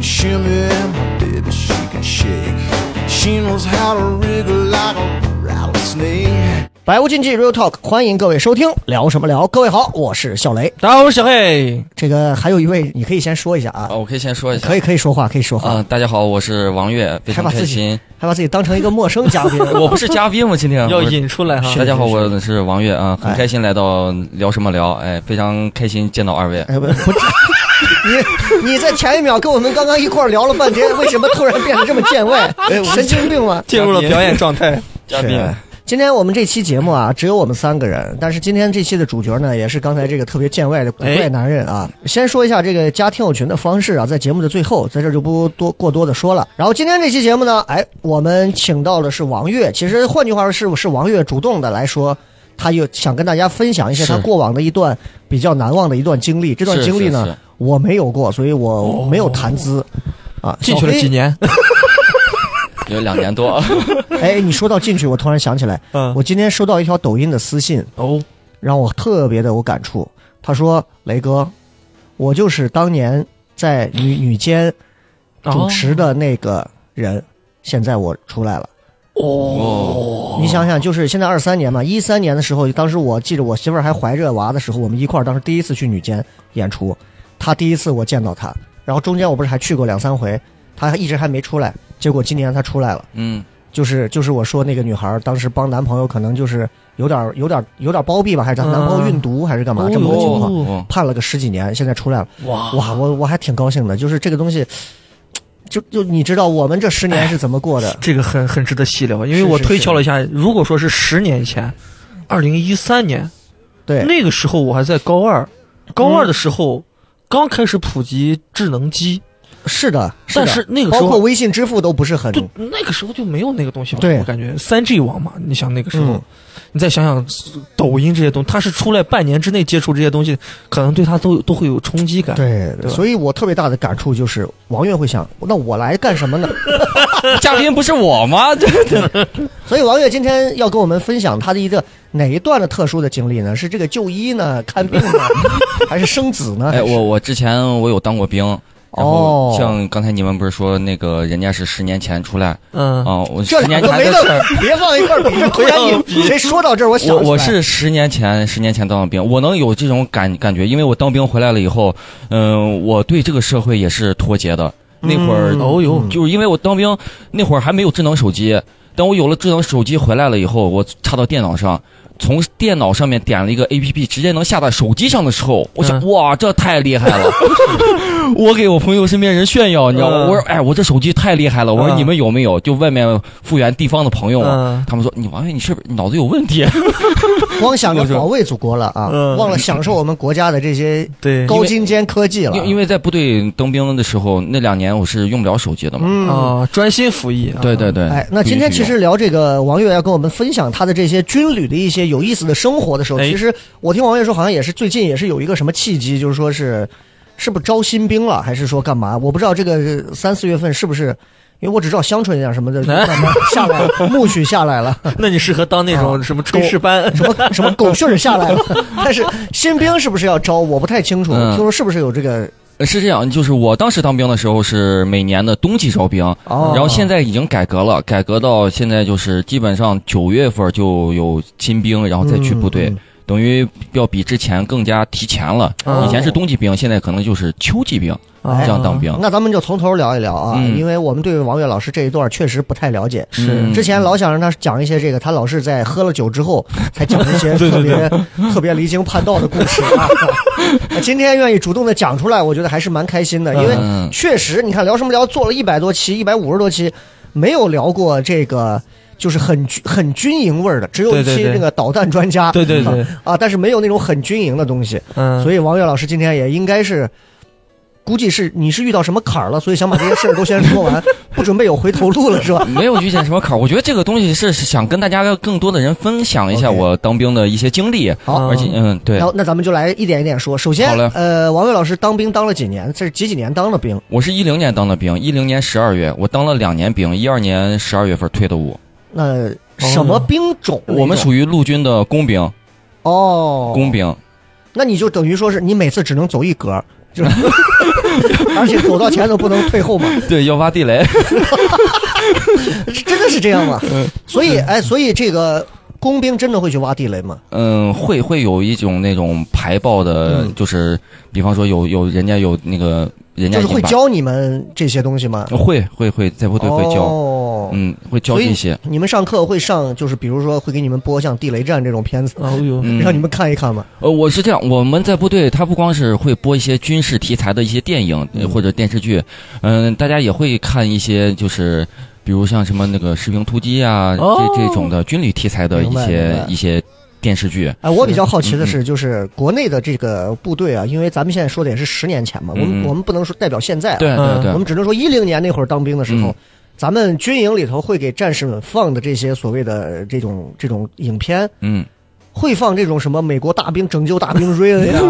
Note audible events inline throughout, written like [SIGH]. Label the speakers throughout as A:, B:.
A: shimmy, my baby she can shake. She knows how to wriggle like a rattlesnake.
B: 百无禁忌 Real Talk，欢迎各位收听，聊什么聊？各位好，我是笑雷。
C: 大家好，我是小黑。
B: 这个还有一位，你可以先说一下啊
D: 啊，，我可以先说一下。
B: 可以可以说话，可以说话，
D: 啊、大家好，我是王悦，非
B: 还
D: 常
B: 把
D: 开
B: 自己
D: 心。 [LAUGHS]
B: 还把自己当成一个陌生嘉宾，
D: 我不是嘉宾吗？
B: [LAUGHS]
D: 今天
C: 要
D: 我是
C: 引出来哈
D: 大家好，我是王悦啊，很
B: 哎
D: 开心来到聊什么聊，哎，非常开心见到二位。
B: 哎不不是你你在前一秒跟我们刚刚一块儿聊了半天，为什么突然变得这么见外？
D: 哎
B: 神经病吗？
C: 进入了表演状态。
D: 嘉
B: 是
D: 宾，
B: 今天我们这期节目啊，只有我们三个人，但是今天这期的主角呢，也是刚才这个特别见外的古
C: 哎
B: 怪男人啊。先说一下这个加听友群的方式啊，在节目的最后，在这儿就不多过多的说了。然后今天这期节目呢，哎，我们请到的是王悦，其实换句话说是是王悦主动的来说。他又想跟大家分享一些他
D: 是
B: 过往的一段比较难忘的一段经历，这段
D: 是
B: 经历呢，
D: 是是
B: 我没有过，所以我没有谈资、啊。
C: [LAUGHS] 哦进去了
B: 小黑
C: 几年？
D: [LAUGHS] 有两年多，
B: 哎，你说到进去，我突然想起来，
C: 嗯
B: 我今天收到一条抖音的私信，
C: 哦， [LAUGHS]
B: 让我特别的有感触。他说：“雷哥，我就是当年在女女监主持的那个人，现在我出来了。”哦，你想想，就是现在二三年嘛，一三年的时候，当时我记得我媳妇儿还怀着娃的时候，我们一块儿当时第一次去女监演出，她第一次我见到她，然后中间我不是还去过两三回，她一直还没出来，结果今年她出来了。
D: [LAUGHS] 嗯，
B: 就是就是我说那个女孩儿当时帮男朋友可能就是有点儿有点儿有点儿包庇吧，还是她男
C: 嗯
B: 朋友运毒、还是干嘛这么个情况，
C: 哦
D: 哦
B: 判了个十几年，现在出来了，
C: 哇
B: 哇，我我还挺高兴的，就是这个东西，就就你知道我们这十年是怎么过的，
C: 这个很很值得细聊，因为
B: 是
C: 我
B: 是
C: 推
B: 是
C: 敲了一下，如果说是十年前，二零一三年
B: 对，
C: 那个时候，我还在高二，高二
B: 嗯
C: 的时候、刚开始普及智能机，
B: 是的，是的
C: 但是那个时
B: 包括
C: 候。
B: 微信支付都不是很
C: 就那个时候就没有那个东西了，
B: 对
C: 我感觉三 G 网嘛，你想那个时候，
B: 嗯
C: 你再想想抖音这些东西，他是出来半年之内接触这些东西，可能对他都都会有冲击感。
B: 对，
C: 对吧
B: 所以我特别大的感触就是王悦会想，那我来干什么呢？
D: 嘉宾不是我吗？这
B: 所以王悦今天要跟我们分享他的一个哪一段的特殊的经历呢？是这个就医呢，看
D: [LAUGHS]
B: 病呢，还是生子呢？
D: 哎，我我之前我有当过兵，然
B: 哦
D: 后像刚才你们不是说那个人家是十年前出来
C: 嗯，
D: 啊，我
B: 这
D: 十
B: 两
D: 年
B: 个
D: 前
B: 没
D: 的
B: 得
D: 事儿。
B: 比，别放一块儿比。突然你谁说到这儿，我想
D: 我我
B: 起来
D: 是十年前，十年前当的兵，我能有这种感感觉，因为我当兵回来了以后，嗯、我对这个社会也是脱节的。那会儿，
C: 哦哟，
D: 就是因为我当兵那会儿还没有智能手机，当我有了智能手机回来了以后，我插到电脑上，从电脑上面点了一个 A P P，直接能下到手机上的时候，我想，
C: 嗯
D: 哇，这太厉害
C: [LAUGHS]
D: 了！我给我朋友身边人炫耀，你知道吗？
C: 嗯
D: 我说，哎，我这手机太厉害了！我说
C: 嗯
D: 你们有没有？就外面复原地方的朋友啊。
C: 嗯，
D: 他们说：“你王悦，你是不是脑子有问题？”
B: 光想着保卫祖国了啊，
C: 嗯
B: 忘了享受我们国家的这些
C: 对，
B: 高精尖科技了。
D: 因因
B: 为
D: 为在部队当兵的时候，那两年我是用不了手机的嘛。
B: 嗯，
C: 啊，专心服役。啊
D: 对对，对。
B: 哎，那今天其实聊这个王悦要跟我们分享他的这些军旅的一些有意思的生活的时候，
C: 哎
B: 其实我听王悦说好像也是最近也是有一个什么契机，就是说是是不是招新兵了，还是说干嘛？我不知道这个三四月份是不是。因为我只知道乡村一啊
D: [LAUGHS]
B: 点什么的，
C: 哎
B: 慢慢下来了，苜蓿下来了， [LAUGHS]
C: 那你适合当那
B: 啊
C: 种什么炊事班？
B: 什么什么狗训儿下来了， [LAUGHS] 但是新兵是不是要招？我不太清楚，
D: 嗯
B: 听说是不是有这个？
D: 呃是这样，就是我当时当兵的时候是每年的冬季招兵，
B: 哦
D: 然后现在已经改革了，改革到现在就是基本上九月份就有新兵，然后再去部队，
B: 嗯
D: 等于要比之前更加提前了。
B: 哦
C: 啊
D: 以前是冬季兵，现在可能就是秋季兵这样当兵。
B: 那咱们就从头聊一聊啊，
D: 嗯
B: 因为我们对王悦老师这一段确实不太了解。
D: 嗯
B: 之前老想让他讲一些这个，他老是在喝了酒之后才讲一
C: [LAUGHS]
B: 些特别特别离经叛道的故事啊。今天愿意主动的讲出来，我觉得还是蛮开心的，因为
D: 嗯
B: 确实，你看聊什么聊做了一百多期，一百五十多期，没有聊过这个。就是很军很军营味儿的，只有一
C: 对
B: 期
C: 对对
B: 那个导弹专家，
C: 对对对，
B: 啊，但是没有那种很军营的东西。
C: 嗯，
B: 所
C: 以
B: 以王悦老师今天也应该是，估计是你是遇到什么坎儿了，所以想把这些事儿都先说完，不准备有回头路了是吧？
D: 没有遇见什么坎儿，我觉得这个东西是是想跟大家更多的人分享一下
B: OK
D: 我当兵的一些经历，
B: 好
D: 而且嗯，对
B: 然，后那咱们就来一点一点说。首先
D: 好嘞，
B: 呃，王悦老师当兵当了几年？这是几几年当的兵？
D: 我是一零年当的兵，一零年十二月，我当了两年兵，一二年十二月份退的伍。
B: 那什么兵种？
D: 哦我们属于陆军的工兵，
B: 哦，
D: 工。兵。 [LAUGHS]
B: 那你就等于说是你每次只能走一格，
D: [LAUGHS]
B: 就是而且走到前头不能退后嘛， [LAUGHS]
D: 对，要挖地雷， [LAUGHS]
B: 真的是这样吗？所以，哎，所以这个工兵真的会去挖地雷吗？
D: 嗯，会会有一种那种排爆的，
B: 嗯
D: 就是比方说有有人家有那个人家
B: 就
D: 已
B: 是
D: 经
B: 会
D: 把
B: 教你们这些东西吗？
D: 会会会在部队会教，
B: 哦，
D: 嗯，会教
B: 所以
D: 这些，
B: 你们上课会上，就是比如说会给你们播像《地雷战》这种片子，
C: 哦呦，
D: 嗯，
B: 让你们看一看吗？
D: 呃，我是这样，我们在部队，他不光是会播一些军事题材的一些电影呃或者电视剧，嗯、大家也会看一些就是。比如像什么那个《士兵突击》啊，
C: 哦
D: 这这种的军旅题材的一
B: 明白明
D: 些
B: 白
D: 一些电视剧，
B: 哎，我比较好奇的是，就是国内的这个部队啊，因为咱们现在说的也是十年前嘛，我
D: 嗯
B: 们我们不能说代表现在啊，
D: 对对
C: 嗯
D: 对
B: 我，们只能说一零年那会儿当兵的时候
D: 嗯，
B: 咱们军营里头会给战士们放的这些所谓的这种这种影片，
D: 嗯，
B: 会放这种什么美国大兵拯救大兵瑞
C: [LAUGHS]
B: 恩呀，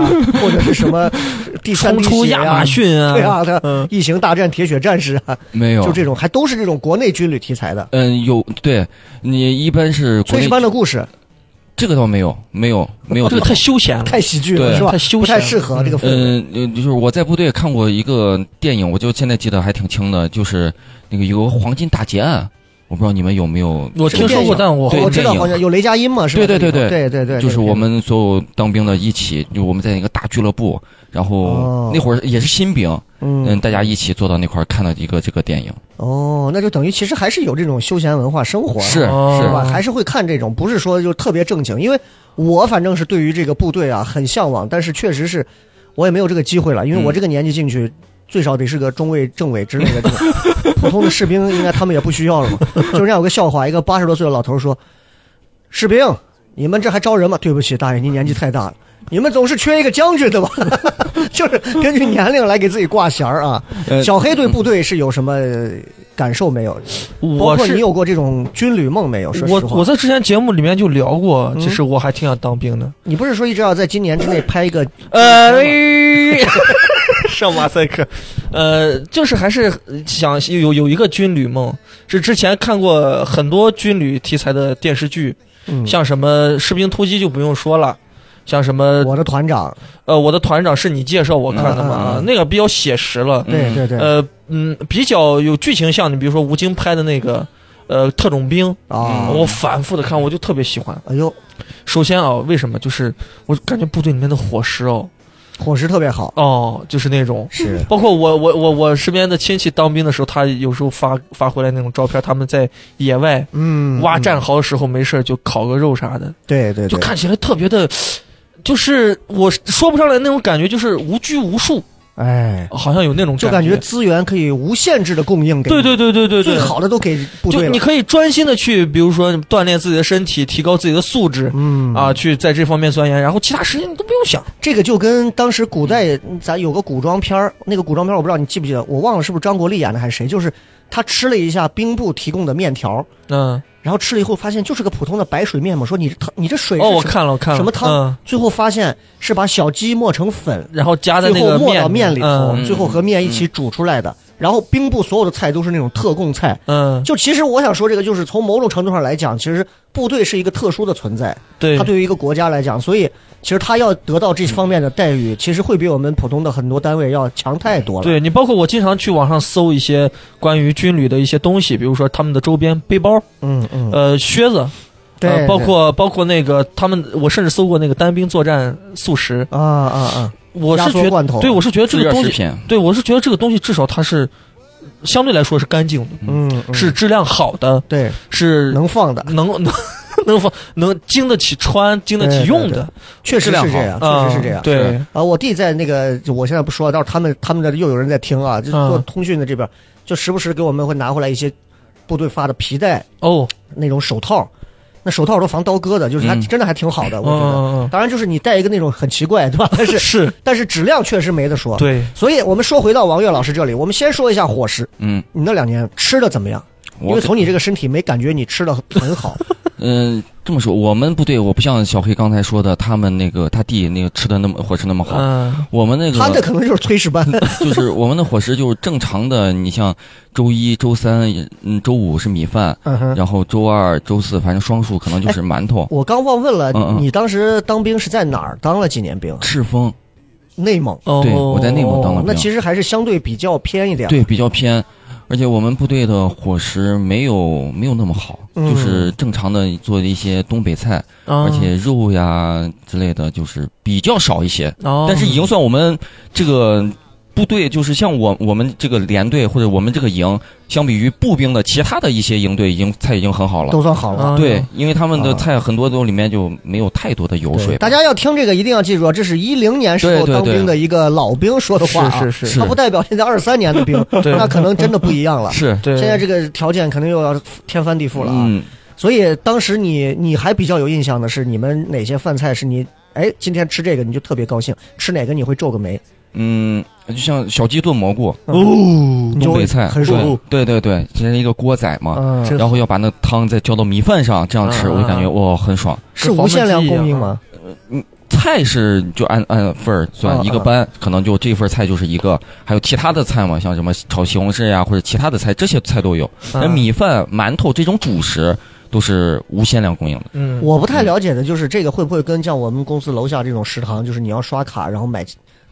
B: 或者是什么
D: 嗯
B: 第三
C: 啊冲
B: 滴
C: 出
B: 血
C: 亚
B: 呀
C: 马，逊啊，
B: 对啊，他
C: 嗯哎
B: 异形大战铁血战士啊，
D: 没有，
B: 就这种还都是这种国内军旅题材的
D: 嗯，有对，你一般是
B: 炊
D: 国
B: 事
D: 内
B: 班的故事，
D: 这个倒没有，没有，没有
C: 这
D: 这
C: 个
D: 种
C: 太休闲了，
B: 太喜剧
D: 对
B: 了是吧
C: 太？休闲
B: 不太适合这个氛围。
D: 嗯，呃就是我在部队看过一个电影，我就现在记得还挺清的，就是那个有个黄金大劫案，我不知道你们有没有
C: 我听说过，但我
D: 对
B: 我哦知道
D: 电影
B: 好像有雷佳音嘛，是吧？
D: 对对对
B: 对对对，
D: 就是
B: 那个
D: 我们所有当兵的一起，就我们在一个大俱乐部，然后
B: 哦
D: 那会儿也是新兵，嗯，
B: 嗯
D: 大家一起坐到那块儿看了一个这个电影，
B: 哦，那就等于其实还是有这种休闲文化生活的
D: 是
C: 哦
B: 是
D: 是，
B: 吧？还是会看这种，不是说就特别正经，因为我反正是对于这个部队啊很向往，但是确实是我也没有这个机会了，因为我这个年纪进去。最少得是个中尉、政委之类的这种，普通的士兵应该他们也不需要了嘛。就人家有个笑话，一个八十多岁的老头说：“士兵，你们这还招人吗？对不起，大爷，您年纪太大了，你们总是缺一个将军的吧？ [LAUGHS] 就是根据年龄来给自己挂弦儿啊。”
D: 呃
B: 小黑对部队是有什么感受没有？包
C: 我
B: 括你
C: 是
B: 有过这种军旅梦没有？说
C: 我
B: 实话，
C: 我在之前节目里面就聊过，
B: 嗯
C: 其实我还挺想当兵的。
B: 你不是说一直要在今年之内拍一个？
C: 呃，上马赛克，呃，就是还是想有有一个军旅梦，是之前看过很多军旅题材的电视剧，
B: 嗯，
C: 像什么《士兵突击》就不用说了，像什么
B: 我的团长，
C: 呃，我的团长是你介绍我看的嘛，
D: 嗯嗯嗯
C: 啊那个比较写实了，
B: 对
D: 嗯
B: 对对，
C: 呃嗯，比较有剧情像你比如说吴京拍的那个呃特种兵，
B: 啊，
C: 我反复的看，我就特别喜欢。
B: 哎呦，
C: 首先啊，为什么就是我感觉部队里面的伙食哦
B: 伙食特别好，
C: 哦，就是那种。
B: 是
C: 包括我我我我身边的亲戚当兵的时候，他有时候发发回来那种照片，他们在野外
B: 嗯，
C: 挖战
B: 嗯，
C: 壕的时候，没事儿就烤个肉啥的，
B: 对对
C: 就
B: 对，
C: 看起来特别的，就是我说不上来那种感觉，就是无拘无束，
B: 哎，
C: 好像有那种
B: 就
C: 感
B: 感觉资源可以无限制的供应给你
C: 对对对对对对，
B: 最好的都给部队
C: 就你
B: 了，
C: 可以专心的去，比如说锻炼自己的身体，提高自己的素质。
B: 嗯
C: 啊，，去在这方面钻研，然后其他时间你都不用想。
B: 这个就跟当时古代咱有个古装片儿，那个古装片儿我不知道你记不记得，我忘了是不是张国立演的还是谁，就是他吃了一下兵部提供的面条。
C: 嗯，
B: 然后吃了以后发现就是个普通的白水面嘛，说你这汤你这水是
C: 哦，我
B: 什么
C: 看了，我看了
B: 什么汤，
C: 嗯
B: 最后发现是把小鸡磨成粉，
C: 然后加在
B: 最后
C: 那个
B: 磨
C: 面
B: 到面里头，
C: 嗯
B: 最后和面一起煮出来的。然后兵部所有的菜都是那种特供菜。
C: 嗯，
B: 就其实我想说，这个就是从某种程度上来讲，其实部队是一个特殊的存在，
C: 对
B: 它，对于一个国家来讲，所以其实它要得到这方面的待遇，其实会比我们普通的很多单位要强太多了。
C: 对你包括我经常去网上搜一些关于军旅的一些东西，比如说他们的周边、背包、
B: 嗯嗯，
C: 呃靴子，
B: 对
C: 呃，，包括包括那个他们，我甚至搜过那个单兵作战素食，
B: 啊啊啊，
C: 我
B: 压
C: 是
B: 缩
C: 觉
B: 罐头
C: 得，对我是觉得这
D: 自
C: 个
D: 热
C: 东
D: 食
C: 西，
D: 品，
C: 对我是觉得这个东西至少它是相对来说是干净的，
B: 嗯，嗯
C: 是质量好的，
B: 对
C: 是
B: 能放的，
C: 能 [LAUGHS] 能能放能经得起穿、经得起
B: 对
C: 用
B: 对
C: 的，
B: 确实
D: 质量
B: 是这样，
C: 啊
B: 确实是这样。
C: 对，
B: 啊，我弟在那个，就我现在不说了，到时候他们他们的又有人在听啊，就做
C: 嗯
B: 通讯的这边，就时不时给我们会拿回来一些部队发的皮带
C: 哦，
B: 那种手套，那手套都防刀割的，就是还、
D: 嗯
B: 真的还挺好的，
C: 嗯
B: 我觉得。
C: 嗯
B: 当然，就是你戴一个那种很奇怪，对吧？ [LAUGHS] 但
C: 嗯，
B: 是
C: 是，
B: 但是质量确实没得说。，
C: 对，
B: 所以我们说回到王悦老师这里，我们先说一下伙食，
D: 嗯，
B: 你那两年吃的怎么样？因
D: 我
B: 为从你这个身体没感觉你吃的很好，
D: 嗯、这么说，我们部队我不像小黑刚才说的，他们那个他弟那个吃的那么伙食那么好，
C: 嗯，
D: 我们那个
B: 他的可能就是炊事班。 [LAUGHS]
D: 就是我们的伙食就是正常的，你像周一、周三、嗯周五是米饭，
B: 嗯哼。
D: 然后周二、周四反正双数可能就是馒头。
B: 我刚忘问了
D: 嗯，嗯
B: 你当时当兵是在哪儿当了几年兵？
D: 赤峰
B: 内蒙，
C: 哦，
D: 对我在内蒙当了
B: 那
D: 兵
B: 其实还是相对比较偏一点。，
D: 对，比较偏，而且我们部队的伙食没有没有那么好，
B: 嗯
D: 就是正常的做一些东北菜，
C: 啊
D: 而且肉呀之类的，就是比较少一些，
C: 哦，
D: 但是已经算我们这个。部队就是像我我们这个连队或者我们这个营，相比于步兵的其他的一些营队，已经菜已经很好了。
B: 都算好了。
C: 啊
D: 对，因为他们的
B: 啊
D: 菜很多都里面就没有太多的油
B: 对
D: 水。
B: 大家要听这个一定要记住啊，这是一零年时候
D: 对对
B: 当
D: 对
B: 兵的一个老兵说的话啊，
C: 是是
D: 是
B: 他不代表现在二三年的
D: [LAUGHS]
B: 兵，
C: 对
B: 那可能真的不一样了。
D: 是，
C: 对，
B: 现在这个条件肯定又要天翻地覆了啊！
D: 嗯，
B: 所以当时你你还比较有印象的是，你们哪些饭菜是你哎今天吃这个你就特别高兴，吃哪个你会皱个眉，
D: 嗯，就像小鸡炖蘑菇，
C: 哦
B: 你就
D: 东
B: 会
D: 北菜，
B: 很舒服。
D: 对对对对，这是一个锅仔嘛，
B: 嗯，
C: 这
D: 然啊后要把那汤再浇到米饭上，这样吃，
C: 啊
D: 我就感觉哇很爽。
B: 是无限量
D: 啊
B: 供应
C: 黄焖鸡一样
B: 吗？
D: 菜是就按按份儿
B: 啊
D: 算，一
B: 啊
D: 个班可能就这份菜就是一个，还有其他的菜嘛，像什么炒西红柿呀，或者其他的菜，这些菜都有。那
B: 嗯
C: 啊，
D: 米饭、馒头这种主食都是无限量供应的。
C: 嗯，
B: 我不太了解的就是这个会不会跟像我们公司楼下这种食堂，就是你要刷卡然后买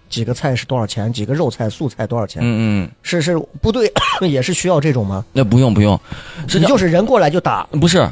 B: 几个菜是多少钱，几个肉菜素菜多少钱？
D: 嗯嗯，
B: 是是部队 [COUGHS] 也是需要这种吗？
D: 那不用不用，是
B: 你
D: 这样
B: 就是人过来就打，
D: 不是，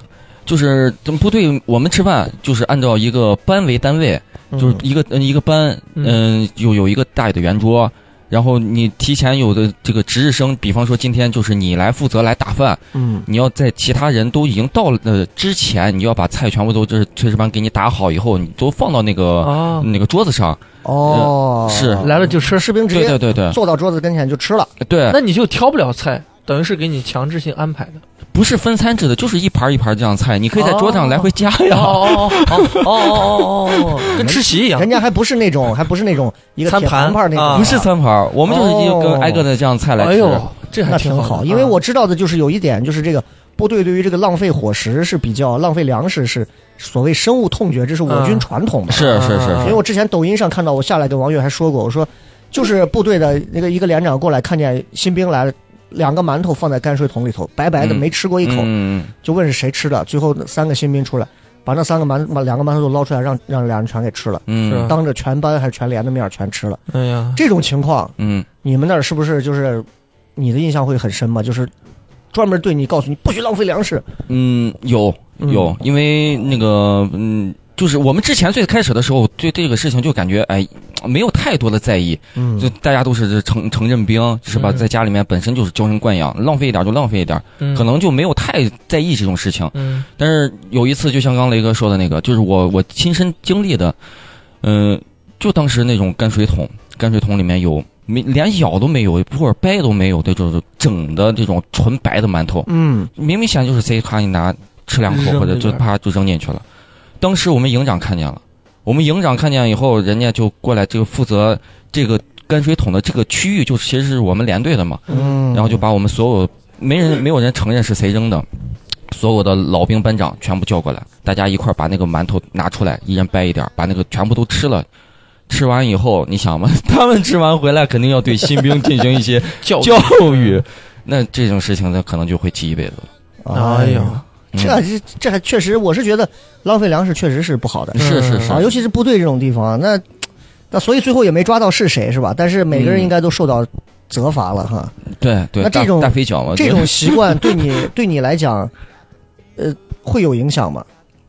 D: 就是咱们部队我们吃饭就是按照一个班为单位，就是一个、嗯、一个班，嗯、有有一个大的圆桌。然后你提前有的这个值日生，比方说今天就是你来负责来打饭，
B: 嗯
D: 你要在其他人都已经到了呃之前，你要把菜全部都就是炊事班给你打好以后，你都放到那个、
C: 啊，
D: 那个桌子上。
B: 哦
D: 是
C: 来了就吃，
B: 士兵直
D: 对
B: 接
D: 对对对
B: 坐到桌子跟前就吃了。
D: 对，
C: 那你就挑不了菜，等于是给你强制性安排的。
D: 不是分餐制的，就是一盘一盘这样菜，你可以在桌子上来回加呀。
C: 哦哦哦哦哦哦哦， [LAUGHS] 跟吃席一样
B: 人。家还不是那
D: [LAUGHS]
B: 种，还不是那种一个
C: 餐
B: 铁
C: 盘
B: 盘盘那
C: 啊
B: 种，
D: [LAUGHS] 不是餐盘儿，我们就是一个
B: 哦
D: 跟挨个的这样菜来吃。
C: 哎呦，这还
B: 那挺
C: 好
B: 好。
C: 的，
B: 因为我知道的就是有一点，就是这个部队对于这个浪费伙食是比较浪费粮食，是所谓深恶痛绝，这是我军
D: 嗯
B: 传统嘛。
D: 是是
C: 啊
B: 因为
D: 是，
B: 我之前抖音上看到，我下来跟王悦还说过，我说就是部队的那个一个连长过来，看见新兵来了，两个馒头放在泔水桶里头，白白的
D: 嗯
B: 没吃过一
D: 嗯
B: 口，
D: 嗯，
B: 就问是谁吃的。最后那三个新兵出来，把那三个馒把两个馒头都捞出来，让让两人全给吃了，
D: 嗯
C: 是
D: 嗯
B: 当着全班还是全连的面儿全吃了。
C: 哎呀，
B: 这种情况，
D: 嗯，
B: 你们那儿是不是就是你的印象会很深吗？就是专门对你告诉你不许浪费粮食。
D: 嗯，有有，因为那个嗯。就是我们之前最开始的时候，对这个事情就感觉哎，没有太多的在意，
B: 嗯
D: 就大家都是承承认兵，是吧？
C: 嗯
D: 在家里面本身就是娇生惯养，浪费一点就浪费一点，
C: 嗯
D: 可能就没有太在意这种事情。
C: 嗯
D: 但是有一次，就像刚雷哥说的那个，就是我我亲身经历的，嗯、就当时那种泔水桶，泔水桶里面有没连咬都没有，或者掰都没有的，就是整的这种纯白的馒头，
B: 嗯，
D: 明明显就是贼咔一拿吃两口，
C: 扔
D: 或者就
C: 进去
D: 啪就扔进去了。当时我们营长看见了，我们营长看见以后，人家就过来，这个负责这个泔水桶的这个区域，就是其实是我们连队的嘛，
B: 嗯
D: 然后就把我们所有没人没有人承认是谁扔的，所有的老兵班长全部叫过来，大家一块儿把那个馒头拿出来，一人掰一点儿，把那个全部都吃了。吃完以后，你想嘛，他们吃完回来肯定要对新兵进行一些
C: 教
D: 教
B: [LAUGHS]
D: 育，那这种事情呢，可能就会记一辈子了。
C: 哎呀，
D: 嗯
B: 这这这还确实，我是觉得浪费粮食确实是不好的
D: 嗯是是
B: 啊，
D: 是，
B: 尤其是部队这种地方，啊那那所以最后也没抓到是谁是吧？但是每个
D: 嗯
B: 人应该都受到责罚了哈。
D: 对对，
B: 那这
D: 大
B: 种
D: 大飞脚嘛，
B: 这
D: 啊对
B: 种习惯对你对你来讲，呃，会有影响吗？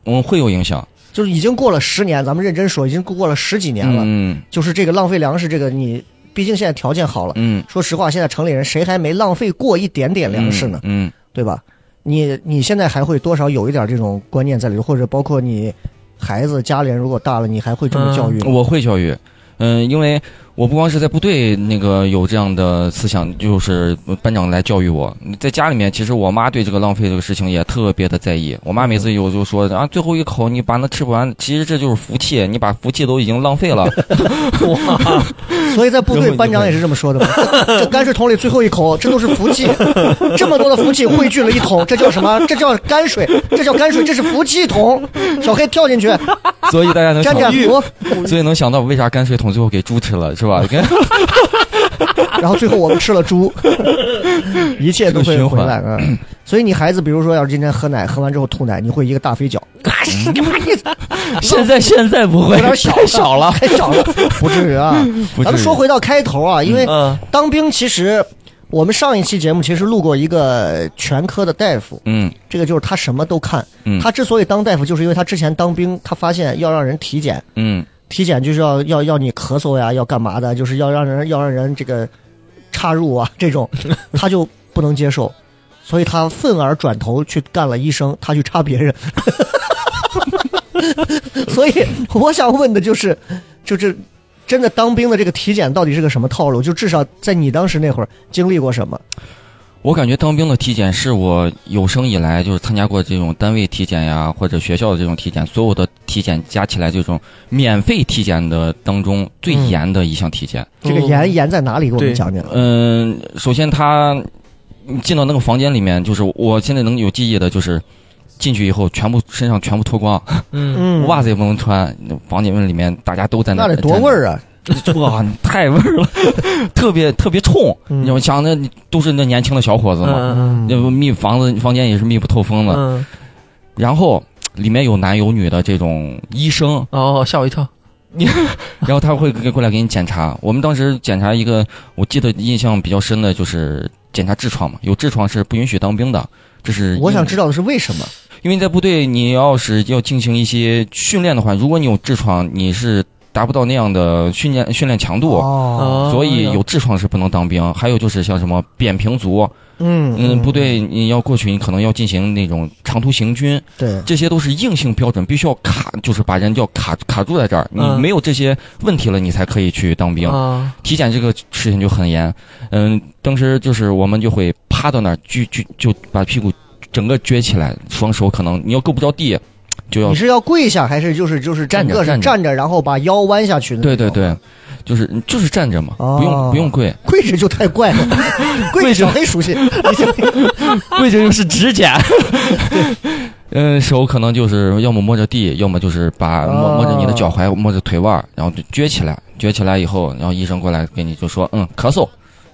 D: 嗯会有影响，
B: 就是已经过了十年，咱们认真说，已经过了十几年了。
D: 嗯
B: 就是这个浪费粮食，这个你毕竟现在条件好了。
D: 嗯，
B: 说实话，现在城里人谁还没浪费过一点点粮食呢？
D: 嗯，嗯
B: 对吧？你你现在还会多少有一点这种观念在里头，或者包括你孩子家里人如果大了，你还会这
D: 嗯
B: 么教育吗？
D: 我会教育，嗯，因为我不光是在部队那个有这样的思想，就是班长来教育我。在家里面，其实我妈对这个浪费这个事情也特别的在意。我妈每次有就说啊，最后一口你把那吃不完，其实这就是福气，你把福气都已经
B: [LAUGHS]
D: 浪费了。
C: [LAUGHS] 哇，
B: 所以在部队，班长也是这么说的嘛。这泔水桶里最后一口，这都是福气，这么多的福气汇聚了一桶，这叫什么？这叫泔水，这叫泔水，这是福气桶。小黑跳进去，
D: 所以大家能
B: 沾
D: 想
B: 沾福，
D: 所以能想到为啥泔水桶最后给猪吃了，
B: [LAUGHS]
D: 是吧？跟
B: 然后最后我们吃了猪，一切都会
D: 这个循
B: 回
D: 环
B: 来啊。所以你孩子，比如说要是今天喝奶，喝完之后吐奶，你会一个大飞脚，嗯
E: 现在现在不
B: 有
E: 会，
B: 点小小了，啊太小 [LAUGHS] 了，不至于啊。
D: 不
B: 咱
D: 至
B: 们
D: 于
B: 说回到开头啊，因为
C: 嗯
B: 当兵其实我们上一期节目其实录过一个全科的大夫，
D: 嗯
B: 这个就是他什么都看。
D: 嗯
B: 他之所以当大夫，就是因为他之前当兵，他发现要让人体检，
D: 嗯
B: 体检就是要要要你咳嗽呀，要干嘛的，就是要让人要让人这个插入啊这
D: [LAUGHS]
B: 种，他就不能接受，所以他愤而转头去干了医生，他去插别人。 [LAUGHS] 所以我想问的就是，就这真的当兵的这个体检到底是个什么套路？就至少在你当时那会儿经历过什么？
D: 我感觉当兵的体检是我有生以来就是参加过这种单位体检呀，或者学校的这种体检，所有的体检加起来，这种免费体检的当中最
C: 嗯
D: 严的一项体检。
B: 这个
C: 嗯
B: 盐盐在哪里？给我们
C: 对
B: 讲讲。
D: 嗯，首先他进到那个房间里面，就是我现在能有记忆的，就是进去以后全部身上全部脱光，
C: 嗯，
B: 嗯，
D: 袜子也不能穿，房间里面大家都在
B: 那得多味儿啊！
D: 啊！哇，太味儿了， [LAUGHS] 特别特别冲。
B: 嗯
D: 你知道，想那都是那年轻的小伙子嘛，
C: 嗯
D: 那不密房子房间也是密不透风的。
C: 嗯，
D: 然后里面有男有女的这种医生，
C: 哦，吓我一跳，
D: 然后他会给过来给你检查。我们当时检查一个，我记得印象比较深的就是检查痔疮嘛，有痔疮是不允许当兵的。这是
B: 我想
D: 因
B: 知道的是为什么？
D: 因为在部队你要是要进行一些训练的话，如果你有痔疮，你是达不到那样的训练训练强度。
B: 哦，
C: 哦
D: 所以有痔疮是不能当兵，还有就是像什么扁平足，
B: 嗯
D: 嗯，部队你要过去，你可能要进行那种长途行军，
B: 对，
D: 这些都是硬性标准，必须要卡，就是把人要卡卡住在这儿。你
C: 嗯
D: 没有这些问题了，你才可以去当兵。
C: 啊，
D: 体检这个事情就很严，嗯，当时就是我们就会趴到那儿，就就就把屁股整个撅起来，双手可能你要够不着地，就要
B: 你是要跪下还是就是就是
D: 站着
B: 整个是
D: 站着
B: 站着，然后把腰弯下去的？
D: 对对，对，就是就是站着嘛，
B: 哦
D: 不用不用跪，
B: 跪着就太怪
D: [LAUGHS]
B: 了，跪着很熟悉。
E: 跪着就是指甲，
D: [LAUGHS] 嗯，手可能就是要么摸着地，要么就是把摸、
B: 哦
D: 摸着你的脚踝，摸着腿腕儿，然后就撅起来，撅起来以后，然后医生过来给你就说，嗯，咳嗽，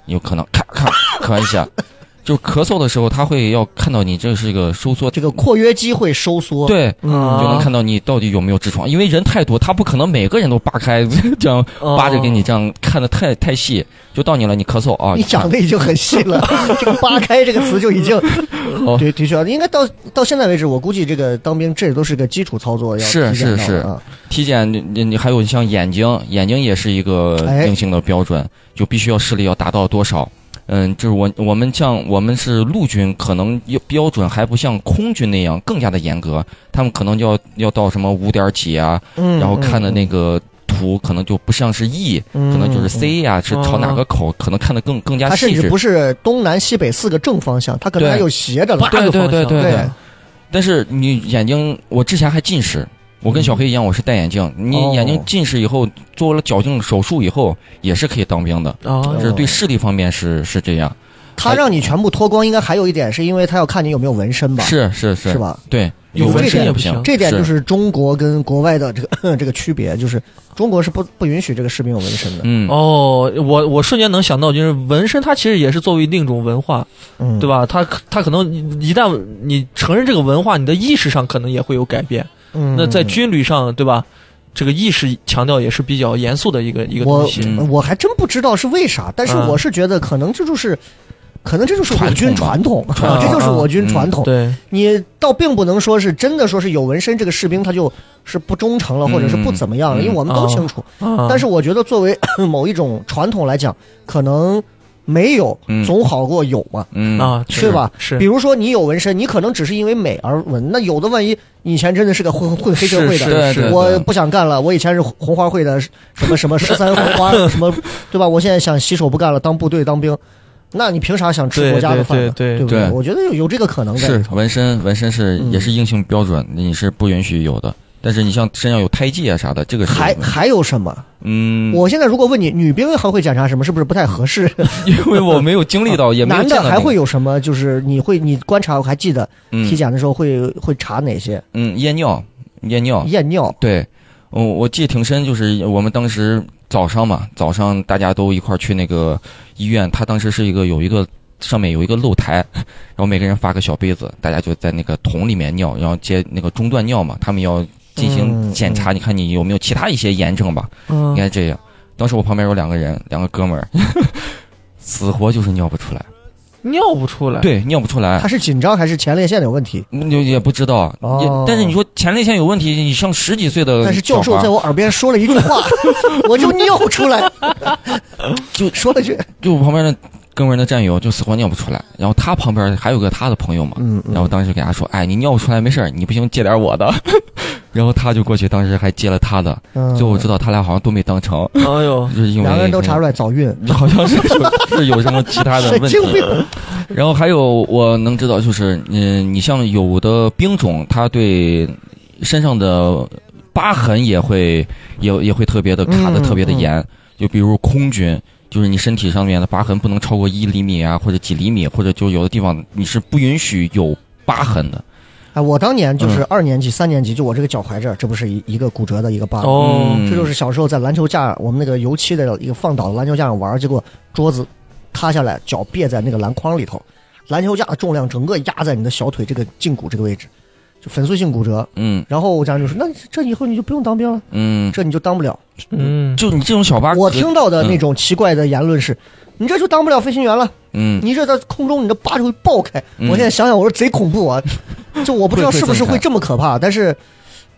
D: 你有可能咔咔咳一下， [LAUGHS] 就咳嗽的时候，他会要看到你这是个收缩，
B: 这个括约肌会收缩，，
D: 对，
B: 嗯
C: 啊
D: 就能看到你到底有没有痔疮，因为人太多，他不可能每个人都扒开 [LAUGHS] 这样扒着给你这样看的太太细，就到你了，你咳嗽啊，
B: 你
D: 看
B: 讲的已经很细
D: [LAUGHS]
B: 了，这个“扒开”这个词就已经
D: 哦，
B: 对，的确，应该到到现在为止，我估计这个当兵这都是个基础操作，要
D: 是
B: 体检
D: 是是
B: 到的啊。
D: 体检，你你你还有像眼睛，眼睛也是一个
B: 哎
D: 硬性的标准，就必须要视力要达到多少。嗯，就是我我们像我们是陆军，可能要标准还不像空军那样更加的严格，他们可能就要要到什么五点几啊，
B: 嗯，
D: 然后看的
B: 嗯
D: 那个图可能就不像是 E，、可能就是。
B: 嗯嗯
D: C 呀、是朝哪个口，可能看得更更加
B: 它甚
D: 细
B: 至
D: 致
B: 不。是东南西北四个正方向，它可能
D: 对
B: 还有斜着了。
C: 八个
D: 对对
C: 方
D: 对
C: 向
D: 对对。但是你眼睛，我之前还近视，我跟小黑一样，我是戴眼镜。
B: 哦
D: 你眼睛近视以后，做了矫正手术以后，也是可以当兵的。
C: 啊
B: 哦
D: 这对视力方面是是这样，
B: 他让你全部脱光，应该还有一点是因为他要看你有没有纹身吧？
D: 是是是，
B: 是？吧？
D: 对，
B: 有
D: 纹
B: 这
D: 身
B: 点
D: 也
C: 不
D: 行
C: 行，
B: 这点就是中国跟国外的这个 [LAUGHS] 这个区别，就是中国是不不允许这个士兵有纹身的，
D: 嗯，
C: 哦，我我瞬间能想到，就是纹身，它其实也是作为另一种文化，
B: 嗯，
C: 对
B: 吧？
C: 吧？它它可能一旦你承认这个文化，你的意识上可能也会有改变。
B: 嗯，
C: 那在军旅上，对吧？这个意识强调也是比较严肃的一个一个东
B: 我
C: 西。
D: 嗯
B: 我还真不知道是为啥，但是
C: 嗯
B: 我是觉得可能这就是。可能这就是我
D: 传
B: 军
D: 统
B: 传统，
D: 传
B: 啊
C: 统
B: 这就是我军
D: 嗯
B: 传统。
C: 对，
B: 你倒并不能说是真的说是有纹身这个士兵他就是不忠诚了，
D: 嗯
B: 或者是不怎么样了，
D: 嗯
B: 因为我们都
C: 哦
B: 清楚。
C: 啊
B: 但是我觉得作为 [COUGHS] 某一种传统来讲，可能没有
D: 嗯
B: 总好过有嘛。
D: 嗯
C: 啊，
B: 是吧？
C: 是
B: 比，如说你有纹身，你可能只是因为美而纹，那有的万一你以前真的是个 [LAUGHS] 混混黑社会
C: 是
D: 对
C: 是
B: 的。
D: 对对，
B: 我不想干了，我以前是 [LAUGHS] 红花会的，什么什么十三红花什么，对吧？我现在想洗手不干了，当部队当兵，那你凭啥想吃
C: 对
B: 国家的
C: 对
B: 饭呢？
C: 对对
B: 不对？
D: 对
B: 我觉得有有这个可能在
D: 是
B: 里头。
D: 纹身，纹身是
B: 嗯
D: 也是硬性标准，你是不允许有的。但是你像身上有胎记啊啥的，这个是
B: 还还有什么？
D: 嗯，
B: 我现在如果问你，女兵还会检查什么？是不是不太合适？
D: 因为我没有经
B: [LAUGHS]
D: 历到，也没有
B: 男
D: 见到
B: 的还
D: 那个
B: 会有什么？就是你会你观察，我还记得体
D: 嗯
B: 检的时候会会查哪些？
D: 嗯夜尿夜尿
B: 验尿，
D: 对，嗯，我记得挺深，就是我们当时早上嘛，早上大家都一块儿去那个医院，他当时是一个有一个上面有一个露台， [LAUGHS] 然后每个人发个小杯子，大家就在那个桶里面尿，然后接那个中断尿嘛，他们要进行
B: 嗯
D: 检查，你看你有没有其他一些炎症吧，应
C: 嗯，
D: 该这样。当时我旁边有两个人，两个哥们儿， [LAUGHS] 死活就是尿不出来，
C: 尿不出来。，
D: 对，尿不出来
B: 哎他，是紧张还是前列腺有问题？
D: 嗯也也不知道。
B: 哦
D: 也但是你说前列腺有问题，你上十几岁的
B: 但是
D: 小
B: 教授
D: 孩
B: 在我耳边说了一
D: [LAUGHS]
B: 句话，我就尿出来，就说了句，
D: 就我旁边的哥们儿的战友就死活尿不出来，然后他旁边还有个他的朋友嘛，
B: 嗯，
D: 然后当时就给他说，哎，你尿不出来没事儿，你不行借点我的， [LAUGHS] 然后他就过去，当时还借了他的，最后我知道他俩好像都没当成， [LAUGHS]
C: 哎呦，
D: 就是因
B: 嗯
D: 为
B: 两个人都查出来早孕，
D: 好像是有是有什么其他的
B: 神 [LAUGHS]
D: 问题
B: 经。病，
D: [LAUGHS] 然后还有我能知道就是，嗯，你像有的兵种，他对身上的疤痕也会也也会特别的卡的
B: 嗯
D: 特别的严，就比如空军。就是你身体上面的疤痕不能超过一厘米啊，或者几厘米，或者就有的地方你是不允许有疤痕的。
B: 哎，我当年就是
D: 嗯
B: 二年级、三年级，就我这个脚踝这儿，这不是一一个骨折的一个疤吗，
C: 哦，
D: 嗯
B: 这就是小时候在篮球架，我们那个油漆的一个放倒的篮球架上玩，结果桌子塌下来，脚别在那个篮筐里头，篮球架的重量整个压在你的小腿这个胫骨这个位置，就粉碎性骨折。
D: 嗯
B: 然后我家人就说：“那这以后你就不用当兵了，
D: 嗯，
B: 这你就当不了。
C: 嗯，
D: 就你这种小疤”，
B: 我听到的那种奇怪的言论是。你这就当不了飞行员了，
D: 嗯，
B: 你这在空中你的疤就会爆开。
D: 嗯
B: 我现在想想，我说贼恐怖
D: [LAUGHS]
B: 啊！就我不知道是不是会这么可怕，但是，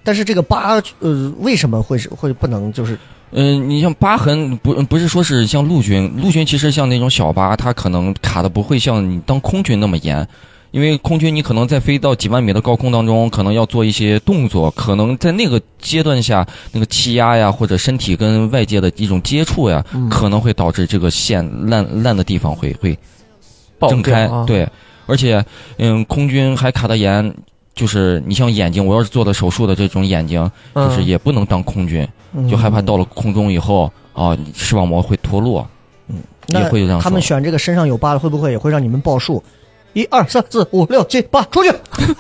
B: 但是这个疤，呃，为什么会是会不能就是
D: 嗯，你像疤痕不不是说是像陆军，陆军其实像那种小疤，它可能卡的不会像你当空军那么严，因为空军你可能在飞到几万米的高空当中，可能要做一些动作，可能在那个阶段下，那个气压呀或者身体跟外界的一种接触呀，
B: 嗯
D: 可能会导致这个线烂烂的地方会会
C: 爆
D: 挣
C: 掉
D: 开，
C: 啊，
D: 对，而且嗯，空军还卡的严，就是你像眼睛，我要是做了手术的这种眼睛，
C: 嗯
D: 就是也不能当空军。
B: 嗯
D: 就害怕到了空中以后啊，你视网膜会脱落，
B: 那
D: 也会有这样
B: 他们
D: 说
B: 选这个身上有疤的，会不会也会让你们报数？一二三四五六七八，出去！ [LAUGHS]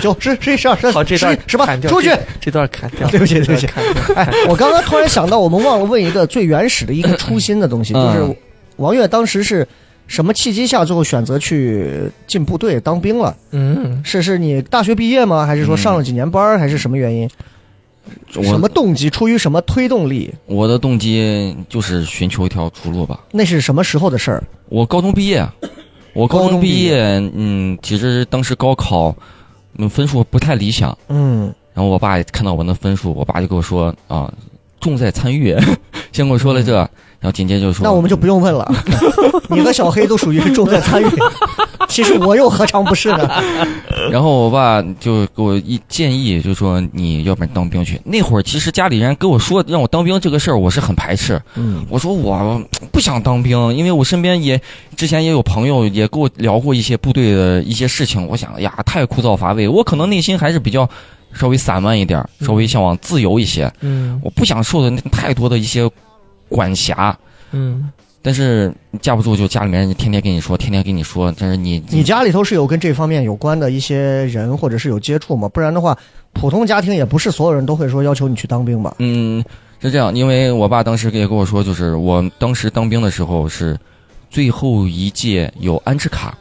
B: 九十十一十二十
C: 好，
B: 三
C: 这
B: 十
C: 段
B: 十八
C: 砍，掉
B: 出去！
C: 这这段砍掉。
B: 对不起对
C: 这段
B: 不起
C: 砍掉
B: 哎，我刚刚突然想到，我们忘了问一个最原始的一个初心的东西，就
D: 嗯
B: 是王悦当时是什么契机下最后选择去进部队当兵了？
C: 嗯，
B: 是是你大学毕业吗？还是说上了几年班儿？还是什么原因？
C: 嗯
B: 什么
D: 我
B: 动机？出于什么推动力？
D: 我的动机就是寻求一条出路吧。
B: 那是什么时候的事儿？
D: 我高中毕业，我
B: 高
D: 高
B: 中
D: 中毕
B: 毕
D: 业，嗯，其实当时高考，嗯，分数不太理想，
B: 嗯，
D: 然后我爸也看到我那分数，我爸就跟我说啊，重在参与， [LAUGHS] 先跟我说了这，然后紧接着就
B: 嗯
D: 说，
B: 那我们就不用问了，
D: 嗯
B: [LAUGHS] 你和小黑都属于是重在参
D: [LAUGHS]
B: 与。其实我又何尝不是呢？
D: 然后我爸就给我一建议，就说你要不然当兵去。那会儿其实家里人跟我说让我当兵这个事儿，我是很排斥。
B: 嗯，
D: 我说我不想当兵，因为我身边也之前也有朋友也跟我聊过一些部队的一些事情。我想，哎呀，太枯燥乏味。我可能内心还是比较稍微散漫一点儿，稍微向往自由一些。
C: 嗯
D: 我不想受的那太多的一些管辖。
C: 嗯，
D: 但是架不住就家里面人天天跟你说，天天跟你说，但是你
B: [LAUGHS] 你家里头是有跟这方面有关的一些人，或者是有接触吗？不然的话，普通家庭也不是所有人都会说要求你去当兵吧？
D: 嗯，是这样，因为我爸当时也跟我说，就是我当时当兵的时候是最后一届有安置卡，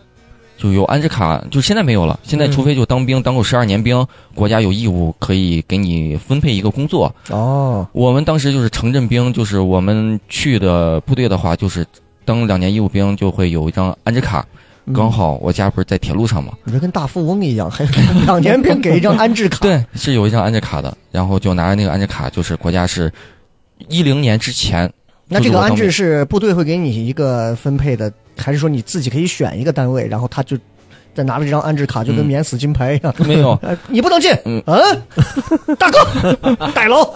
D: 就有安置卡，就现在没有了。现在
C: 嗯
D: 除非就当兵当够十二年兵，国家有义务可以给你分配一个工作。
B: 哦，
D: 我们当时就是城镇兵，就是我们去的部队的话，就是当两年义务兵就会有一张安置卡。
B: 嗯
D: 刚好我家不是在铁路上嘛，
B: 你这跟大富翁一样，还两
D: [LAUGHS]
B: 年兵给一张安置卡。，
D: 对，是有一张安置卡的，然后就拿着那个安置卡，就是国家是一零年之前。
B: 那这
D: 就是
B: 个
D: 我当
B: 安
D: 兵
B: 置是部队会给你一个分配的，还是说你自己可以选一个单位，然后他就再拿着这张安置卡，就跟
D: 嗯
B: 免死金牌一样？
D: [LAUGHS]
B: [LAUGHS]
D: 没有，
B: 呃你不能进，
D: 嗯
B: 嗯， [LAUGHS] 大哥，
D: [LAUGHS]
B: 逮喽！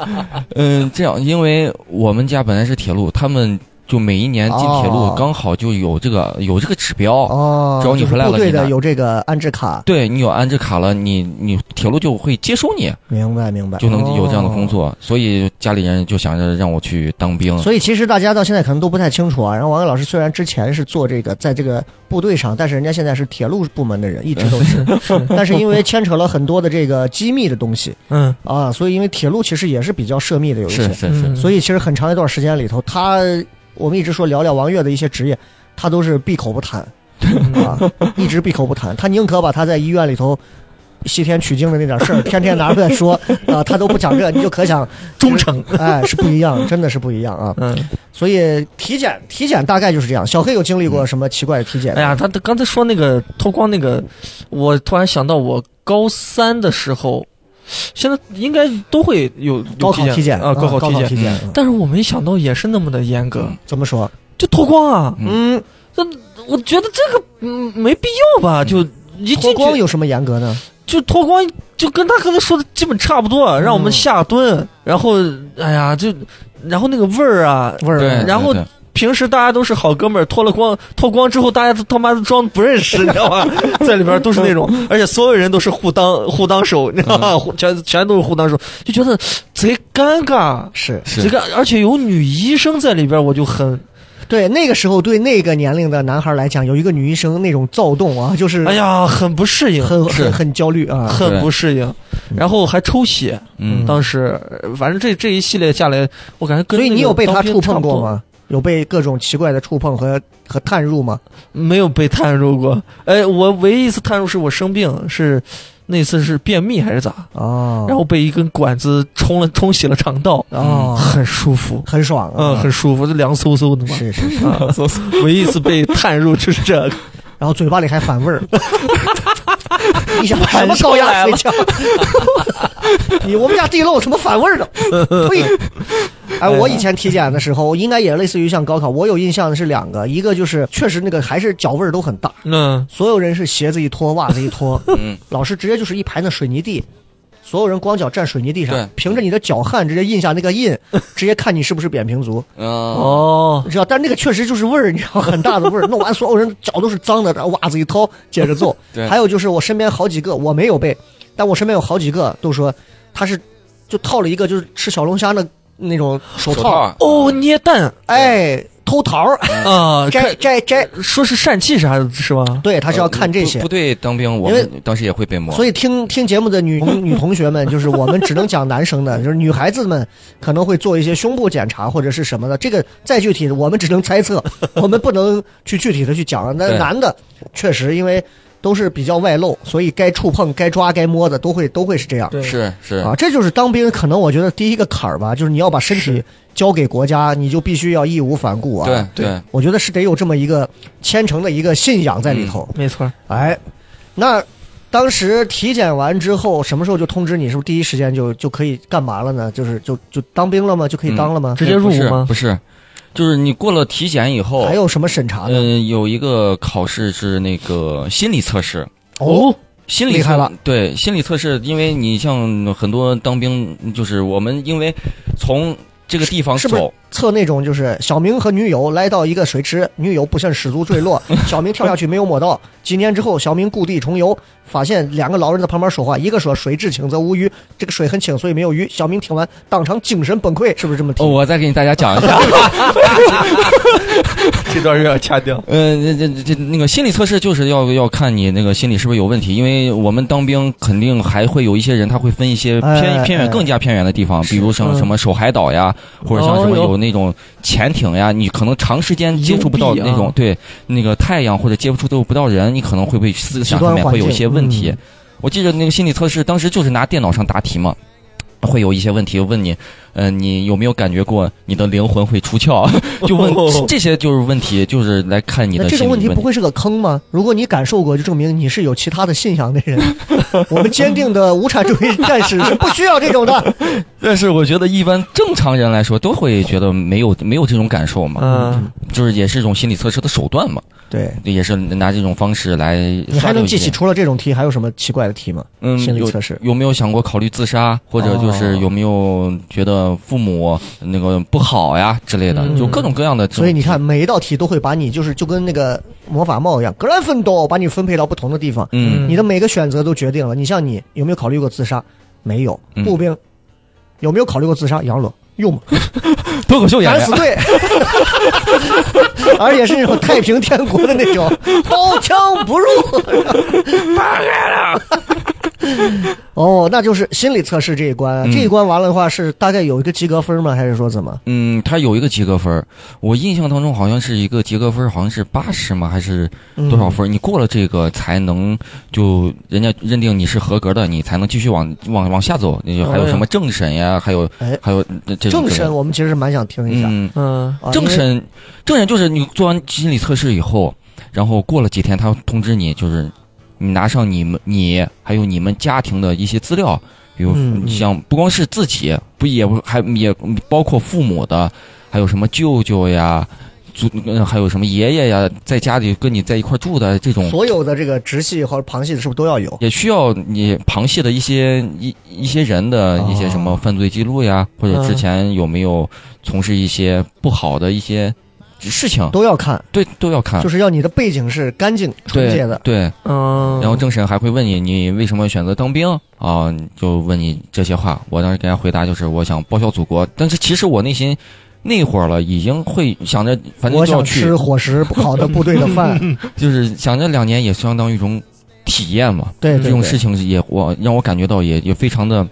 D: 嗯，这样，因为我们家本来是铁路，他们就每一年进铁路
B: 哦，
D: 刚好就有这个有这个指标。
B: 哦，
D: 只要你
B: 就是
D: 回来了
B: 部队
D: 你
B: 的
D: 拿
B: 有这个安置卡，
D: 对你有安置卡了，你你铁路就会接收你，
B: 明白明白。
D: 就能有这样的工作。所以家里人就想着让我去当兵。
B: 所以其实大家到现在可能都不太清楚啊。然后王岳老师虽然之前是做这个在这个部队上，但是人家现在是铁路部门的人，一直都是。
D: [LAUGHS]
B: 但是因为牵扯了很多的这个机密的东西
C: 嗯
B: 啊，所以因为铁路其实也是比较涉密的，有一些
D: 是。是是，
C: 嗯
B: 所以其实很
C: [LAUGHS]
B: 长一段时间里头，他我们一直说聊聊王岳的一些职业，他都是闭口不谈。啊，一直闭口不谈。他宁可把他在医院里头西天取经的那点事儿，天天拿出来说啊，他都不讲这，你就可想，
C: [LAUGHS] 忠诚，
B: 哎，是不一样，真的是不一样啊。
C: 嗯，
B: 所以体检，体检大概就是这样。小黑有经历过什么奇怪的体检？
C: 哎呀，他他刚才说那个脱光那个，我突然想到，我高三的时候，现在应该都会有有
B: 高考
C: 体
B: 体检
C: 啊，高
B: 高
C: 考体检，
B: 体检，嗯
C: 但是我没想到也是那么的严格，
D: 嗯
B: 怎么说？
C: 就脱光啊，
B: 嗯，
C: 我觉得这个嗯没必要吧，就一
B: 脱
C: 进
B: 光
C: 去
B: 有什么严格呢？
C: 就脱光，就跟他刚才说的基本差不多，让我
B: 嗯
C: 们下蹲，然后哎呀就。然后那个味儿啊，
B: 味儿
D: 对，
C: 然后
D: 对对
C: 平时大家都是好哥们儿，脱了光，脱光之后大家都他妈都装不认识，你知
B: [LAUGHS]
C: 道吧？在里边都是那种，而且所有人都是互当 [LAUGHS] 互当手，你知道吧？互全全都是互当手，就觉得贼尴尬，
B: 是
C: 贼
D: 是
C: 尴，而且有女医生在里边，我就很，
B: 对那个时候对那个年龄的男孩来讲，有一个女医生那种躁动啊，就是
C: 哎呀，很不适应，
B: 很
D: 是
B: 很很焦虑啊。
C: 很不适应，然后还抽血，
D: 嗯，
C: 当时呃反正这这一系列下来，我感觉跟
B: 所以
C: 那
B: 你
C: 个
B: 有被
C: 当
B: 他
C: 兵
B: 触
C: 差
B: 碰
C: 不
B: 过
C: 多？
B: 吗？有被各种奇怪的触碰和和探入吗？
C: 没有被探入过，哎，我唯一一次探入是我生病，是那次是便秘还是咋？
D: 啊
B: 哦，
C: 然后被一根管子冲了冲洗了肠道，
B: 哦，
C: 很舒服，
B: 很爽啊，
C: 嗯嗯，很舒服，就凉飕飕的嘛。
B: 是是是，
C: 啊， [LAUGHS] 唯一一次被探入就是这个，
B: 然后嘴巴里还反味
C: [LAUGHS]
B: 儿。你想什么高压睡觉？ [LAUGHS] 你我们家地漏什么反味儿
C: [LAUGHS]
B: 的？呸！哎，我以前体检的时候，应该也类似于像高考，我有印象的是两个，一个就是确实那个还是脚味儿都很大，
C: 嗯，
B: 所有人是鞋子一脱，袜子一脱，
D: [LAUGHS] 嗯
B: 老师直接就是一排那水泥地，所有人光脚站水泥地
D: 对
B: 上，凭着你的脚汗直接印下那个
D: [LAUGHS]
B: 印，直接看你是不是扁平足，
D: 哦，
C: 哦，
B: 你知道？但那个确实就是味儿，你知道，很大的味儿，弄完所有人脚都是脏的，然后袜子一掏，接着做。
D: 对，
B: 还有就是我身边好几个，我没有被，但我身边有好几个都说他是就套了一个就是吃小龙虾的那种手
D: 手
B: 套，
D: 套，嗯
C: 哦，捏蛋
B: 哎，偷桃儿
C: 啊，
B: 摘
C: 看
B: 摘摘，
C: 说是疝气啥的，是吧？
B: 对，他是要看这些
D: 呃部。部队当兵，我
B: 因为
D: 们当时也会被摸，
B: 所以听听节目的
D: [LAUGHS]
B: 女女同学们，就是我们只能讲男生的，就是女孩子们可能会做一些胸部检查或者是什么的，这个再具体的我们只能猜
D: [LAUGHS]
B: 测，我们不能去具体的去讲。那
D: 对
B: 男的确实因为都是比较外露，所以该触碰、该抓、该摸的都会都会是这样
C: 对，
D: 是是
B: 啊。这就是当兵可能我觉得第一个坎儿吧，就是你要把身体交给国家，你就必须要义无反顾啊。
D: 对
C: 对
D: 对，
B: 我觉得是得有这么一个虔诚的一个信仰在里头。
C: 没错，
B: 哎，那当时体检完之后，什么时候就通知你？是不是第一时间就就可以干嘛了呢？就是就就当兵了吗？就可以当了吗？
D: 嗯
C: 直接入伍吗
D: 不是，不是就是你过了体检以后
B: 还，有什么审查呢？
D: 嗯，有一个考试是那个心理测试，
B: 哦，
D: 心理
B: 厉
D: 测
B: 害了。
D: 对，心理测试，因为你像很多当兵，就是我们因为从这个地方
B: 是不是
D: 走，
B: 测那种就是小明和女友来到一个水池，女友不慎失足坠落，小明跳下去没有抹到。几年之后，小明故地重游，发现两个老人在旁边说话，一个说“水至清则无鱼”，这个水很清，所以没有鱼。小明听完当场精神崩溃，是不是这么
D: 哦，
B: 听？
D: 我再给你大家讲一下，
C: 这段又要掐掉。
D: 呃，这这这那个心理测试就是要要看你那个心理是不是有问题，因为我们当兵肯定还会有一些人他会分一些
B: 哎
D: 偏
B: 哎
D: 偏
B: 哎
D: 远更加偏远的地方，比如像
C: 嗯
D: 什么守海岛呀，或者像什么
C: 哦哟
D: 有那种潜艇呀，你可能长时间接触不
C: 幽
D: 到
C: 闭啊
D: 那种对那个太阳或者接触不到人，你可能会被思想
B: 极端
D: 上面
B: 环
D: 会有一
B: 境
D: 些问题
C: 嗯。
D: 我记得那个心理测试当时就是拿电脑上答题嘛。会有一些问题问你，呃，你有没有感觉过你的灵魂会出窍？就问、
C: 哦
D: 这些就是问题，就是来看你
B: 那
D: 的
B: 这种
D: 心理
B: 问
D: 问
B: 题不会是个坑吗？如果你感受过，就证明你是有其他的信仰的
D: [LAUGHS]
B: 人。我们坚定的无产主义战士是不需要这种
D: [LAUGHS]
B: 的。
D: 但是我觉得一般正常人来说都会觉得没有没有这种感受嘛，
C: 嗯，
D: 就是也是一种心理测试的手段嘛，
B: 对，
D: 也是拿这种方式来
B: 你
D: 刷
B: 还
D: 掉
B: 能
D: 一
B: 记
D: 些
B: 起除了这种题还有什么奇怪的题吗？
D: 嗯
B: 心理
D: 有
B: 测试哦
D: 有没有想过考虑自杀，或者就是有没有觉得父母那个不好呀之类的，
C: 嗯
D: 就各种各样的这种。
B: 所以你看，，每一道题都会把你就是就跟那个魔法帽一样，格兰芬多把你分配到不同的地方，
D: 嗯
C: 嗯
B: 你的每个选择都决定了。你像你有没有考虑过自杀？没有。
D: 嗯
B: 步兵有没有考虑过自杀？养老有吗？
D: 脱口秀演
B: 敢
D: 员
B: 死，队， [LAUGHS] 而且是那种太平
D: [LAUGHS]
B: 天国的那种，刀枪不入。哦，那就是心理测试这一关，
D: 嗯
B: 这一关完了的话是大概有一个及格分吗？还是说怎么？
D: 嗯，它有一个及格分儿，我印象当中好像是一个及格分儿，好像是八十吗？还是
B: 嗯
D: 多少？分儿？你过了这个才能就人家认定你是合格的，你才能继续往往往下走。那就还有什么政审呀，还有
B: 哦哎，
D: 还有这种
B: 政审我们其实蛮想听一下，
D: 嗯，
C: 嗯
B: 啊
D: 政
B: 因为
D: 审政审就是你做完心理测试以后，然后过了几天，他通知你就是你拿上你们你还有你们家庭的一些资料，比如
B: 嗯嗯
D: 像不光是自己，不也不还也包括父母的，还有什么舅舅呀。祖呃还有什么爷爷呀，在家里跟你在一块儿住的这种，
B: 所有的这个直系和旁系的是不是都要有？
D: 也需要你旁系的一些一一些人的一些什
B: 哦
D: 么犯罪记录呀，或者之
C: 嗯
D: 前有没有从事一些不好的一些事情，
B: 都要看，
D: 对，都要看，
B: 就是要你的背景是干净纯洁的。
D: 对，
C: 嗯，
D: 然后政审还会问你，你为什么选择当兵啊？就问你这些话。我当时给他回答就是，我想报效祖国。但是其实我内心那会儿了，已经会想着，反正
B: 我
D: 就要
B: 想
D: 去
B: 吃，伙食好的部队的
D: [LAUGHS]
B: 饭，
D: 就是想着两年也相当于一种体验嘛。
B: 对对对
D: 这种事情也我让我感觉到也也非常的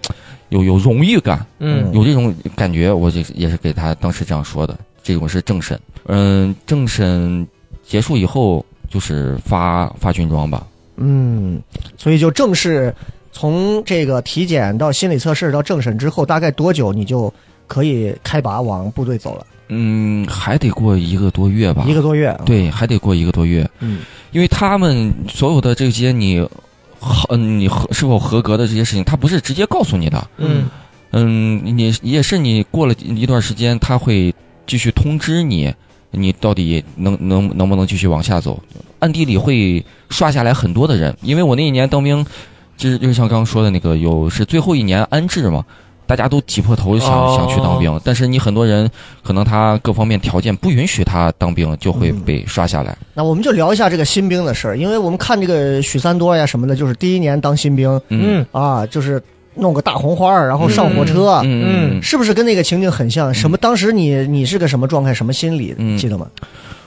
D: 有有荣誉感，
C: 嗯
D: 有这种感觉，我就也是给他当时这样说的。这种是政审，嗯，政审结束以后就是发发军装吧。
B: 嗯，所以就正式从这个体检到心理测试到政审之后，大概多久你就可以开拔往部队走了？
D: 嗯，还得过一个多月吧。
B: 一个多月啊，
D: 对，还得过一个多月，
B: 嗯，
D: 因为他们所有的这些你合你合是否合格的这些事情，他不是直接告诉你的。
C: 嗯
D: 嗯，你也是你过了一段时间，他会继续通知你，你到底能能能不能继续往下走。暗地里会刷下来很多的人，因为我那一年当兵，就是就是像刚刚说的那个，有是最后一年安置嘛。大家都挤破头想、
C: 哦
D: 想去当兵，但是你很多人可能他各方面条件不允许他当兵，就会
B: 嗯
D: 被刷下来。
B: 那我们就聊一下这个新兵的事儿，因为我们看这个许三多呀什么的，就是第一年当新兵
D: 嗯
B: 啊，就是弄个大红花儿，然后上火车，
D: 嗯嗯，
B: 是不是跟那个情景很像？什么？当时你你是个什么状态？什么心理？
D: 嗯
B: 记得吗？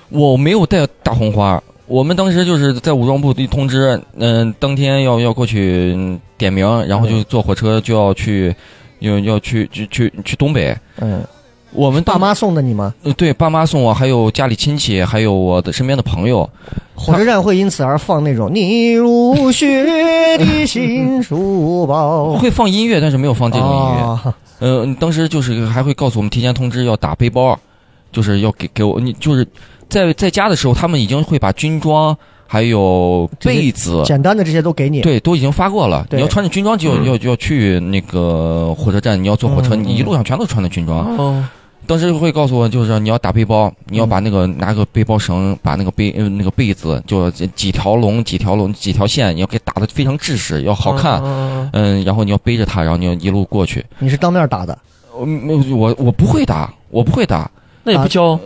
D: 我没有带大红花。我们当时就是在武装部一通知，嗯、当天要要过去嗯点名，然后就坐火车就要去，要要去去去去东北。
B: 嗯，
D: 我们
B: 爸
D: 当
B: 妈送的你吗？
D: 呃对爸妈送我，还有家里亲戚，还有我的身边的朋友。
B: 火车站会因此而放那种“你如雪的新书包
D: 会放音乐，但是没有”放这种音乐。
B: 啊，
D: 嗯、当时就是还会告诉我们提前通知要打背包，就是要给给我你就是在在家的时候，他们已经会把军装还有
B: 这些
D: 被子
B: 简单的这些都给你。
D: 对，都已经发过了。
B: 对
D: 你要穿着军装就要要就要去那个火车站，你要坐火车，
B: 嗯
D: 你一路上全都穿的军装。
C: 哦
D: 当时会告诉我，就是你要打背包，你要
B: 嗯
D: 把那个拿个背包绳，把那个被呃那个被子，就几条龙、几条龙、几条线，你要给打的非常制式，要好看。
C: 嗯
D: 嗯，然后你要背着它，然后你要一路过去。
B: 你是当面打的，
D: 我
B: 嗯
D: 没有我我不会打，我不会打。
C: 那
D: 啊
C: 也不教，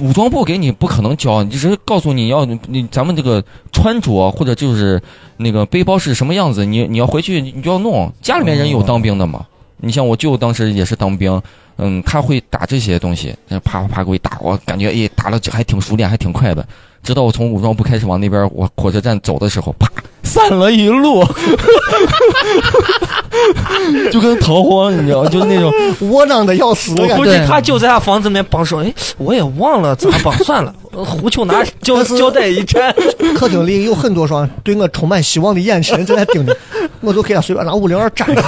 D: 武装部给你不可能教，你只是告诉你要你咱们这个穿着或者就是那个背包是什么样子，你你要回去你就要弄。家里面人有当兵的嘛，你像我舅当时也是当兵，嗯，他会打这些东西，那啪啪啪给我一打，我感觉哎打了还挺熟练，还挺快的。直到我从武装部开始往那边我火车站走的时候，啪散了一
B: [LAUGHS]
D: 路，就跟逃荒你知道，就是那种
B: 窝囊的要死的
C: 我
B: 感
C: 估
B: 觉。
C: 计他就在他房子里面绑手，哎，我也忘了咋绑，算了，呃胡球
B: [LAUGHS]
C: 拿胶胶带一粘，
B: 柯景丽又很多双，对我充满希望的眼神正在
D: [LAUGHS]
B: 盯着，我就给他随便拿五零二扎着。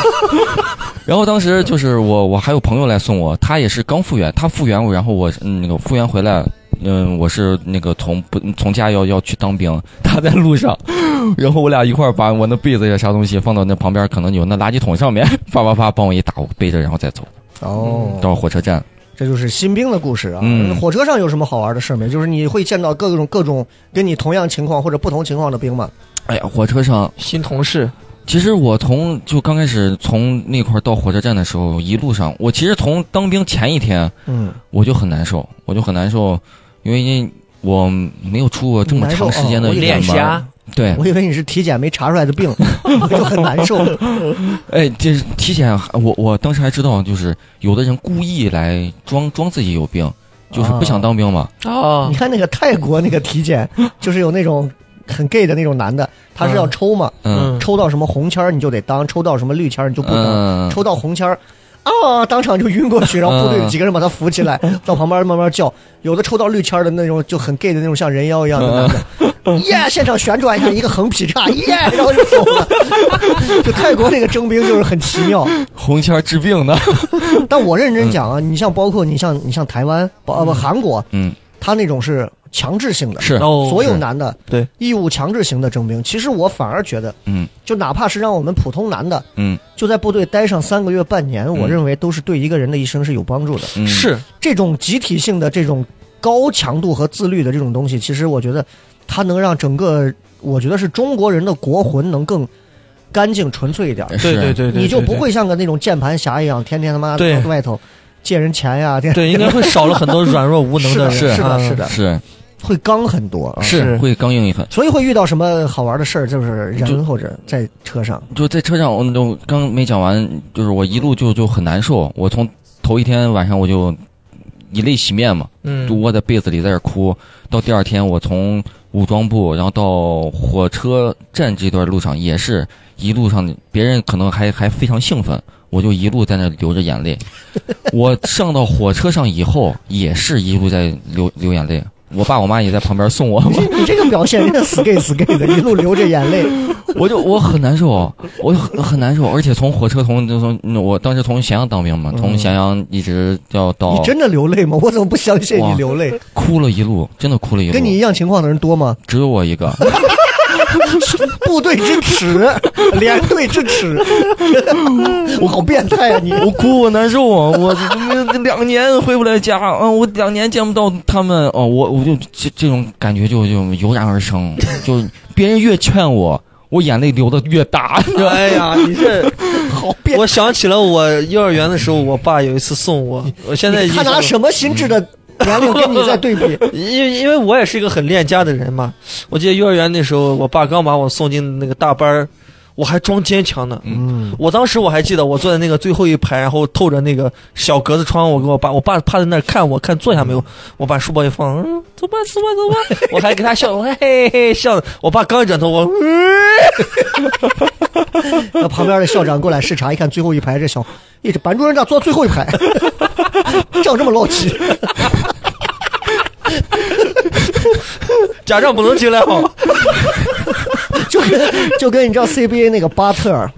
D: 然后当时就是我，我还有朋友来送我，他也是刚复员，他复员，然后我嗯那个复员回来，嗯，我是那个从不从家要要去当兵，他在路上，然后我俩一块儿把我那被子呀啥东西放到那旁边，可能有那垃圾桶上面， [LAUGHS] 啪啪啪帮我一打，我背着然后再走
B: 哦，
D: 到火车站。
B: 这就是新兵的故事啊。
D: 嗯
B: 火车上有什么好玩的事没？就是你会见到各种各种跟你同样情况或者不同情况的兵嘛。
D: 哎呀，火车上，
C: [LAUGHS] 新同事，
D: 其实我从就刚开始从那块儿到火车站的时候，一路上我其实从当兵前一天
B: 嗯，
D: 我就很难受，我就很难受，因为我没有出过这么
B: 难受
D: 长时间
B: 哦
D: 的
B: 我以为
D: 远
C: 脸
D: 门。
C: 颊，
D: 对，
B: 我以为你是体检没查出来的
D: [LAUGHS]
B: 病，我就很难受。
D: 哎，这是体检，我我当时还知道，就是有的人故意来装装自己有病，就是不想当兵嘛。
C: 哦
B: 你看那个泰国那个体检，就是有那种很 gay 的那种男的，他是要抽嘛，
D: 嗯
B: 抽到什么红签儿你就得当，抽到什么绿签儿你就不当，
D: 嗯，
B: 抽到红签儿。啊！当场就晕过去，然后部队有几个人把他扶起来，
D: 嗯
B: 到旁边慢慢叫。有的抽到绿签儿的那种，就很 gay 的那种，像人妖一样的
D: [LAUGHS]
B: 男的，耶！现场旋转一下，一个横劈叉，耶！ [LAUGHS] 然后就走了。就泰国那个征兵就是很奇妙，
D: 红签儿治病
B: [LAUGHS]
D: 的，
B: 但我认真讲啊，你像包括你像你像台湾，包呃不韩国，
D: 嗯，
B: 他那种是强制性的，
D: 是，
C: 哦
B: 所有
D: 是
B: 男的
C: 对
B: 义务强制型的征兵。其实我反而觉得，
D: 嗯
B: 就哪怕是让我们普通男的
D: 嗯
B: 就在部队待上三个月半
C: 嗯
B: 年，我认为都是对一个人的一生是有帮助的。
D: 嗯，
C: 是
B: 这种集体性的这种高强度和自律的这种东西，其实我觉得它能让整个，我觉得是中国人的国魂能更干净纯粹一点。
D: 是，
C: 哎对
B: 你就不会像个那种键盘侠一样，天天他妈
C: 对
B: 到外头借人钱呀、天
C: 对，应该会少了很多软弱无能
B: 是
C: 的
B: 的，
C: 人，
B: 是的，
C: 嗯
B: 是的，
D: 是
B: 会刚很多，啊
D: 是会刚硬一狠。
B: 所以会遇到什么好玩的事儿，就是
D: 就
B: 人或者在车上，
D: 就在车上，我我刚没讲完，就是我一路就就很难受，我从头一天晚上我就以泪洗面嘛，就
C: 嗯，
D: 窝在被子里在这哭。到第二天，我从武装部，然后到火车站这段路上，也是一路上，别人可能还还非常兴奋，我就一路在那流着
B: [LAUGHS]
D: 眼泪。我上到火车上以后，也是一路在流流眼泪。我爸我妈也在旁边送我，
B: [LAUGHS] 你这你这个表现，人家死 gay 死 gay 的，一路流着眼泪，
D: 我就我很难受，我很很难受，而且从火车从就从嗯我当时从咸阳当兵嘛，从咸阳一直要
C: 哦
D: 到
B: 嗯你真的流泪吗？ [LAUGHS] 我怎么不相信
D: 哇
B: 你流泪？
D: 哭了一路，真的哭了一路，
B: 跟你一样情况的人多吗？ [LAUGHS]
D: 只有我一个，
B: 部队之
C: [LAUGHS]
B: 耻，连队之耻，我好变态啊！你
D: 我哭，我难受啊！我这两年回不来家，啊，我两年见不到他们，哦，我我就这这种感觉就就油然而生，就别人越劝我，我眼泪流的越大，你知道吗
C: 哎呀，你这，
B: [LAUGHS] 好变态
C: 我想起了我幼儿园的时候，我爸有一次送我，我现在已经嗯
B: 他拿什么心智的年龄跟你在对比？ [LAUGHS]
C: 因为因为我也是一个很恋家的人嘛，我记得幼儿园那时候，我爸刚把我送进那个大班儿，我还装坚强呢。
B: 嗯，
C: 我当时我还记得，我坐在那个最后一排，然后透着那个小格子窗，我跟我爸，我爸趴在那儿看我，看坐下没有。我把书包一放，嗯，走吧，走吧， [LAUGHS] 走吧。我还给他笑，我还嘿嘿嘿笑。我爸刚一转头，我、嗯
B: 那旁边的校长过来视察一看，最后一排这小，一直班主任长坐最后一
C: [LAUGHS]
B: 排， [LAUGHS] 长这么老气。
C: 家长不能进来哦。
B: [LAUGHS] 就跟就跟你知道 CBA 那个巴特尔，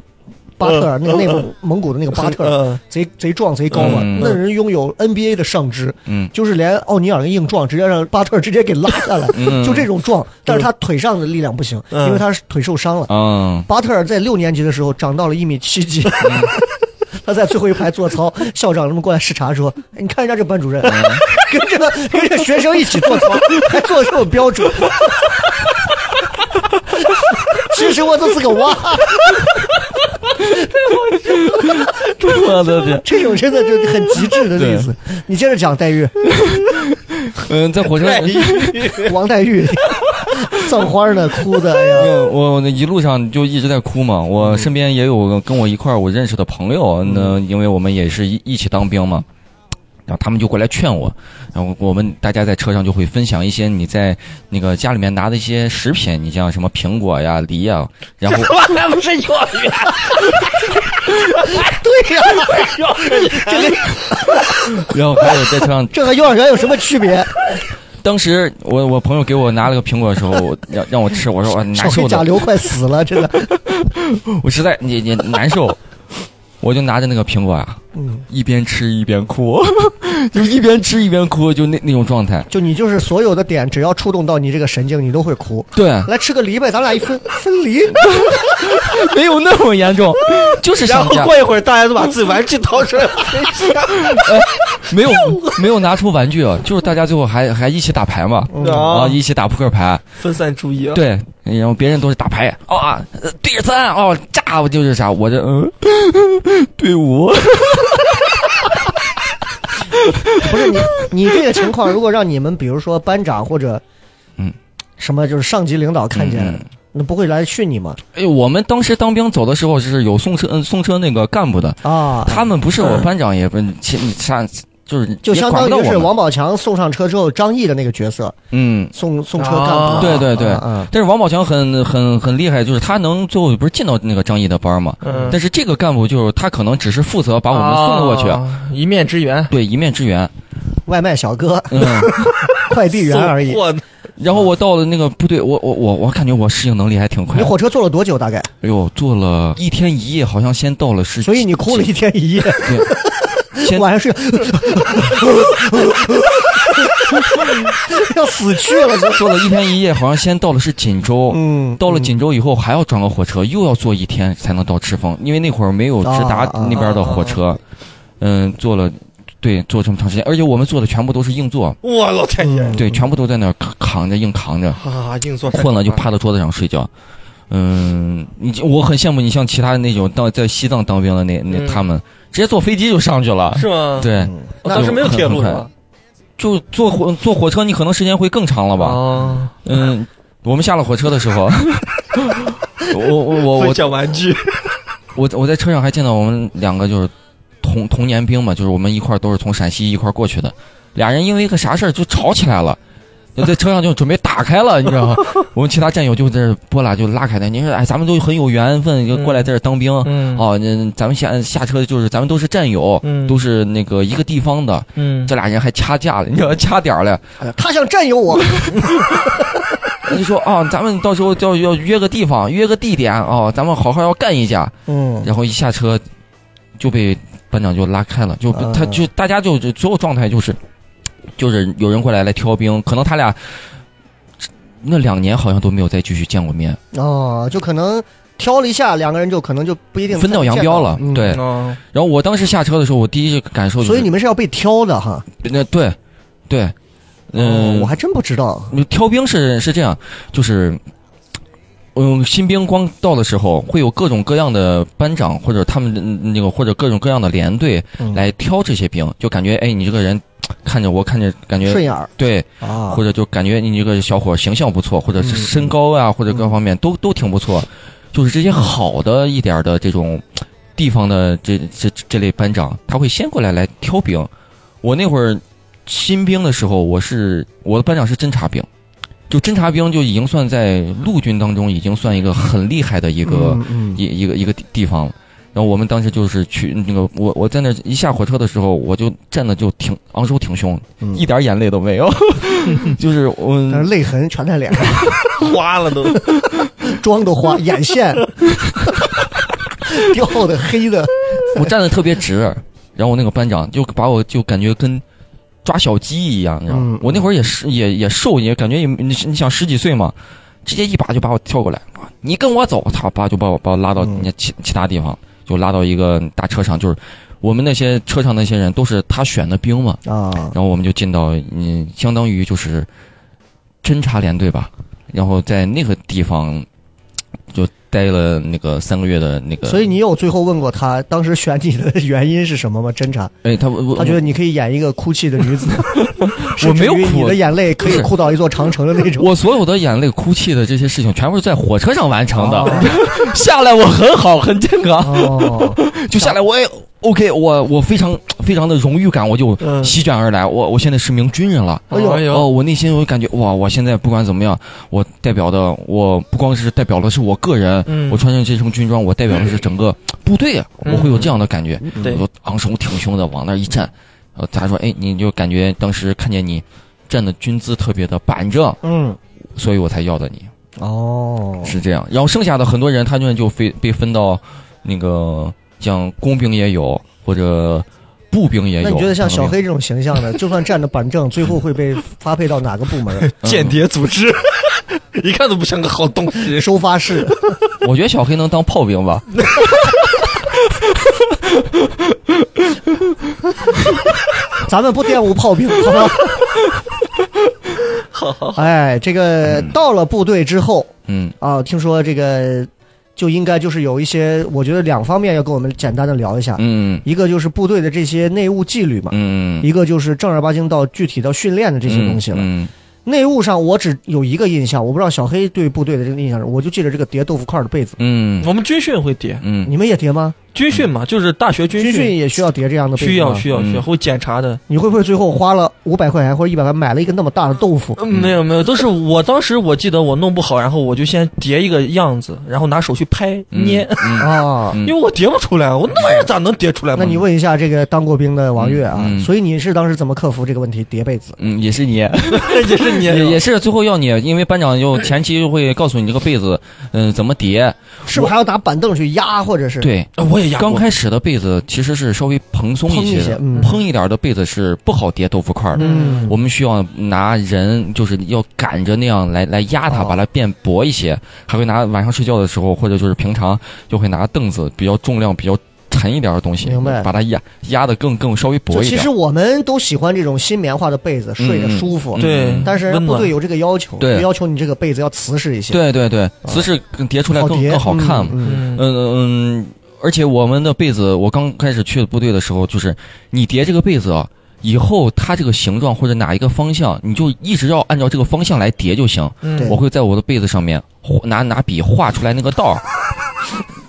B: 巴特尔
C: 嗯
B: 那
C: 嗯
B: 内蒙蒙古的那个巴特尔，
C: 嗯
B: 贼贼壮贼高嘛
D: 嗯，
B: 那人拥有 NBA 的上肢，
D: 嗯
B: 就是连奥尼尔跟硬撞，直接让巴特尔直接给拉下来，
D: 嗯
B: 就这种壮，但是他腿上的力量不行，
C: 嗯
B: 因为他是腿受伤了。
D: 嗯，
B: 巴特尔在六年级的时候长到了一米七
D: [LAUGHS]
B: 几。他在最后一排做操，校长他们过来视察说：“哎你看人家这班主任，
D: 嗯
B: [LAUGHS] 跟这个跟这学生一起
D: [LAUGHS]
B: 做操，还做得这么标准。” [LAUGHS] 其实我就是个娃，
E: 我的
C: [LAUGHS]
E: 天！
B: 这种真的就是很极致的例子。你接着讲黛
D: [LAUGHS]
B: 玉，
D: 嗯，在火车，
B: 王黛玉，葬花呢，哭的，哎呀，
D: 嗯我我一路上就一直在哭嘛，我身边也有跟我一块儿我认识的朋友，那因为我们也是一一起当兵嘛。然后他们就过来劝我，然后我们大家在车上就会分享一些你在那个家里面拿的一些食品，你像什么苹果呀、梨呀，然后
E: 他妈还不是幼儿园？
B: 对呀、
E: 幼儿园
D: 然后还有在车上
B: 这和幼儿园有什么区别？
D: 当时我我朋友给我拿了个苹果的时候，我让让我吃，我说我难
B: 少
D: 受
B: 给
D: 的
B: 甲，流快死了，真的。
D: [LAUGHS] 我实在你你难受，我就拿着那个苹果啊，
B: 嗯，
D: 一边吃一边哭， [LAUGHS] 就一边吃一边哭，就那那种状态。
B: 就你就是所有的点，只要触动到你这个神经，你都会哭。
D: 对， [LAUGHS]
B: 来吃个梨呗，咱俩一 [LAUGHS] 分分梨。
E: 没有那么严
C: [LAUGHS]
E: 重，
D: 就是
C: 然
D: 想
C: 后
D: 家，
C: 过一会儿，大家都把自己玩具掏出来。
D: 没有没有拿出玩具啊，就是大家最后还还一起打牌嘛，啊，
C: 啊，
D: 一起打扑克牌，
C: 分散注意啊。
D: 对，然后别人都是打牌哦啊，呃对着三哦，炸我就是啥，我这嗯， [LAUGHS] 对五，
B: 不是你，你这个情况，如果让你们比如说班长或者，
D: 嗯，
B: 什么就是上级领导看见，
D: 嗯嗯
B: 那不会来训你吗？
D: [LAUGHS] 哎，我们当时当兵走的时候是有送车嗯送车那个干部的，
B: 啊，
D: 他们不是我班长，也不是其啥就是
B: 就
D: 也
B: 相
D: 管
B: 当
D: 不到
B: 于
D: 我
B: 是
D: 们
B: 王宝强送上车之后，张译的那个角色
D: 嗯。
B: 送送车干部
C: 啊
B: 嘛，
D: 对对对
B: 嗯，
D: 但是王宝强很很很厉害，就是他能最后不是进到那个张译的班嘛？
C: 嗯
D: 但是这个干部就是他可能只是负责把我们送过去，
C: 啊一面之缘，
D: 对一面之缘。
B: 外卖小哥、 [LAUGHS]
D: 嗯，
B: 快递员而
D: [LAUGHS]
B: 已
C: 送。货
D: 然后我到了那个部队，我我我我感觉我适应能力还挺快
B: 你
D: 的。
B: 火车坐了多久？大
D: [LAUGHS]
B: 概？
D: 哎呦，坐了一天一夜，好像先到了是，
B: 所以你哭了一天一
D: [LAUGHS]
B: 夜，
D: 先
B: 晚上睡， [LAUGHS] 要死去了。 [LAUGHS]
C: [LAUGHS]
D: 坐了一天一夜，好像先到了是锦州。
B: 嗯，
D: 到了锦州以后，还要转个火车，又要坐一天才能到赤峰，因为那会儿没有直达
B: 啊啊
D: 那边的火车。嗯，坐了，对，坐这么长时间，而且我们坐的全部都是硬座，
C: 我老天
B: 嗯
C: 爷
D: 对，全部都在那儿扛着硬扛
C: [LAUGHS]
D: 着，
C: 啊！硬座
D: 困了就趴到桌子上睡觉。嗯，你我很羡慕你，像其他那种当在西藏当兵的那那
C: 嗯
D: 他们，直接坐飞机就上去了。
C: 是吗？，嗯
D: 对，
C: 当时没有铁路是吧？
D: 就坐火坐火车，你可能时间会更长了吧？
C: 啊，
D: 嗯，我们下了火车的时候， [LAUGHS] 我我我我
C: 分享玩具，
D: 我我在车上还见到我们两个就是同同年兵嘛，就是我们一块儿都是从陕西一块儿过去的，俩人因为一个啥事儿就吵起来了。 [LAUGHS] 就在车上就准备打开了，你知道吗？ [LAUGHS] 我们其他战友就在这儿拨拉就拉开的。你说，哎，咱们都很有缘分，就过来在这儿当兵。
C: 嗯
D: 哦，那咱们下下车就是咱们都是战友，
C: 嗯
D: 都是那个一个地方的。
C: 嗯，
D: 这俩人还掐架了，你知道 [LAUGHS] 掐点儿了。
B: 他想占有我，
D: 他就说啊，咱们到时候要要约个地方，约个地点哦，咱们好好要干一架。
B: 嗯，
D: 然后一下车就被班长就拉开了，就
B: 啊
D: 他就大家就就所有状态就是就是有人过来来挑兵，可能他俩那两年好像都没有再继续见过面，
B: 哦，就可能挑了一下，两个人就可能就不一定
D: 分道扬镳了。
B: 嗯
D: 对，
C: 哦
D: 然后我当时下车的时候，我第一感受就
B: 所以
D: 是
B: 你们是要被挑的哈。
D: 那对对，
B: 哦
D: 嗯、
B: 我还真不知道。
D: 挑兵是是这样，就是，嗯，新兵光到的时候，会有各种各样的班长或者他们嗯那个或者各种各样的连队
B: 嗯
D: 来挑这些兵，就感觉哎，你这个人看着我看着感
B: 顺
D: 觉
B: 眼儿
D: 对，
B: 啊嗯
D: 或，者就感觉你这个小伙形象不错，或者是身高啊，或者各方面都都挺不错，就是这些好的一点儿的这种地方的这这这类班长，他会先过来来挑兵。我那会儿新兵的时候，我是我的班长是侦察兵，就侦察兵就已经算在陆军当中已经算一个很厉害的一
B: 一
D: 个、
B: 嗯
D: 一一个一个地地方。然后我们当时就是去那个我我在那一下火车的时候，我就站的就挺昂首挺胸，
B: 嗯
D: 一点眼泪都没
B: [LAUGHS]
D: 有，就是
B: 但
D: 我
B: 是泪痕全在脸上， [LAUGHS]
C: 花了都，
B: 妆都
D: [LAUGHS]
B: 花，眼线 [LAUGHS] 掉的黑的。
D: 我站的特别直，然后我那个班长就把我就感觉跟抓小鸡一样，你知道吗
B: 嗯？
D: 我那会儿也是也也瘦，也感觉也你你想十几岁嘛，直接一把就把我跳过来，啊你跟我走，他爸就把我把我拉到
B: 嗯
D: 人家其其他地方，就拉到一个大车上，就是我们那些车上那些人都是他选的兵嘛，
B: 啊，
D: 然后我们就进到嗯，相当于就是侦察连队吧，然后在那个地方就待了那个三个月的那个，
B: 所以你有最后问过他当时选你的原因是什么吗？侦查，
D: 哎，他我
B: 他觉得你可以演一个哭泣的女子，
D: [LAUGHS] 我没
B: 甚
D: 有
B: 至于你
D: 哭
B: 的眼泪可以哭到一座长城的那种。
D: 我所有的眼泪、哭泣的这些事情，全部是在火车上完成的。
B: 哦
D: [LAUGHS] 下来我很好，很健康，
B: 哦，
D: 就下来我也 OK，我我非常非常的荣誉感，我就
B: 嗯
D: 席卷而来。我我现在是名军人了。
B: 哎呦
C: 哎
D: 哦，
C: 呦，
D: 我内心我感觉哇，我现在不管怎么样，我代表的我不光是代表的是我个人，
C: 嗯
D: 我穿上这身军装，我代表的是整个部队啊，
C: 嗯
D: 我会有这样的感觉，
C: 对
D: 我就昂首挺胸的往那儿一站，呃，他说，哎，你就感觉当时看见你站的军姿特别的板正，
B: 嗯，
D: 所以我才要的你，
B: 哦，
D: 是这样。然后剩下的很多人，他们就被被分到那个像工兵也有，或者步兵也有。
B: 那你觉得像小
D: 当兵
B: 黑这种形象
D: [LAUGHS]
B: 的，就算站着板正，最后会被发配到哪个部
D: [LAUGHS]
B: 门？
C: [LAUGHS] 间谍组织， [LAUGHS] 一看都不像个好东西。
B: 收发室。
D: 我觉得小黑能当炮
B: [LAUGHS]
D: 兵吧？
B: 咱们不玷污炮兵，好吗？好好。哎，这个到了部队之后
D: 嗯。
B: 啊，听说这个就应该就是有一些，我觉得两方面要跟我们简单的聊一下，
D: 嗯
B: 一个就是部队的这些内务纪律嘛。
D: 嗯，
B: 一个就是正儿八经到具体到训练的这些东西了。
D: 嗯，
B: 内务上我只有一个印象，我不知道小黑对部队的这个印象是，我就记得这个叠豆腐块的被子。
D: 嗯
C: 我们军训会叠，
D: 嗯嗯，
B: 你们也叠吗？
C: 军训嘛，就是大学军
B: 军
C: 训
B: 训也需要叠这样的杯子
C: 需要
B: 吗
C: 需要
D: 嗯
C: 需要会检查的。
B: 你会不会最后花了五百块钱或者一百块买了一个那么大的豆腐？
C: 嗯，没有没有，都是我当时我记得我弄不好，然后我就先叠一个样子，然后拿手去拍
D: 嗯
C: 捏，
D: 嗯
B: 啊，
D: 嗯
C: [LAUGHS] 因为我叠不出来，我那玩意儿咋能叠出来嘛？
B: 那你问一下这个当过兵的王悦啊
D: 嗯嗯，
B: 所以你是当时怎么克服这个问题叠被子？
D: 嗯，
B: [LAUGHS]
D: 也是你。
C: 也是你
D: 也也是最后要你，因为班长就前期就会告诉你这个被子，嗯、怎么叠。
B: 是不是还要拿板凳去压，或者是
D: 对，
C: 啊我也压过
D: 刚开始的被子其实是稍微蓬松
B: 碰
D: 一
B: 一
D: 些
B: 些
D: 的，？
B: 嗯，
D: 蓬一点的被子是不好叠豆腐块儿的。
B: 嗯
D: 我们需要拿人，就是要赶着那样来来压它，
B: 哦
D: 把它变薄一些。还会拿晚上睡觉的时候，或者就是平常就会拿凳子比较重量比较沉一点的东西，
B: 明白
D: 把它压压的更更稍微
B: 就
D: 薄一
B: 其
D: 点
B: 实。我们都喜欢这种新棉花的被子，睡着
D: 嗯嗯
B: 舒服。
D: 嗯
C: 对，
B: 但是人
C: 温
B: 家部
C: 暖
B: 队有这个要求，
D: 对
B: 要求你这个被子要瓷实一些，，
D: 对对对，姿势更叠出来
B: 嗯好
D: 更
B: 叠
D: 更好看嘛。
B: 嗯，
C: 嗯
D: 嗯嗯，而且我们的被子，我刚开始去部队的时候，就是你叠这个被子啊，以后它这个形状或者哪一个方向，你就一直要按照这个方向来叠就行。
C: 嗯
B: 对
D: 我会在我的被子上面画拿拿笔画出来那个道儿，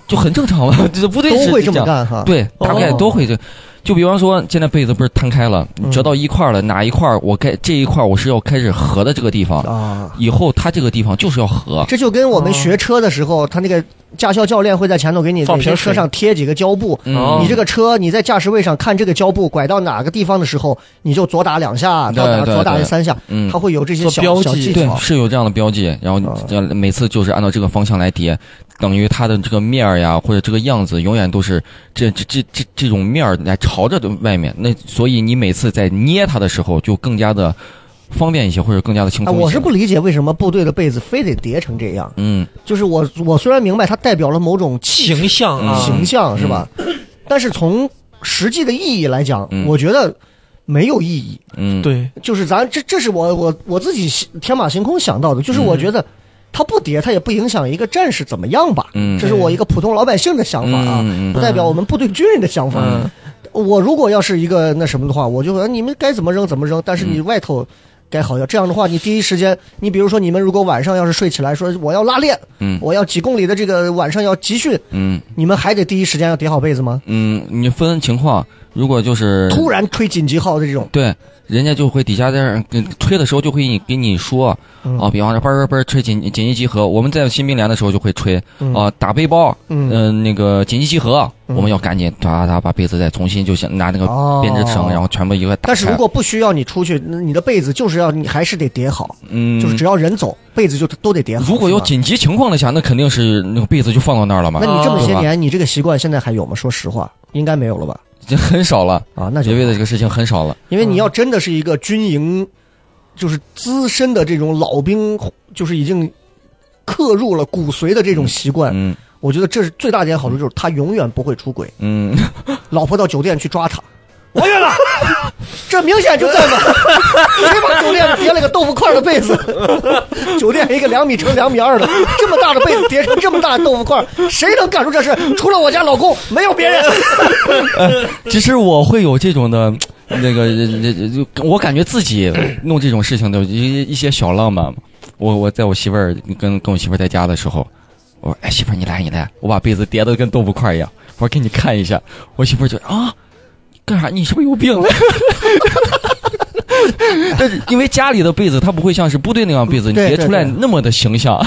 D: 就很正常嘛，就是部队
B: 都
D: 是
B: 会这么
D: 样。
B: 干哈。，
D: 对，大概都会这。就比方说，现在被子不是摊开了，
B: 嗯
D: 折到一块儿了，哪一块儿我该这一块儿我是要开始合的这个地方，
B: 啊，
D: 以后它这个地方就是要合。
B: 这就跟我们
D: 哦
B: 学车的时候，他那个驾校教练会在前头给你
C: 放
B: 每
C: 瓶
B: 个
C: 水
B: 车上贴几个胶布。
D: 嗯
C: 哦
B: 你这个车，你在驾驶位上看这个胶布拐到哪个地方的时候，你就左打两下，到哪
D: 对对
B: 左打
D: 对
B: 三下，
D: 嗯
B: 它，会有这些
C: 做
B: 小
C: 标
B: 小
C: 记
B: 技
D: 对，
B: 巧。
D: 是有这样的标记，然后你
B: 啊
D: 这样每次就是按照这个方向来叠，等于它的这个面儿呀，或者这个样子，永远都是这这这这这种面儿来朝着外面。那所以你每次在捏它的时候，就更加的方便一些，或者更加的轻
B: 哎，
D: 松一些。
B: 我是不理解为什么部队的被子非得叠成这样。
D: 嗯，
B: 就是我，我虽然明白它代表了某种气质
C: 形象啊，
D: 嗯
B: 形象是吧？但是从实际的意义来讲，
D: 嗯
B: 我觉得没有意义。
D: 嗯，
C: 对，
B: 就是咱这，这是我我我自己天马行空想到的，就是
D: 嗯
B: 我觉得它不叠，它也不影响一个战士怎么样吧。
D: 嗯，
B: 这是我一个普通老百姓的想法啊，
D: 嗯嗯
B: 不代表我们部队军人的想法。
C: 嗯，
B: 我如果要是一个那什么的话，我就说你们该怎么扔怎么扔，但是你
D: 嗯
B: 外头该好要这样的话，你第一时间，你比如说你们如果晚上要是睡起来说我要拉练，
D: 嗯
B: 我要几公里的这个晚上要集训，
D: 嗯
B: 你们还得第一时间要叠好被子吗？
D: 嗯，你分情况，如果就是
B: 突然吹紧急号的这种，
D: 对，人家就会底下在那儿跟吹的时候就会给你给你说
B: 嗯
D: 啊，比方说嘣儿嘣儿吹紧紧急集合，我们在新兵连的时候就会吹
B: 嗯
D: 啊，打背包，
B: 嗯
D: 呃那个紧急集合，啊
B: 嗯
D: 我们要赶紧哒哒哒把被子再重新就想拿那个
B: 哦
D: 编织绳，然后全部一个打开。
B: 但是如果不需要你出去，那你的被子就是要你还是得叠好，
D: 嗯，
B: 就是只要人走，被子就都得叠好。
D: 如果有
B: 是吧
D: 紧急情况的下，那肯定是那个被子就放到那儿了嘛
B: 那，你这么些
D: 啊
B: 年，你这个习惯现在还有吗？说实话，应该没有了吧？
D: 已经很少了，嗯
B: 啊，那就
D: 绝味的这个事情很少了。
B: 因为你要真的是一个军营，就是资深的这种老兵，就是已经刻入了骨髓的这种习惯，
D: 嗯
B: 我觉得这是最大的一点好处，就是他永远不会出轨。
D: 嗯，
B: 老婆到酒店去抓他，王月了，这明显就 [LAUGHS] 在嘛，谁把酒店叠了个豆腐块的被子？ [LAUGHS] 酒店一个两米乘两米二的这么大的被子叠成这么大的豆腐块，谁能干出这事？除了我家老公，没有别人。
D: [LAUGHS] 其实我会有这种的，那个呃呃我感觉自己弄这种事情的一一些小浪漫嘛。我我在我媳妇儿跟跟我媳妇儿在家的时候，我说哎媳妇儿你来你来，我把被子叠的跟豆腐块儿一样，我说给你看一下。我媳妇儿就啊，干啥？你是不是有病 [LAUGHS] 了？但是因为家里的被子它不会像是部队那样被子，你
B: 对
D: 叠
B: 对
D: 出来
B: 对
D: 那么的形象。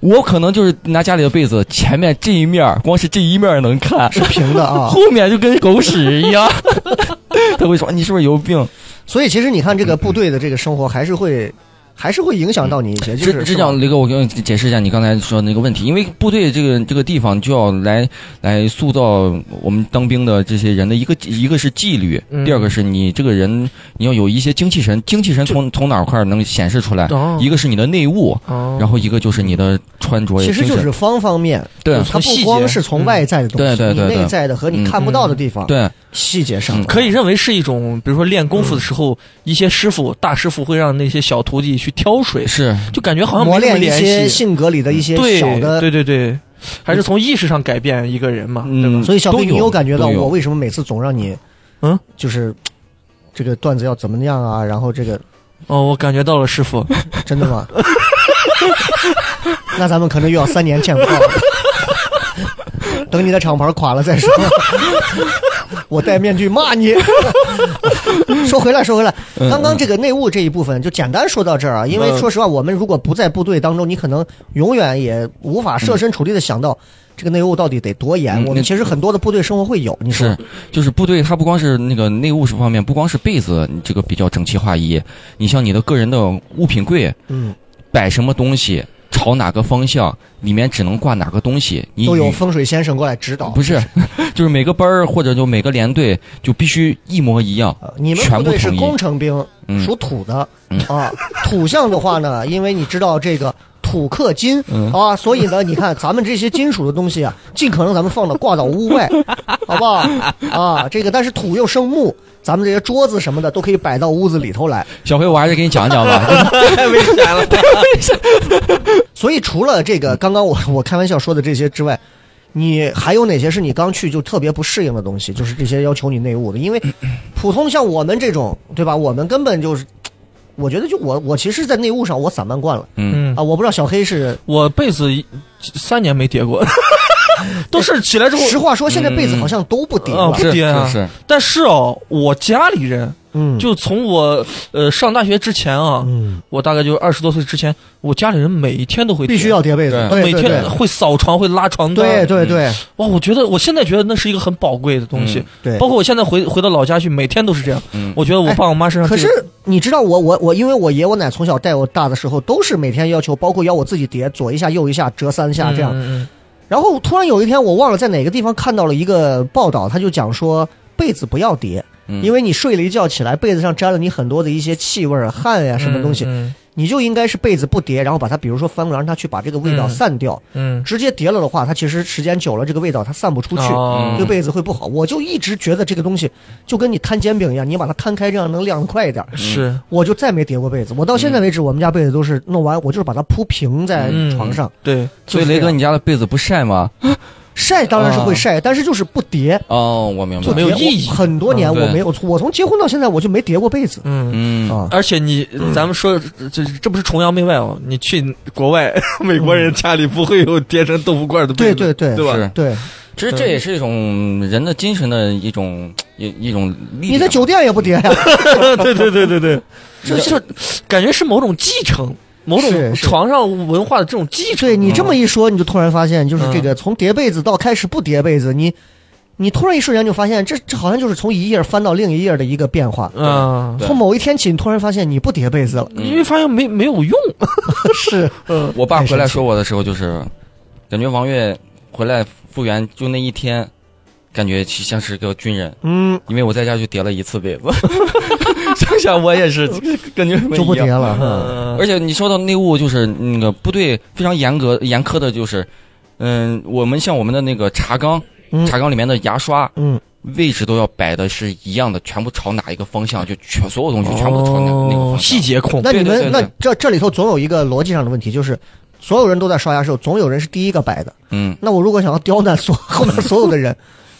D: 我可能就是拿家里的被子，前面这一面儿光是这一面儿能看，
B: 是平的啊，
D: [LAUGHS] 后面就跟狗屎一 [LAUGHS] 样。他会说你是不是有病？
B: [LAUGHS] 所以其实你看这个部队的这个生活还是会。还是会影响到你一些，就
D: 这
B: 是
D: 这
B: 是吧
D: 样，雷哥，我给你解释一下你刚才说的那个问题，因为部队这个这个地方就要来来塑造我们当兵的这些人的一个一个是纪律，
C: 嗯
D: 第二个是你这个人你要有一些精气神，精气神从从哪块儿能显示出来？
C: 哦
D: 一个是你的内务，
C: 哦
D: 然后一个就是你的穿着，
B: 其实
D: 精
B: 就
D: 神
B: 是方方面，
D: 对
B: 它
C: 从细
B: 不
C: 节
B: 光是从外在的东西，
D: 嗯对对对
B: 你
D: 对
B: 内在的和你看不到的地方，
D: 对，
B: 细节上
D: 嗯
C: [LAUGHS] 可以认为是一种，比如说练功夫的
B: 嗯
C: 时候，一些师傅大师傅会让那些小徒弟去挑水，
D: 是
C: 就感觉好像
B: 磨
C: 啊没什么
B: 练一些
C: 联系。
B: 性格里的一些
C: 对
B: 小的
C: 对对对，还是从意识上改变一个人嘛，对吧
D: 嗯，
B: 所以小
D: 都
B: 飞，你有感觉到
D: 都有
B: 我为什么每次总让你，
C: 嗯，
B: 就是这个段子要怎么样啊？然后这个
C: 哦，我感觉到了，师傅，
B: 真的吗？ [LAUGHS] 那咱们可能又要三年见不到了。 [LAUGHS] 等你的厂牌垮了再说。 [LAUGHS] 我戴面具骂你。 [LAUGHS] 说回来，说回来，
D: 嗯
B: 刚刚这个内务这一部分就简单说到这儿啊，因为说实话，我们如果不在部队当中，你可能永远也无法设身处地的想到这个内务到底得多严。
D: 嗯
B: 我
D: 那
B: 们其实很多的部队生活会有，你说
D: 是，就是部队，它不光是那个内务方面，不光是被子这个比较整齐划一，你像你的个人的物品柜
B: 嗯，
D: 摆什么东西，朝哪个方向，里面只能挂哪个东西，你
B: 都有
D: 你
B: 风水先生过来指导。
D: 不是，就是每个班儿或者就每个连队就必须一模一样，
B: 呃你们
D: 全
B: 部
D: 部
B: 队是
D: 统一
B: 工程兵，
D: 嗯
B: 属土的、
D: 嗯
B: 啊。土象的话呢，因为你知道这个土克金、
D: 嗯
B: 啊，所以呢，你看咱们这些金属的东西啊，尽可能咱们放到挂到屋外，好不好？啊，这个但是土又生木，咱们这些桌子什么的都可以摆到屋子里头来。
D: 小黑，我还是给你讲
B: [LAUGHS]
D: 讲吧。
C: 太危险了。
B: 所以除了这个
C: 嗯
B: 刚刚我 [LAUGHS] 我开玩笑说的这些之外，你还有哪些是你刚去就特别不适应的东西？就是这些要求你内务的，因
C: [CLEARS THROAT]
B: 为普通像我们这种，对吧？我们根本就是，我觉得就我我其实，在内务上我散漫惯了
D: 嗯，
C: 嗯
B: 啊，，我不知道小黑是。
C: 我被子一三年没
B: [LAUGHS]
C: 叠过， [LAUGHS] 都是起来之后。
B: 实话说，现在被子好像都不叠
C: 嗯
B: 了
C: 不，
D: 是
C: 爹啊
D: 是是，
C: 但是哦，我家里人
B: 嗯，
C: 就从我呃上大学之前啊，
B: 嗯，
C: 我大概就二十多岁之前，我家里人每一天都会叠
B: 必须要叠被子，对
C: 每
B: 对
C: 天
B: 对
C: 会扫床，会拉床单。
B: 对对对
C: 哇，我觉得我现在觉得那是一个很宝贵的东西。
B: 对
C: 包。括我现在回回到老家去，每天都是这样。
D: 嗯
C: 我觉得我爸我妈身上
B: 哎可
C: 这
B: 是
C: 个、
B: 你知道我我我，因为我爷我奶从小带我大的时候，都是每天要求，包括要我自己叠左一下右一下折三下这样。
C: 嗯嗯
B: 然后突然有一天，我忘了在哪个地方看到了一个报道，他就讲说被子不要叠，
D: 嗯
B: 因为你睡了一觉起来，被子上沾了你很多的一些气味儿、汗呀、什么东西，
C: 嗯
B: 你就应该是被子不叠，然后把它，比如说翻过来，让它去把这个味道
C: 嗯
B: 散掉。
C: 嗯，
B: 直接叠了的话，它其实时间久了，这个味道它散不出去，
C: 哦
B: 对被子会不好。我就一直觉得这个东西就跟你摊煎饼一样，你把它摊开，这样能晾得快一点。
C: 是
B: 我就再没叠过被子，我到现在为止，我们家被子都是弄完，我就是把它铺平在
C: 嗯
B: 床上。
C: 对，
D: 所以
B: 就是这
D: 雷哥，
B: 样
D: 你家的被子不晒吗？
B: 晒当然是会晒，但是就是不叠。
D: 哦，我明
B: 就
D: 白
C: 没
D: 了。
C: 有
B: 叠
C: 意义
B: 我很多年
D: 嗯
B: 我
D: 对
B: 没有，我从结婚到现在我就没叠过被子
C: 嗯。
D: 嗯，
B: 啊。
C: 而且你，咱们说这这不是崇洋媚外哦，你去国外， [LAUGHS] 美国人家里不会有叠成豆腐罐的
B: 对
C: 被子，
B: 对对
C: 对吧？
D: 是，
B: 对，
D: 其实这也是一种人的精神的一种一一种力量。
B: 你在酒店也不叠呀？
C: [LAUGHS] 对对对对对，这 [LAUGHS] 就感觉是某种继承，某种
B: 是是
C: 床上文化的这种继
B: [LAUGHS]
C: 承。
B: 对你这么一说，你就突然发现，就是这个从叠被子到开始不叠被子，你你突然一瞬间就发现，这这好像就是从一页翻到另一页的一个变化。
C: 嗯，
D: 对
B: 从某一天起，你突然发现你不叠被子了，
C: 因为发现没没有 [LAUGHS] 用，
B: 是
D: 我爸回来说我的时候，就是感觉王悦回来复员就那一天，感觉其像是个军人，
B: 嗯，
D: 因为我在家就叠了一次被
B: [LAUGHS]
D: 子，剩下
C: [LAUGHS]
D: 我也是感觉
B: 就不叠
D: 了。
B: 了。嗯
C: 嗯
D: 而且你说到内务，就是那个部队非常严格严苛的，就是，嗯，我们像我们的那个茶缸，
B: 嗯
D: 茶缸里面的牙刷
B: 嗯，
D: 位置都要摆的是一样的，全部朝哪一个方向，就全所有东西全部朝哪、那个
C: 哦
D: 方向。
C: 细节控，
B: 那你
D: 对对
B: 们
D: 对
B: 那
D: 对
B: 这这里头总有一个逻辑上的问题，就是所有人都在刷牙的时候，总有人是第一个摆的。
D: 嗯，
B: 那我如果想要刁难所 [LAUGHS] 后面所有的人，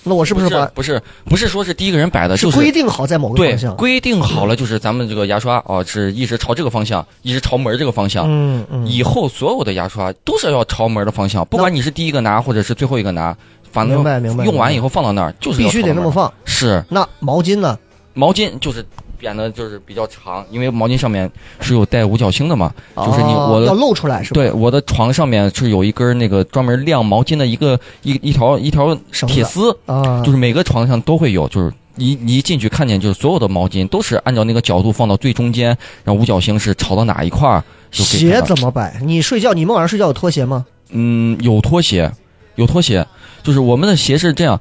B: 那我是不
D: 不
B: 是把
D: 不是不是说是第一个人摆的，就是
B: 规定好在某个
D: 对
B: 方向？
D: 规定好了，就是咱们这个牙刷啊，是一直朝这个方向，一直朝门这个方向。
B: 嗯嗯，
D: 以后所有的牙刷都是要朝门的方向，不管你是第一个拿或者是最后一个拿，反正
B: 明白明白
D: 用完以后放到那儿就是
B: 必
D: 要
B: 须
D: 朝
B: 得
D: 门
B: 那么放。
D: 是
B: 那毛巾呢？
D: 毛巾就是扁的，就是比较长，因为毛巾上面是有带五角星的嘛，就是你
B: 哦
D: 我
B: 要
D: 的。
B: 露出来是吧？
D: 对，我的床上面是有一根那个专门晾毛巾的一个一一条一条
B: 绳
D: 铁
B: 子
D: 丝，
B: 啊，
D: 就是每个床上都会有，就是你你一进去看见，就是所有的毛巾都是按照那个角度放到最中间，然后五角星是朝到哪一块儿。就可以看
B: 鞋
D: 到
B: 怎么摆？你睡觉，你们晚上睡觉有拖鞋吗？
D: 嗯，有拖鞋，有拖鞋，就是我们的鞋是这样。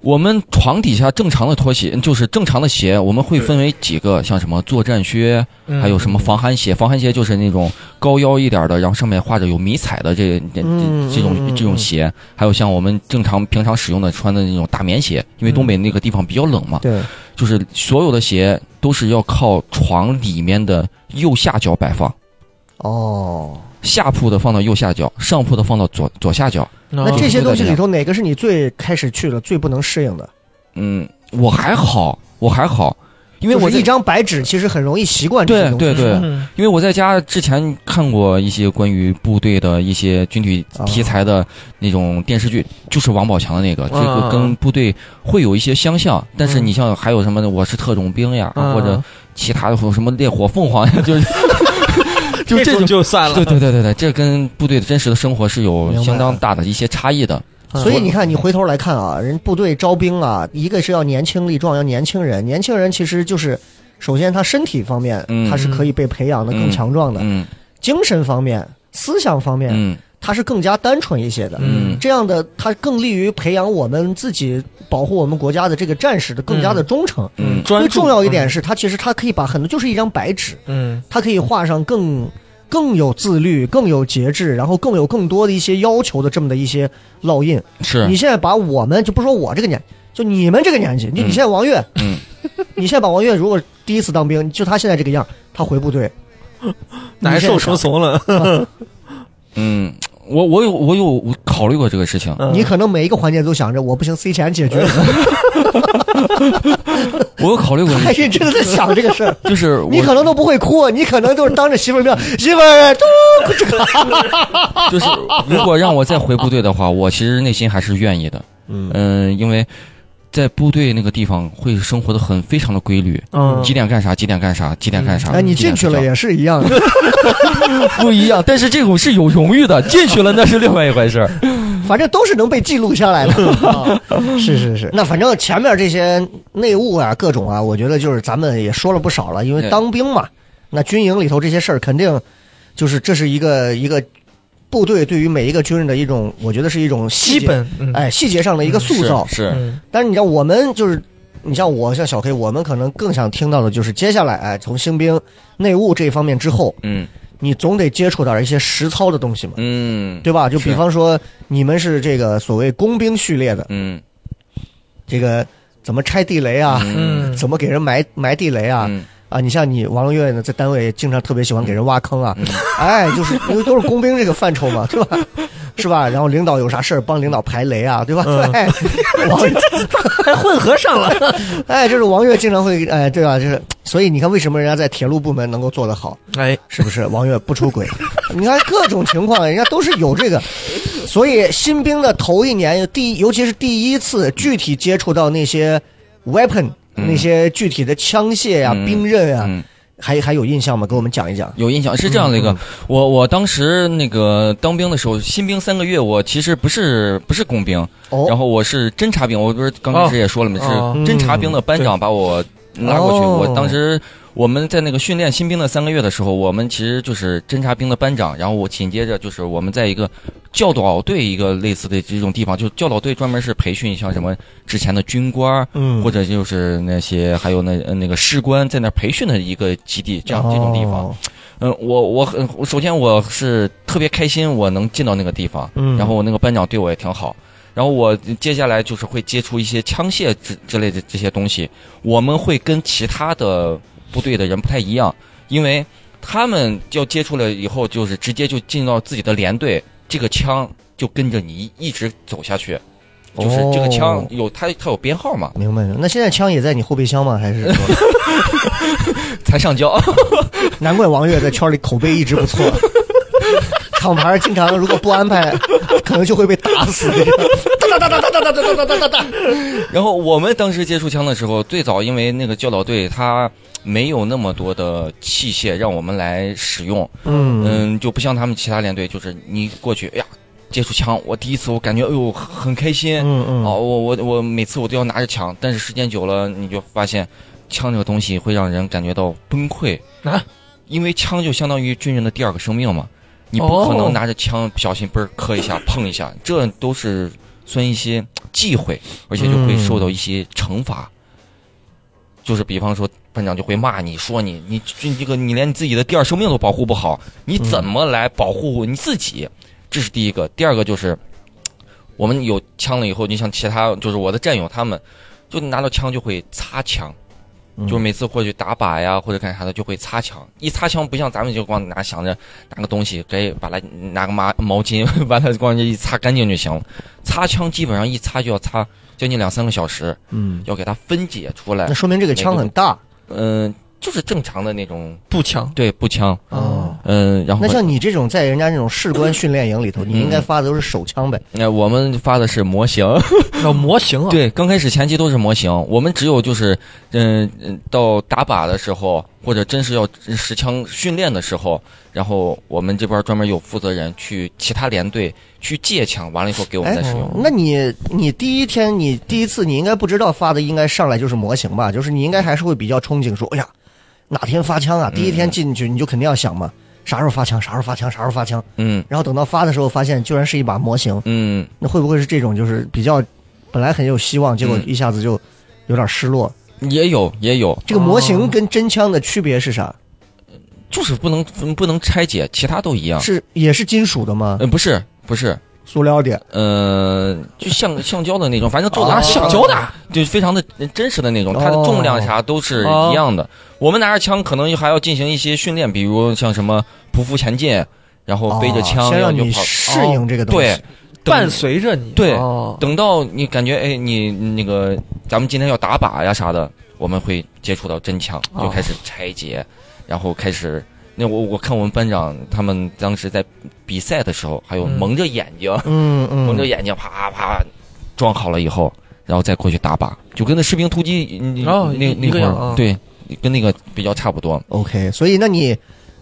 D: 我们床底下正常的拖鞋，就是正常的鞋，我们会分为几个，像什么作战靴，
C: 嗯
D: 还有什么防寒鞋？防寒鞋就是那种高腰一点的，然后上面画着有迷彩的这这
B: 嗯
D: 这这
B: 嗯嗯
D: 种这种鞋，还有像我们正常平常使用的穿的那种大棉鞋，因为东
B: 嗯
D: 北那个地方比较冷嘛，
B: 对，
D: 就是所有的鞋都是要靠床里面的右下角摆放，
B: 哦，
D: 下铺的放到右下角，上铺的放到左左下角。
B: 那
C: 那
B: 这些东西里头哪个是你最开始去了最不能适应的？
D: 嗯，我还好，我还好，因为我
B: 就是
D: 在
B: 一张白纸，其实很容易习惯这些
D: 对
B: 东西。
D: 对对，
C: 嗯
D: 因为我在家之前看过一些关于部队的一些军体
B: 啊
D: 题材的那种电视剧，就是王宝强的那个，这
B: 啊
D: 个跟部队会有一些相像。但
B: 嗯
D: 是你像还有什么的，我是特种兵呀，
B: 啊
C: 嗯
D: 或者其他的什么烈火凤凰呀，就是就
C: 这
D: 这
C: 种
D: 种。
C: 就算了嗯
D: 对。对对对对，这跟部队的真实的生活是有
B: 明白
D: 相当大的一些差异的。
B: 所以你看，你回头来看啊，人部队招兵啊，一个是要年轻力壮，要年轻人。年轻人其实就是，首先他身体方面
D: 嗯
B: 他是可以被培养的
D: 嗯
B: 更强壮的，
D: 嗯
B: 精神方面、思想方面
D: 嗯
B: 他是更加单纯一些的。
D: 嗯
B: 这样的他更利于培养我们自己、保护我们国家的这个战士的更加的忠诚。
D: 嗯
C: 专
B: 最
C: 注
B: 重要一点是，他其实他可以把很多就是一张白纸，
C: 嗯，
B: 他可以画上更更有自律、更有节制，然后更有更多的一些要求的这么的一些烙印。
D: 是
B: 嗯你现在把我们就不说我这个年，就你们这个年纪，你
D: 嗯
B: 你现在王悦，
D: 嗯
B: [LAUGHS] 你现在把王悦如果第一次当兵，就他现在这个样，他回部队，
C: 难受
B: 你现
C: 成
B: 在
C: 怂 [LAUGHS] 了。
D: 嗯，我我有我有考虑过这个事情，
B: 你可能每一个环节都想着我不行，C 钱解决，
D: 我有考虑过这
B: [LAUGHS]
D: 个
B: 还
D: 事情，
B: 认真的在想这个事儿。 [LAUGHS]
D: 就是我
B: 你可能都不会哭，啊你可能都是当着媳妇儿面，媳妇儿，嘟
D: 就是如果让我再回部队的话，我其实内心还是
B: [LAUGHS]
D: 愿意的。嗯、因为在部队那个地方会生活的很非常的规律，
C: 嗯
D: 几点干啥，几点干啥，几点干啥。
B: 哎，你
D: 几点
B: 进去了
D: 睡觉
B: 也是一样的，
E: 不一样，但是这种是有荣誉的，进去了那是另外一回事儿。
B: 反正都是能被记录下来的。
C: 嗯
B: 啊是是是，那反正前面这些内务啊，各种啊，我觉得就是咱们也说了不少了，因为
D: 对
B: 当兵嘛，那军营里头这些事儿肯定就是这是一个一个部队对于每一个军人的一种，我觉得是一种细
C: 基
B: 节
C: 本嗯
B: 哎细节上的一个塑造。
D: 是是，
C: 嗯
B: 但是你知道我们就是。你像我，像小黑，我们可能更想听到的就是接下来，哎，从新兵内务这一方面之后，
D: 嗯
B: 你总得接触到一些实操的东西嘛，
D: 嗯
B: 对吧？就比
D: 是
B: 方说，你们是这个所谓工兵序列的，
D: 嗯
B: 这个怎么拆地雷啊，
D: 嗯
B: 怎么给人埋埋地雷啊？
D: 嗯
B: 啊，你像你王龙月呢，在单位也经常特别喜欢给人挖坑啊，
D: 嗯
B: 哎，就是因为都是工兵这个范
D: [LAUGHS]
B: 畴嘛，对吧？是吧？然后领导有啥事儿帮领导排雷啊，对吧？
C: 嗯
D: [LAUGHS]
B: 哎，王
C: [LAUGHS] 还混合上了。
B: [LAUGHS] 哎，这是王月经常会哎，对吧？就是所以你看，为什么人家在铁路部门能够做得好？
C: [LAUGHS] 哎，
B: 是不是？王月不出轨，你看各种情况，人家都是有这个，所以新兵的头一年，第一尤其是第一次具体接触到那些 weapon，、
D: 嗯
B: 那些具体的枪械呀、
D: 嗯
B: 兵刃呀、
D: 嗯，
B: 还还有印象吗？给我们讲一讲。
D: 有印象是这样的一
B: 嗯
D: 个，我我当时那个当兵的时候，新兵三个月，我其实不是不是工兵，然
B: 哦，
D: 后我是侦察兵，我不是刚开始也说了嘛，
C: 哦
D: 是侦察兵的班长把我拉过去。
B: 哦
D: 我当时我们在那个训练新兵的三个月的时候，我们其实就是侦察兵的班长，然后我紧接着就是我们在一个教导队一个类似的这种地方，就教导队专门是培训像什么之前的军官儿。
B: 嗯
D: 或者就是那些还有那呃那个士官在那儿培训的一个基地，这样这种地方，
B: 哦
D: 嗯，我我很我首先我是特别开心，我能进到那个地方，
B: 嗯，
D: 然后我那个班长对我也挺好。然后我接下来就是会接触一些枪械之之类的这些东西，我们会跟其他的部队的人不太一样，因为他们要接触了以后，就是直接就进到自己的连队，这个枪就跟着你一直走下去，就是这个枪
B: 哦
D: 有它它有编号嘛，
B: 明白了。那现在枪也在你后备箱吗？还是说
D: 才上交。
B: 难怪王月在圈里口碑一直不错。 [LAUGHS] 厂牌经常如果不安排，可能就会被打死。
D: 然后我们当时接触枪的时候，最早因为那个教导队它没有那么多的器械让我们来使用，
B: 嗯
D: 嗯，就不像他们其他连队，就是你过去，哎呀，接触枪，我第一次我感觉，哎呦，很很开心。
B: 嗯嗯，
D: 哦，我我我每次我都要拿着枪，但是时间久了，你就发现，枪这个东西会让人感觉到崩溃
C: 啊，
D: 因为枪就相当于军人的第二个生命嘛，你不可
C: 哦
D: 能拿着枪不小心嘣儿磕一下、碰一下，这都是算一些忌讳，而且就会
B: 嗯
D: 受到一些惩罚。就是比方说班长就会骂你说你你这这个你连你自己的第二生命都保护不好，你怎么来保护你自己？这是第一个，第二个就是我们有枪了以后，你像其他就是我的战友他们，就拿到枪就会擦枪。
B: 嗯
D: 就是每次过去打靶呀，或者干啥的，就会擦枪。一擦枪，不像咱们就光拿想着拿个东西，该把它拿个毛毛巾，把它光一擦干净就行了。擦枪基本上一擦就要擦将近两三个小时，
B: 嗯，
D: 要给它分解出来
B: 那。说明这个枪很大，
D: 嗯、就是正常的那种，
C: 步枪
D: 对步枪，
B: 哦，
D: 嗯、然后
B: 那像你这种在人家那种士官训练营里头，你
D: 嗯
B: 应该发的都是手枪呗？
D: 呃我们发的是模型，
C: 要模型啊，
D: 对，刚开始前期都是模型，我们只有就是，嗯、嗯，到打靶的时候，或者真是要实枪训练的时候，然后我们这边专门有负责人去其他连队去借枪，完了以后给我们再使用。
B: 哎
C: 哎哦
B: 那你你第一天你第一次你应该不知道发的应该上来就是模型吧？就是你应该还是会比较憧憬说，哎呀，哪天发枪啊？第一
D: 嗯
B: 天进去你就肯定要想嘛，啥时候发枪？啥时候发枪？啥时候发枪？
D: 嗯
B: 然后等到发的时候发现居然是一把模型，
D: 嗯，
B: 那会不会是这种就是比较本来很有希望，结果
D: 嗯
B: 一下子就有点失落？
D: 也有也有，
B: 这个模
D: 哦
B: 型跟真枪的区别是啥？
D: 就是不能不能拆解，其他都一样。
B: 是也是金属的吗？
D: 呃，不是不是，
B: 塑料的。
D: 呃，就橡橡胶的那种，反正做的、
B: 啊
C: 哦橡胶的，
D: 就非常的真实的那种，
B: 哦
D: 它的重量啥都是一样的。我们拿着枪，可能还要进行一些训练，比如像什么匍匐前进，然后背着枪，
B: 哦先
D: 然
B: 让
D: 后就
B: 你
D: 跑。
B: 适应这个东西。
D: 对，等
C: 伴随着你，
D: 对
C: 哦
D: 等到你感觉哎，你那个咱们今天要打靶呀啥的，我们会接触到真枪，
C: 哦
D: 就开始拆解，然后开始。那我我看我们班长他们当时在比赛的时候，还有
C: 嗯
D: 蒙着眼睛，
B: 嗯嗯，
D: 蒙着眼睛啪啪装好了以后，然后再过去打靶，就跟那士兵突击嗯
C: 哦
D: 那
C: 一
D: 那
C: 一个
D: 会
C: 样啊
D: 儿对，跟那个比较差不多。
B: OK，所以那你，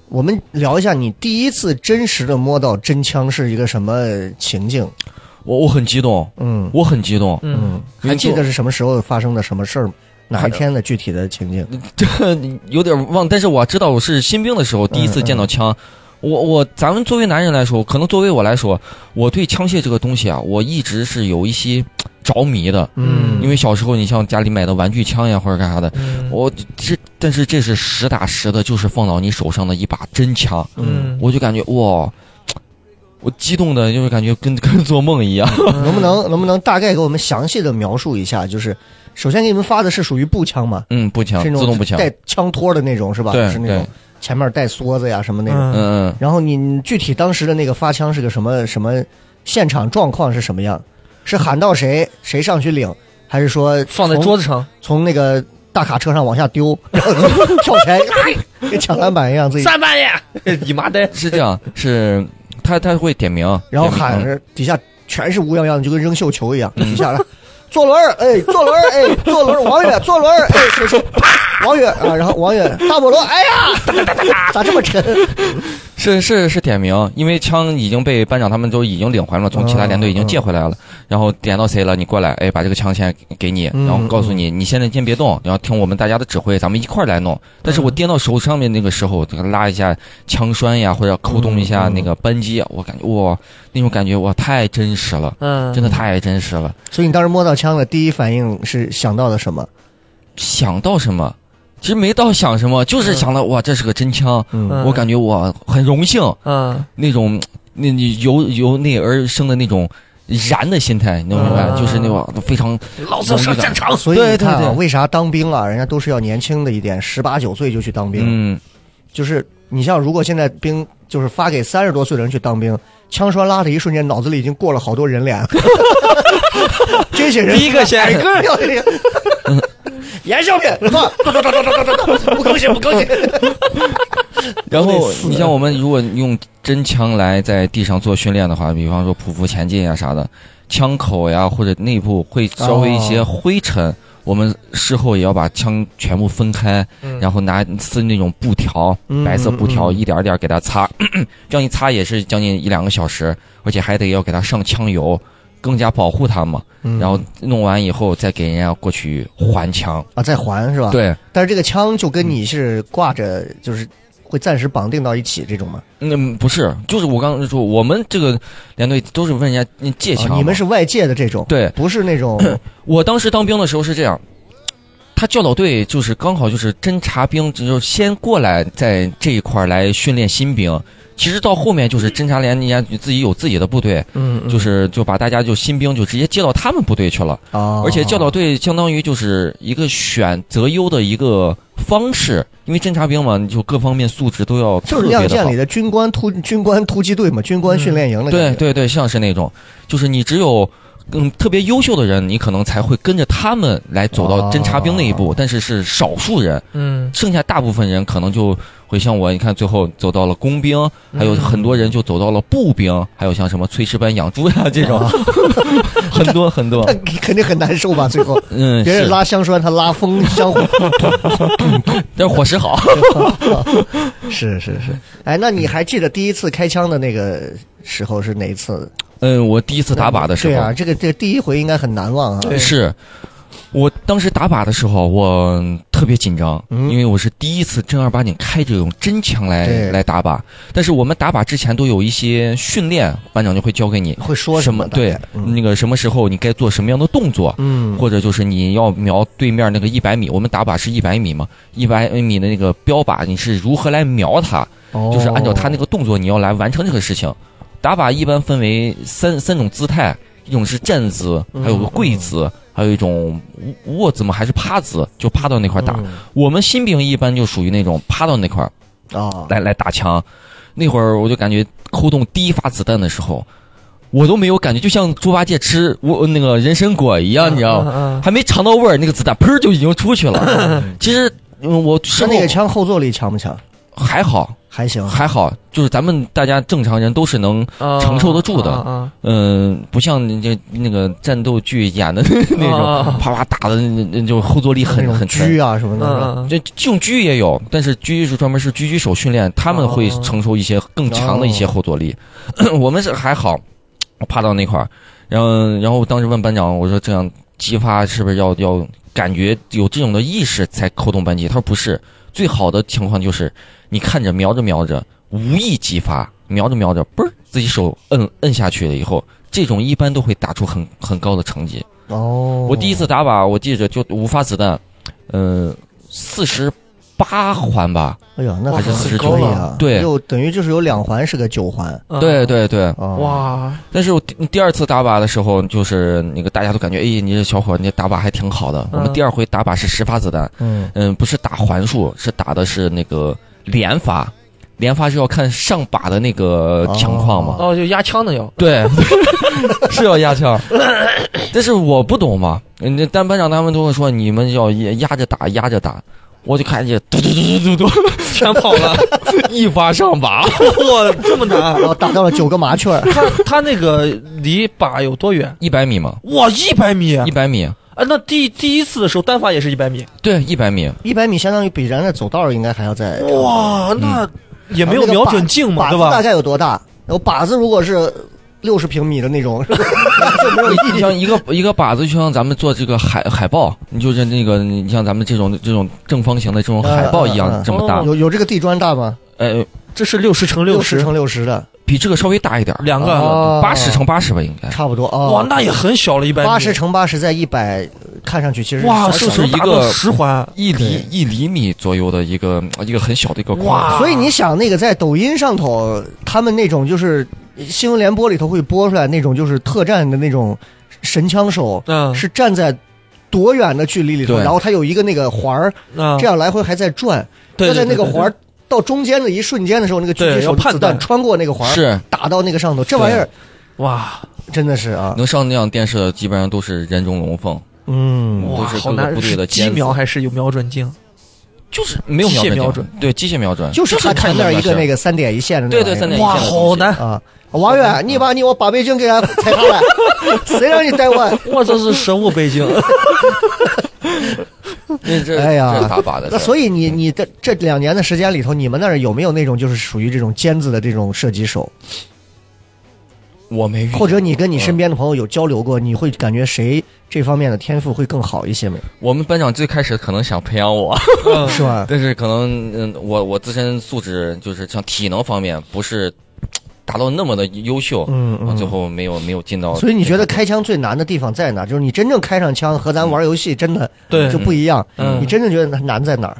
B: 我们聊一下你第一次真实的摸到真枪是一个什么情境？
D: 我我很激动，
B: 嗯
D: 我很激动，
C: 嗯，
B: 嗯，还记得是什么时候发生的什么事儿吗？哪一天的具体的情境？
D: 嗯 [LAUGHS] 有点忘，但是我知道我是新兵的时候第一次
C: 嗯
D: 见到枪。我我咱们作为男人来说，可能作为我来说，我对枪械这个东西啊，我一直是有一些着迷的。
B: 嗯，
D: 因为小时候你像家里买的玩具枪呀或者干啥的，
C: 嗯
D: 我这但是这是实打实的，就是放到你手上的一把真枪。
C: 嗯，
D: 我就感觉哇，我激动的，就是感觉跟 [LAUGHS] 跟做梦一样。
B: 能不能能不能大概给我们详细的描述一下？就是首先给你们发的是属于步枪嘛，
D: 嗯，步枪，
B: 是那
D: 自动步
B: 种
D: 枪，
B: 带枪托的那种是吧？
D: 对
B: 是那种
D: 对
B: 前面带梭子呀什么那种。
C: 呃
D: 嗯嗯，
B: 然后你你具体当时的那个发枪是个什么什么现场状况是什么样？是喊到谁谁上去领，还是说
C: 放在
B: 从
C: 桌子上，
B: 从那个大卡车上往下丢，然后跳 [LAUGHS] 起来，跟抢篮板一样自己，
C: 三半夜， [LAUGHS] 你妈呆，
D: 是这样，是他他会点名，
B: 然后
D: 点名
B: 喊，着底下全是乌泱泱的，就跟扔绣球一样，
D: 嗯
B: 底下来。坐轮儿，哎，坐轮儿，哎，坐轮儿，王远，坐轮儿，哎，谁谁，啪，王远啊，然后王远，大菠萝，哎呀，咋这么沉？
D: 是是是点名，因为枪已经被班长他们都已经领还了，从其他连队已经借回来了。然后点到谁了，你过来，哎，把这个枪先给你，
B: 嗯
D: 然后告诉你，你现在先别动，然后听我们大家的指挥，咱们一块儿来弄。
B: 嗯
D: 但是我掂到手上面那个时候，这个拉一下枪栓呀，或者扣动一下
B: 嗯嗯
D: 那个扳机，我感觉哇，那种感觉哇，太真实了。
C: 嗯，
D: 真的太真实了。
B: 所以你当时摸到枪的第一反应是想到的什么？
D: 想到什么，其实没到想什么，就是想到哇，这是个真枪，
B: 嗯
D: 我感觉我很荣幸，
C: 嗯，
D: 那种那你由由内而生的那种燃的心态，你能明白？
C: 嗯
D: 就是那种非常
C: 老子上战场，
B: 所以
D: 对
B: 你看
D: 对
B: 啊，
D: 对
B: 为啥当兵啊，人家都是要年轻的一点，十八九岁就去当兵，
D: 嗯
B: 就是你像如果现在兵就是发给三十多岁的人去当兵，枪栓拉的一瞬间，脑子里已经过了好多人
D: [LAUGHS]
B: 脸。这些人
C: 第一个先
B: 挨
C: [LAUGHS]
B: 个儿要领。严小品，放不更新不更
C: [LAUGHS]
B: 新。
D: 然
B: 都
D: 后
B: 得死
D: 哦你像我们如果用真枪来在地上做训练的话，比方说匍匐前进呀啥的，枪口呀或者内部会稍微一些灰尘，我们事后也要把枪全部分开，
C: 嗯
D: 然后拿撕那种布条，
B: 嗯
D: 白色布条
B: 嗯嗯
D: 一点儿一点儿给它擦， [CLEARS THROAT] 这样一擦也是将近一两个小时，而且还得要给它上枪油。更加保护它嘛，
B: 嗯
D: 然后弄完以后再给人家过去还枪。
B: 啊，再还是吧？。
D: 对，
B: 但是这个枪就跟你是挂着，就是会暂时绑定到一起这种嘛。
D: 嗯，不是，就是我刚才说，我们这个连队都是问人家嗯借枪
B: 啊
D: 嘛、
B: 你们是外界的这种，
D: 对嗯
B: 不是那种
D: 我当时当兵的时候是这样，他教导队就是刚好就是侦察兵，就是先过来在这一块儿来训练新兵。其实到后面就是侦察连，人家自己有自己的部队，
B: 嗯
D: 就是就把大家就新兵就直接接到他们部队去了。
B: 啊，
D: 而且教导队相当于就是一个选择优的一个方式，因为侦察兵嘛，你就各方面素质都要
B: 就
D: 特
B: 是《
D: 别
B: 亮剑
D: 的》好
B: 里。的军官突军官突击队嘛，军官训练营的
D: 对
B: 感觉。
D: 对对，像是那种，就是你只有嗯特别优秀的人，你可能才会跟着他们来走到侦察兵那一
B: 哦
D: 步，但是是少数人，
C: 嗯，
D: 剩下大部分人可能就会像我，你看最后走到了工兵，
B: 嗯
D: 还有很多人就走到了步兵，还有像什么炊事班养猪呀、这种，
B: 哦
D: 很多很多
B: 那，你 [LAUGHS] 肯定很难受
D: [LAUGHS]
B: 吧？最后
D: 嗯，
B: 别人
D: 是，
B: 拉香栓，他拉风箱
D: [LAUGHS]
B: 火，
D: 但是伙食好，
B: 是是是。哎，那你还记得第一次开枪的那个时候是哪一次？
D: 嗯，我第一次打靶的时候，
B: 对啊，这个这个第一回应该很难忘啊。
C: 对
D: 是我当时打靶的时候，我特别紧张，
B: 嗯
D: 因为我是第一次正儿八经开着用真枪来
B: 对
D: 来打靶。但是我们打靶之前都有一些训练，班长就会教给你
B: 会说
D: 什
B: 么？
D: 对
B: 大概，嗯
D: 那个什么时候你该做什么样的动作。
B: 嗯，
D: 或者就是你要瞄对面那个一百米，我们打靶是一百米嘛，一百米的那个标靶，你是如何来瞄它？就是按照他那
B: 个
D: 个动作，你要来完成这个事情。打靶一般分为三三种姿态，一种是站姿，
B: 嗯
D: 还有个跪姿，还有一种卧卧姿嘛，还是趴姿，就趴到那块儿打。我们新兵一般就属于那种趴到那块儿
B: 啊，
D: 来来打枪。那会儿我就感觉扣动第一发子弹的时候，我都没有感觉，就像猪八戒吃我那个人参果一样，你知道吗？
C: 吗？
D: 还没尝到味儿，那个子弹砰儿就已经出去了。其实。嗯，我事
B: 他
D: 后
B: 那个枪后坐力强不强？
D: 还好，
B: 还行，
D: 还好，就是咱们大家正常人都是能，承受得住的
C: 哦啊
D: 嗯、不像那这那个战斗剧演的 [LAUGHS] 那
C: 啊
D: 种，啪啪打的那那就后坐力
B: 那
D: 很
B: 种
D: 很
B: 狙
D: 沉。
B: 啊什么的。
C: 嗯
D: 这这种狙也有，但是狙是专门是狙击手训练，他们会
C: 哦
D: 承受一些更强的一些后坐力。 [CLEARS THROAT] 我们是还好，趴到那块儿，然后然后当时问班长，我说这样击发是不是要要感觉有这种的意识才扣动扳机？他说不是，最好的情况就是你看着瞄着瞄着无意击发，瞄着瞄着嘣儿自己手摁摁下去了以后，这种一般都会打出很很高的成绩。
B: 哦，
D: 我第一次打靶，我记着就五发子弹，嗯、四十八环吧，
B: 哎呀，那
C: 哇
D: 还是
B: 很
D: 四十九
B: 可以
C: 高
B: 啊
D: 环？，对
B: 又等于就是有两环是个九环
C: 啊
D: 对，对对。
B: 啊。，
C: 哇，
D: 但是我第第二次打靶的时候，就是那个大家都感觉，哎，你这小伙儿，你这打靶还挺好的。我们
C: 嗯
D: 第二回打靶是十发子弹，
B: 嗯，
D: 嗯，不是打环数，是打的是那个连发，连发是要看上靶的那个情况嘛。
C: 哦，就压枪的要，
D: 对， [LAUGHS] 是要压枪，但是我不懂嘛。那单班长他们都会说你们要压压着打，压着打，我就看见嘟嘟嘟嘟嘟嘟，全跑了， [LAUGHS] 一发上靶。
C: [LAUGHS] 哇，这么难。啊
B: 然后哦打到了九个麻雀儿，
C: 他他那个离靶有多远？
D: 一百米嘛，
C: 哇，一百米！
D: 一百米，
C: 啊，那第第一次的时候单发也是一百米，
D: 对，一百米，
B: 一百米相当于比咱的走道儿应该还要再
C: 哇，那嗯也没有
B: 然后那个
C: 瞄
B: 靶
C: 准镜嘛，
B: 靶
C: 对
B: 子
C: 吧
B: 大？概有多大？然后靶子如果是六十平米的那种，就没有意义。
D: 像一个一个靶子，就像咱们做这个海海报，你就是那个，你像咱们这种这种正方形的这种海报
B: 嗯
D: 一
B: 嗯
D: 样
B: 嗯
D: 这么大，
B: 有有这个地砖大吗？
D: 呃，
C: 这是六十乘
B: 六
C: 十，
B: 乘六十的，
D: 比这个稍微大一点儿，呃
C: 两个
B: 哦
D: 八十乘八十吧，应该。
B: 差不多
C: 哇
B: 哦，。
C: 那也很小了，一百米。
B: 八十乘八十在一百，看上去其实是
C: 哇，
B: 小
C: 是
B: 小
C: 不
B: 的
C: 是
D: 一个
C: 打到十环？
D: 一厘
B: 对
D: 一厘米左右的一个一个很小的一个框，
C: 哇，
B: 所以你想，那个在抖音上头，他们那种就是新闻联播里头会播出来那种，就是特战的那种神枪手，
C: 嗯
B: 是站在多远的距离里头，
D: 对
B: 然后他有一个那个环儿，
C: 啊，
B: 这样来回还在转。
C: 对
B: 他
C: 对
B: 在
C: 对
B: 那个
C: 对
B: 环儿到中间的一瞬间的时候，那个狙击
C: 对要
B: 手
C: 判
B: 子弹
C: 断
B: 穿过那个环儿，
D: 是
B: 打到那个上头，这玩意儿
C: 哇
B: 真的是啊，
D: 能上那样电视的，基本上都是人中龙凤，
B: 嗯，
C: 哇，
D: 都是
C: 好
D: 各个
C: 难！
D: 部队
C: 是
D: 的
C: 机
D: 尖子
C: 瞄还是有瞄准镜？
D: 就是没有
C: 机械
D: 瞄准镜
C: 瞄准，
D: 对，机械瞄准，
B: 就是他前面一个那
D: 个，
B: 个三点一线的那玩意
D: 对对，
B: 儿，
D: 三点一
C: 哇，
D: 线的东西
C: 好难！
B: 啊。王
D: [LAUGHS]
B: 远，你把你我把北京给俺踩下来，谁让你带我？
C: 我这是神武
B: [LAUGHS]
C: 北京，
D: 那 [LAUGHS] 这
B: 哎呀
D: 这是打靶的事儿，嗯
B: 那所以你你的这两年的时间里头，你们那儿有没有那种就是属于这种尖子的这种射击手，
D: 我没遇嗯见，
B: 或者你跟你身边的朋友有交流过，你会感觉谁这方面的天赋会更好一些没？
D: 我们班长最开始可能想培
B: [LAUGHS]
D: 养我，
B: 是吧？
D: 但是可能嗯，我我自身素质就是像体能方面不是达到那么的优秀，
B: 嗯
D: 啊
B: 嗯。
D: 最后没有没有进到，
B: 所以你觉得开枪最难的地方在哪？就是你真正开上枪和咱玩游戏真的
C: 对
B: 就不一样。
C: 嗯
B: 你真正觉得难在哪儿？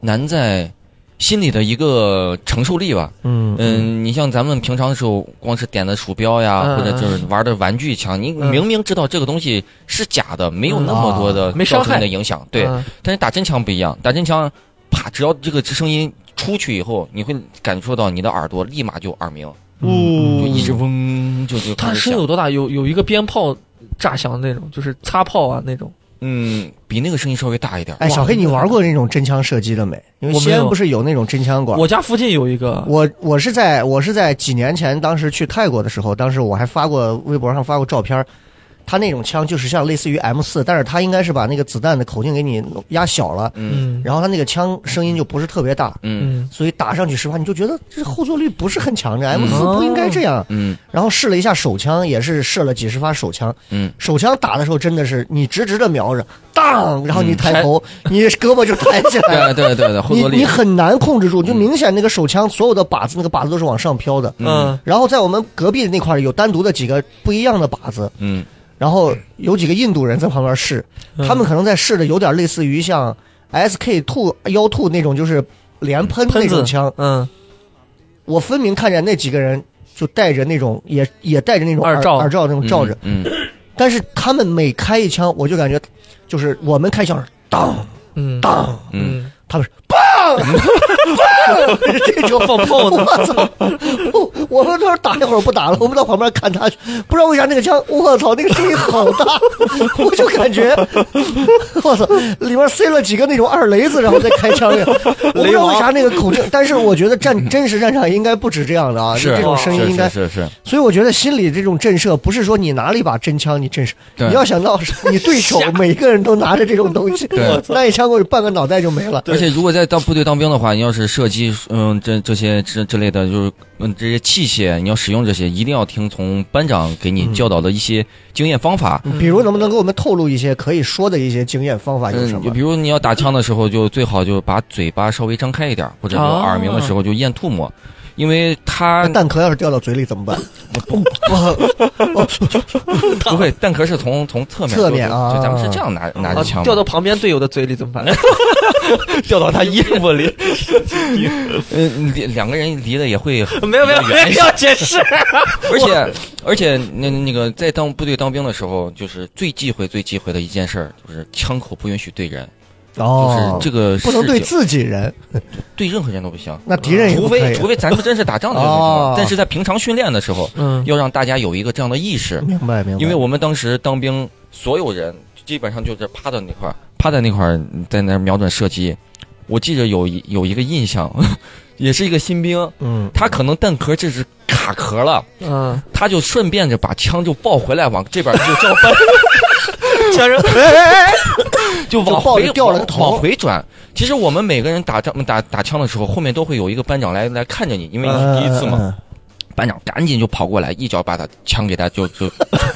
D: 难在心里的一个承受力吧？
B: 嗯
D: 嗯，你像咱们平常的时候，光是点的鼠标呀，
C: 嗯
D: 或者就是玩的玩具枪，你
C: 嗯
D: 明明知道这个东西是假的，没有那么多的
B: 哦
C: 嗯没伤害
D: 造成的影响，对。
C: 嗯
D: 但是打真枪不一样，打真枪，啪，只要这个声音出去以后，你会感受到你的耳朵立马就耳鸣，
B: 嗯
D: 就一直嗡就就开
C: 它
D: 始
C: 声
D: 响
C: 有。多大？有有一个鞭炮炸响那种，就是擦炮啊那种。
D: 嗯，比那个声音稍微大一点。
B: 哎，
C: 哇
B: 小黑，你玩过那种真枪射击的没？因为
C: 我没
B: 西
C: 有
B: 安不是有那种真枪馆？
C: 我家附近有一个，
B: 我我是在我是在几年前，当时去泰国的时候，当时我还发过微博上发过照片儿，他那种枪就是像类似于 M 四，但是他应该是把那个子弹的口径给你弄压小了，
D: 嗯
C: 嗯
B: 然后他那个枪声音就不是特别大，
D: 嗯
C: 嗯，
B: 所以打上去实话你就觉得这后坐力不是很强，这 M
D: 嗯
B: 四不应该这样。
D: 嗯
B: 然后试了一下手枪，也是试了几十发手枪，
D: 嗯，
B: 手枪打的时候真的是你直直的瞄着，当，然后你
D: 嗯
B: 抬头，你胳膊就抬起
D: [LAUGHS]
B: 来了
D: 对。对对对，后
B: [LAUGHS] 你
D: 坐力
B: 你。很难控制住，就
D: 嗯
B: 明显那个手枪所有的靶子，那个靶子都是往上飘的。
D: 嗯
C: 嗯
B: 然后在我们隔壁那块儿有单独的几个不一样的靶子，
D: 嗯
B: 然后有几个印度人在旁边试，
C: 嗯
B: 他们可能在试的有点类似于像 SK 兔幺兔那种，就是连喷那
C: 喷
B: 种
C: 子
B: 枪。
C: 嗯
B: 我分明看见那几个人就带着那种也也带着那种
C: 耳罩
B: 耳罩那种罩着，，
D: 嗯
B: 但是他们每开一枪，我就感觉就是我们开枪当
C: 嗯
B: 当，
D: 嗯
C: 嗯，
B: 他们是砰砰这种
C: 放炮呢
D: [LAUGHS]
B: 我操！我我们都是打一会儿不打了，我们到旁边看他去，不知道为啥那个枪，我操，那个声音好大， [LAUGHS] 我就感觉，我操，里面塞了几个那种二雷子，然后再开枪
D: [LAUGHS]
B: 呀，我不知道为啥那个口径，但是我觉得战真实战场应该不止这样的啊，
D: 嗯，
B: 就是这种声音应该，
D: 是是是，是
B: 所以我觉得心理这种震慑，不是说你拿了一把真枪你震慑，
D: 对
B: 你要想到是你对手每个人都拿着这种东西
D: [LAUGHS] 对我，
B: 那一枪过去半个脑袋就没了。
D: 而且如果在当部队当兵的话，你要是射击，嗯，这这些这这类的，就是嗯这些器械，你要使用这些，一定要听从班长给
B: 嗯
D: 你教导的一些经验方法。
B: 比如，能不能给我们透露一些可以说的一些经验方法有什
D: 嗯，就
B: 么
D: 比？如你要打枪的时候，就最好就把嘴巴稍微张开一点，或
B: 啊
D: 者说
C: 哦
D: 耳鸣的时候就咽吐沫，因为
B: [LAUGHS]
D: 它
B: 蛋壳要是掉到嘴里怎么办？
D: 不会蛋壳是从从侧面
B: 侧面
D: 就
B: 啊
D: 就咱们是这样拿拿着
C: 啊
D: 枪的
C: 掉到旁边队友的嘴里怎么
D: [LAUGHS]
C: 办？掉到他衣服里？
D: 呃两两个人离的也会
C: [LAUGHS] [LAUGHS] 没有没有
D: 比较远
C: 没
D: 一些
C: 有解
D: [LAUGHS]
C: 释。
D: 而且而且那那个在当部队当兵的时候，就是最忌讳最忌讳的一件事儿，就是枪口不允许对人， [LAUGHS] 就是这个
B: 哦不能
D: 事
B: 对
D: 情
B: 自己人，
D: 对任何人都不行，
B: 那敌人也
D: 除
B: 不可
D: 非
B: 以
D: 除非咱们真是打仗的时
B: 哦
D: 候，但是在平常训练的时候，
C: 嗯
D: 要让大家有一个这样的意识，
B: 明白嗯明白，
D: 因为我们当时当兵，所有人基本上就是趴在那块儿，趴在那块儿在那儿瞄准射击。我记着有一有一个印象， [LAUGHS] 也是一个新兵，
B: 嗯，
D: 他可能弹壳这是卡壳了，
C: 嗯，
D: 他就顺便着把枪就抱回来，往这边就叫
B: [LAUGHS]
D: 班，
C: 枪声
D: 就
B: 哎就
D: 往
B: 抱
D: 回
B: 着掉了个头
D: 往回转。其实我们每个人打仗打打枪的时候，后面都会有一个班长来来看着你，因为你
B: 嗯
D: 是第一次嘛。
B: 嘛，
D: 班长赶紧就跑过来，一脚把他枪给他就就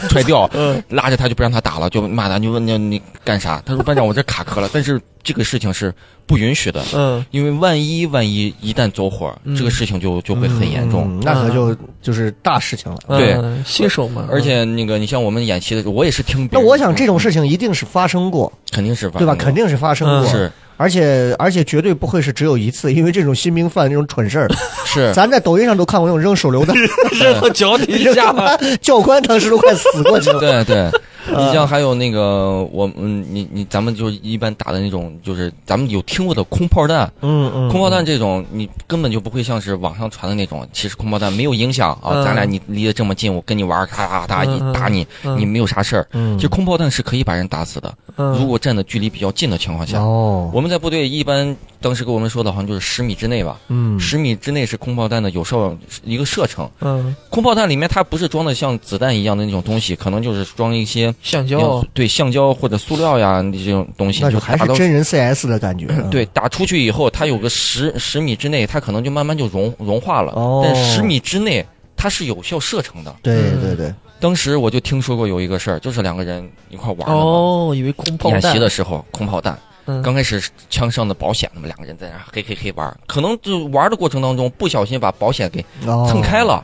D: 踹掉，拉着他就不让他打了，就骂他，你问你你干啥？他说班长我这卡壳了，但是这个事情是不允许的，
C: 嗯
D: 因为万一万一一旦走火，
C: 嗯
D: 这个事情就就会很严重。
B: 嗯那可就就是大事情了。
D: 对
C: 嗯新手嘛，
D: 而且那个，你像我们演习的时候，我也是听别
B: 那
D: 人。
B: 我想这种事情一定是发生过，
D: 肯定嗯是发
B: 对吧？
D: 生
B: 肯
D: 过
B: 定是发生过，
C: 嗯
D: 是
B: 而且而且绝对不会是只有一次，因为这种新兵犯这种蠢事儿，
D: [LAUGHS] 是
B: 咱在抖音上都看过那种扔手榴弹，
D: [LAUGHS]
C: 嗯扔到脚底下了。
B: 教官当时都快死过
D: [LAUGHS]
B: 去了。
D: 对
B: [LAUGHS]
D: 对，你
B: 呃
D: 像还有那个我嗯，你你咱们就一般打的那种，就是咱们有听过的空炮弹，
B: 嗯嗯，
D: 空炮弹这种你根本就不会像是网上传的那种，其实空炮弹没有影响啊，
C: 嗯
D: 咱俩你离得这么近，我跟你玩，咔咔咔
C: 嗯
D: 一打你，
C: 嗯
D: 你没有啥事儿。
B: 嗯，
D: 其实空炮弹是可以把人打死的，
C: 嗯
D: 如果站的距离比较近的情况下，
B: 哦，
D: 我们在部队一般当时给我们说的好像就是十米之内吧，
B: 嗯
D: 十米之内是空炮弹的有效一个射程。
C: 嗯
D: 空炮弹里面它不是装的像子弹一样的那种东西，可能就是装一些
C: 橡
D: 像
C: 胶
D: 塑对橡胶或者塑料呀这种东西，
B: 那就
D: 就
B: 还
D: 打
B: 是
D: 到
B: 真人 CS 的感觉。啊
D: [LAUGHS] 对，打出去以后，它有个十十米之内，它可能就慢慢就融融化了。
B: 哦
D: 但十米之内，它是有效射程的。
B: 对
C: 嗯
B: 对对，
D: 当时我就听说过有一个事儿，就是两个人一块玩儿呢嘛
C: 哦，以为空炮
D: 演
C: 弹
D: 习的时候空炮弹，
C: 嗯
D: 刚开始枪上的保险，那么两个人在那嘿嘿嘿玩儿，可能就玩儿的过程当中不小心把保险给
B: 哦
D: 蹭开，了，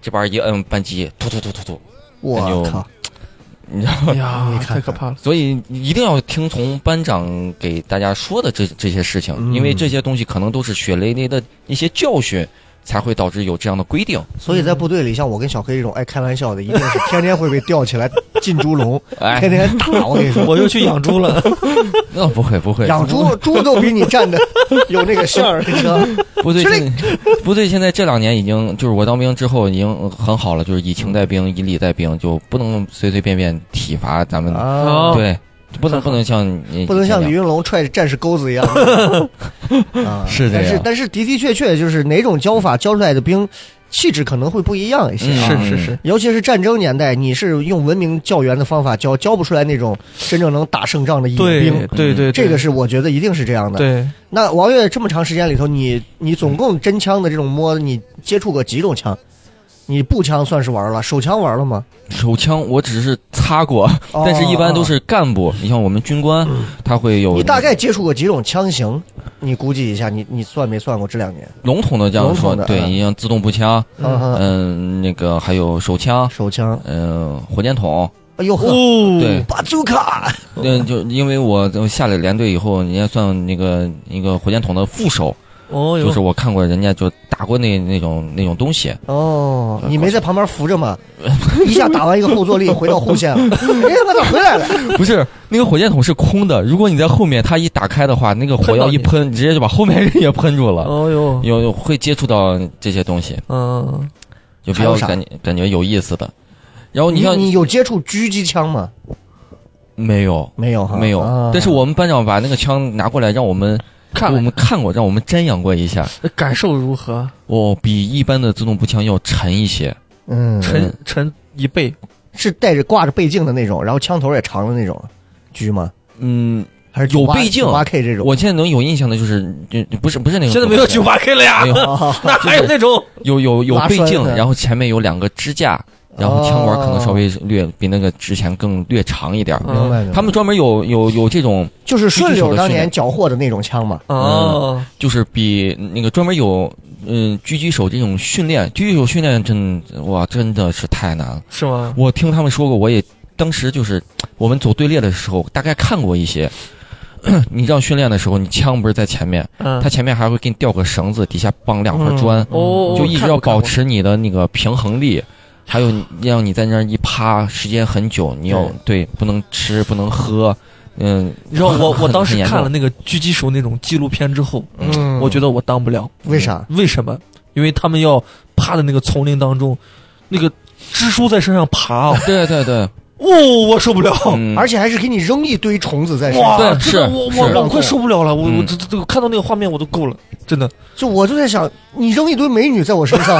D: 这边一摁扳机，突突突突突，那
B: 我
D: 就
B: 靠，
D: 你知道吗？
C: 哎呀
B: 你，看看
C: 太可怕了。
D: 所以一定要听从班长给大家说的这这些事情，
B: 嗯
D: 因为这些东西可能都是血淋淋的一些教训，才会导致有这样的规定。
B: 所以在部
D: 嗯
B: 队里，像我跟小黑这种爱开玩笑的，一定是天天会被吊起来进猪笼，
D: [LAUGHS] 哎
B: 天，天打。我跟
D: [LAUGHS]
B: 你说，
C: 我又去养猪了，
D: 那不会不会，
B: 养猪猪都比你站的有
D: [LAUGHS]
B: 那个性儿，你知道吗？
D: 部队
B: 之
D: 现部队现在 [LAUGHS] 这两年已经就是我当兵之后已经很好了，就是以情带
B: 嗯
D: 兵，以理带兵，就不能随随便便体罚咱们。
C: 嗯
B: 啊，
D: 对，不能不能像你
B: 不能像李云龙踹战士钩子一样。啊，
D: 是这
B: 但是
D: 样
B: 但是的的确确就是哪种教法教出来的兵，气质可能会不一样一些啊。
D: 嗯
C: 是是是，
B: 尤其是战争年代，你是用文明教员的方法教，教不出来那种真正能打胜仗的野
C: 对
B: 兵。
C: 对对，
B: 这个是我觉得一定是这样的。
C: 对
B: 那王月这么长时间里头，你你总共真枪的这种摸，你接触过几种枪？你步枪算是玩了，手枪玩了吗？
D: 手枪，我只是擦过，
B: 哦嗯
D: 但是一般都是干部。你像我们军官，他会有
B: 你大概接触过几种枪型？你估计一下，你你算没算过这两年？
D: 笼统的这样
B: 笼
D: 说
B: 统的，
D: 对，
B: 嗯
D: 你像自动步枪，
B: 嗯哼，
D: 嗯，那个还有手枪，
B: 手枪，
D: 嗯，火箭筒，
B: 哎呦呵，
C: 哦
D: 嗯对，
B: 巴祖卡，
D: 嗯，就因为我下了连队以后，人家算那个一个火箭筒的副手，
C: 哦
B: 哎
D: 就是
C: 哟，
D: 我看过人家就打过那那种那种
B: [LAUGHS]
D: 东西，
B: 哦，你没在旁边扶着
D: [LAUGHS]
B: 吗？一下打完一个后坐力，回到后线了，哎，我咋回来了？
D: 不是那个火箭筒是空的，如果你在后面，它一打开的话，那个火药一喷，你直接就把后面人也喷住了，
C: 哦哟，
D: 有有会接触到这些东西，
C: 嗯，
D: 就比
B: 还
D: 较
B: 有啥
D: 感觉感觉有意思的。然后你
B: 你
D: 像
B: 你有接触狙击枪吗？
D: 没有
B: 没有哈，
D: 没有
B: 啊，
D: 但是我们班长把那个枪拿过来让我们
C: 看
D: 给我们看过，让我们瞻仰过一下，
C: 感受如何？
D: 哦，比一般的自动步枪要沉一些，
B: 嗯，
C: 沉沉一倍，
B: 是带着挂着倍镜的那种，然后枪头也长的那种狙吗？
D: 嗯，
B: 还是
D: 有倍镜
B: 八 K 这种？
D: 我现在能有印象的就是就不是不是那种
C: 现在没有
D: 自
C: 九
D: 动步
C: 八 K 了呀
D: 枪，嗯没有。
B: 啊
C: [LAUGHS] 那还有那种
D: 有有有
B: 拉
D: 倍
B: 栓
D: 镜，
B: 的
D: 然后前面有两个支架，然后枪管可能稍微
B: 啊
D: 略比那个之前更略长一点儿。
C: 嗯
B: 明白明白，
D: 他们专门有有有这种，
B: 就是顺
D: 狙击手
B: 溜
D: 的
B: 当
D: 训
B: 年
D: 练
B: 缴获的那种枪嘛。
C: 哦，
D: 就是比那个专门有嗯狙击手这种训练，狙击手训练真哇真的是太难了。
C: 是吗？
D: 我听他们说过，我也当时就是我们走队列的时候，大概看过一些。 [COUGHS] 你这样训练的时候，你枪不是在前面，
C: 嗯，
D: 他前面还会给你吊个绳子，底下绑两块
B: 嗯
D: 砖，
C: 哦，
D: 就一直
C: 看
D: 要
C: 过看
D: 保
C: 过
D: 持你的那个平衡力，还有你让你在那儿一趴时间很久，你要对不能吃不能喝，嗯，
C: 你知道我
D: 很
C: 我当
D: 很
C: 时
D: 严
C: 看
D: 重
C: 了那个狙击手那种纪录片之后，
B: 嗯
C: 我觉得我当不了。
B: 为啥？
C: 为什么？因为他们要趴在那个丛林当中，那个蜘蛛在身上爬，
D: [LAUGHS]
C: 哦，
D: 对
C: [LAUGHS]
D: 对对，
C: 我受不了。
D: 嗯，
B: 而且还是给你扔一堆虫子在身上。
C: 哇，
D: 对
C: 真的，
D: 是
C: 我
D: 是
C: 我我快受不了了！我我
D: 嗯
C: 这这这看到那个画面我都够了，真的，
B: 就我就在想，你扔一堆美女在我身上，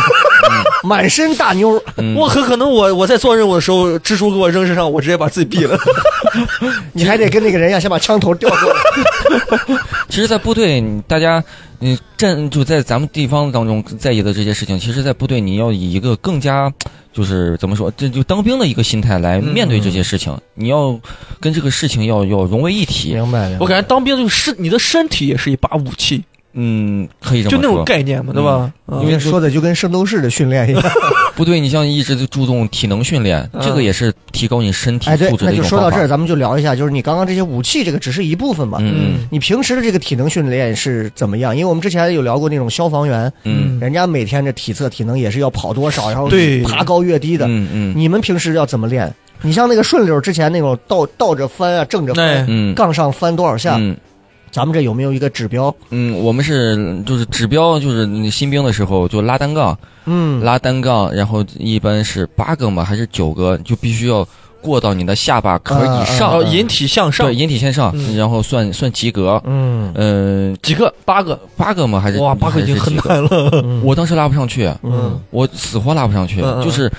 B: 满身大妞儿，
D: 嗯
C: 我很可能我我在做任务的时候，蜘蛛给我扔身上，我直接把自己毙了。
D: 嗯
B: 你还得跟那个人一样，先把枪头调过来。
D: 其实，在部队你大家。你站就在咱们地方当中在意的这些事情，其实，在部队你要以一个更加，就是怎么说，这就当兵的一个心态来面对这些事情。你要跟这个事情要要融为一体，
B: [LAUGHS] 明白了
C: [LAUGHS] 我感觉当兵就是身你的身体也是一把武器，
D: 嗯，可以这
C: 就
D: 么
C: 那种
D: 说。
C: 概念嘛，对吧？嗯
B: 因为说的就跟圣斗士的训练
D: [LAUGHS]
B: 一样。
D: 部队，你像一直就注重体能训练，这个也是提高你身体
B: 哎，对
D: 素，质
B: 那
D: 的一
B: 就
D: 种
B: 说
D: 方法。
B: 到这儿，咱们就聊一下，就是你刚刚这些武器，这个只是一部分嘛。
D: 嗯
B: 你平时的这个体能训练是怎么样？因为我们之前有聊过那种消防员，
D: 嗯
B: 人家每天这体测体能也是要跑多少，然后
C: 对
B: 爬高越低的。
D: 嗯嗯
B: 你们平时要怎么练？你像那个顺溜之前那种倒倒着翻啊，正着翻，
C: 哎
D: 嗯，
B: 杠上翻多少下？
D: 嗯
B: 咱们这有没有一个指标？
D: 嗯，我们是就是指标，就是你新兵的时候就拉单杠，
B: 嗯，
D: 拉单杠，然后一般是八个嘛还是九个，就必须要过到你的下巴壳以
C: 然
D: 上，
C: 后引体向上
D: 嗯对，，引体向上，然后算算及格。
B: 嗯
D: 嗯，
C: 几个八个，
D: 八个嘛还是
C: 哇，八个已经很。难了。
B: 嗯
D: 我当时拉不上去，
B: 嗯
D: 我死活拉不上去，
C: 嗯嗯
D: 就是，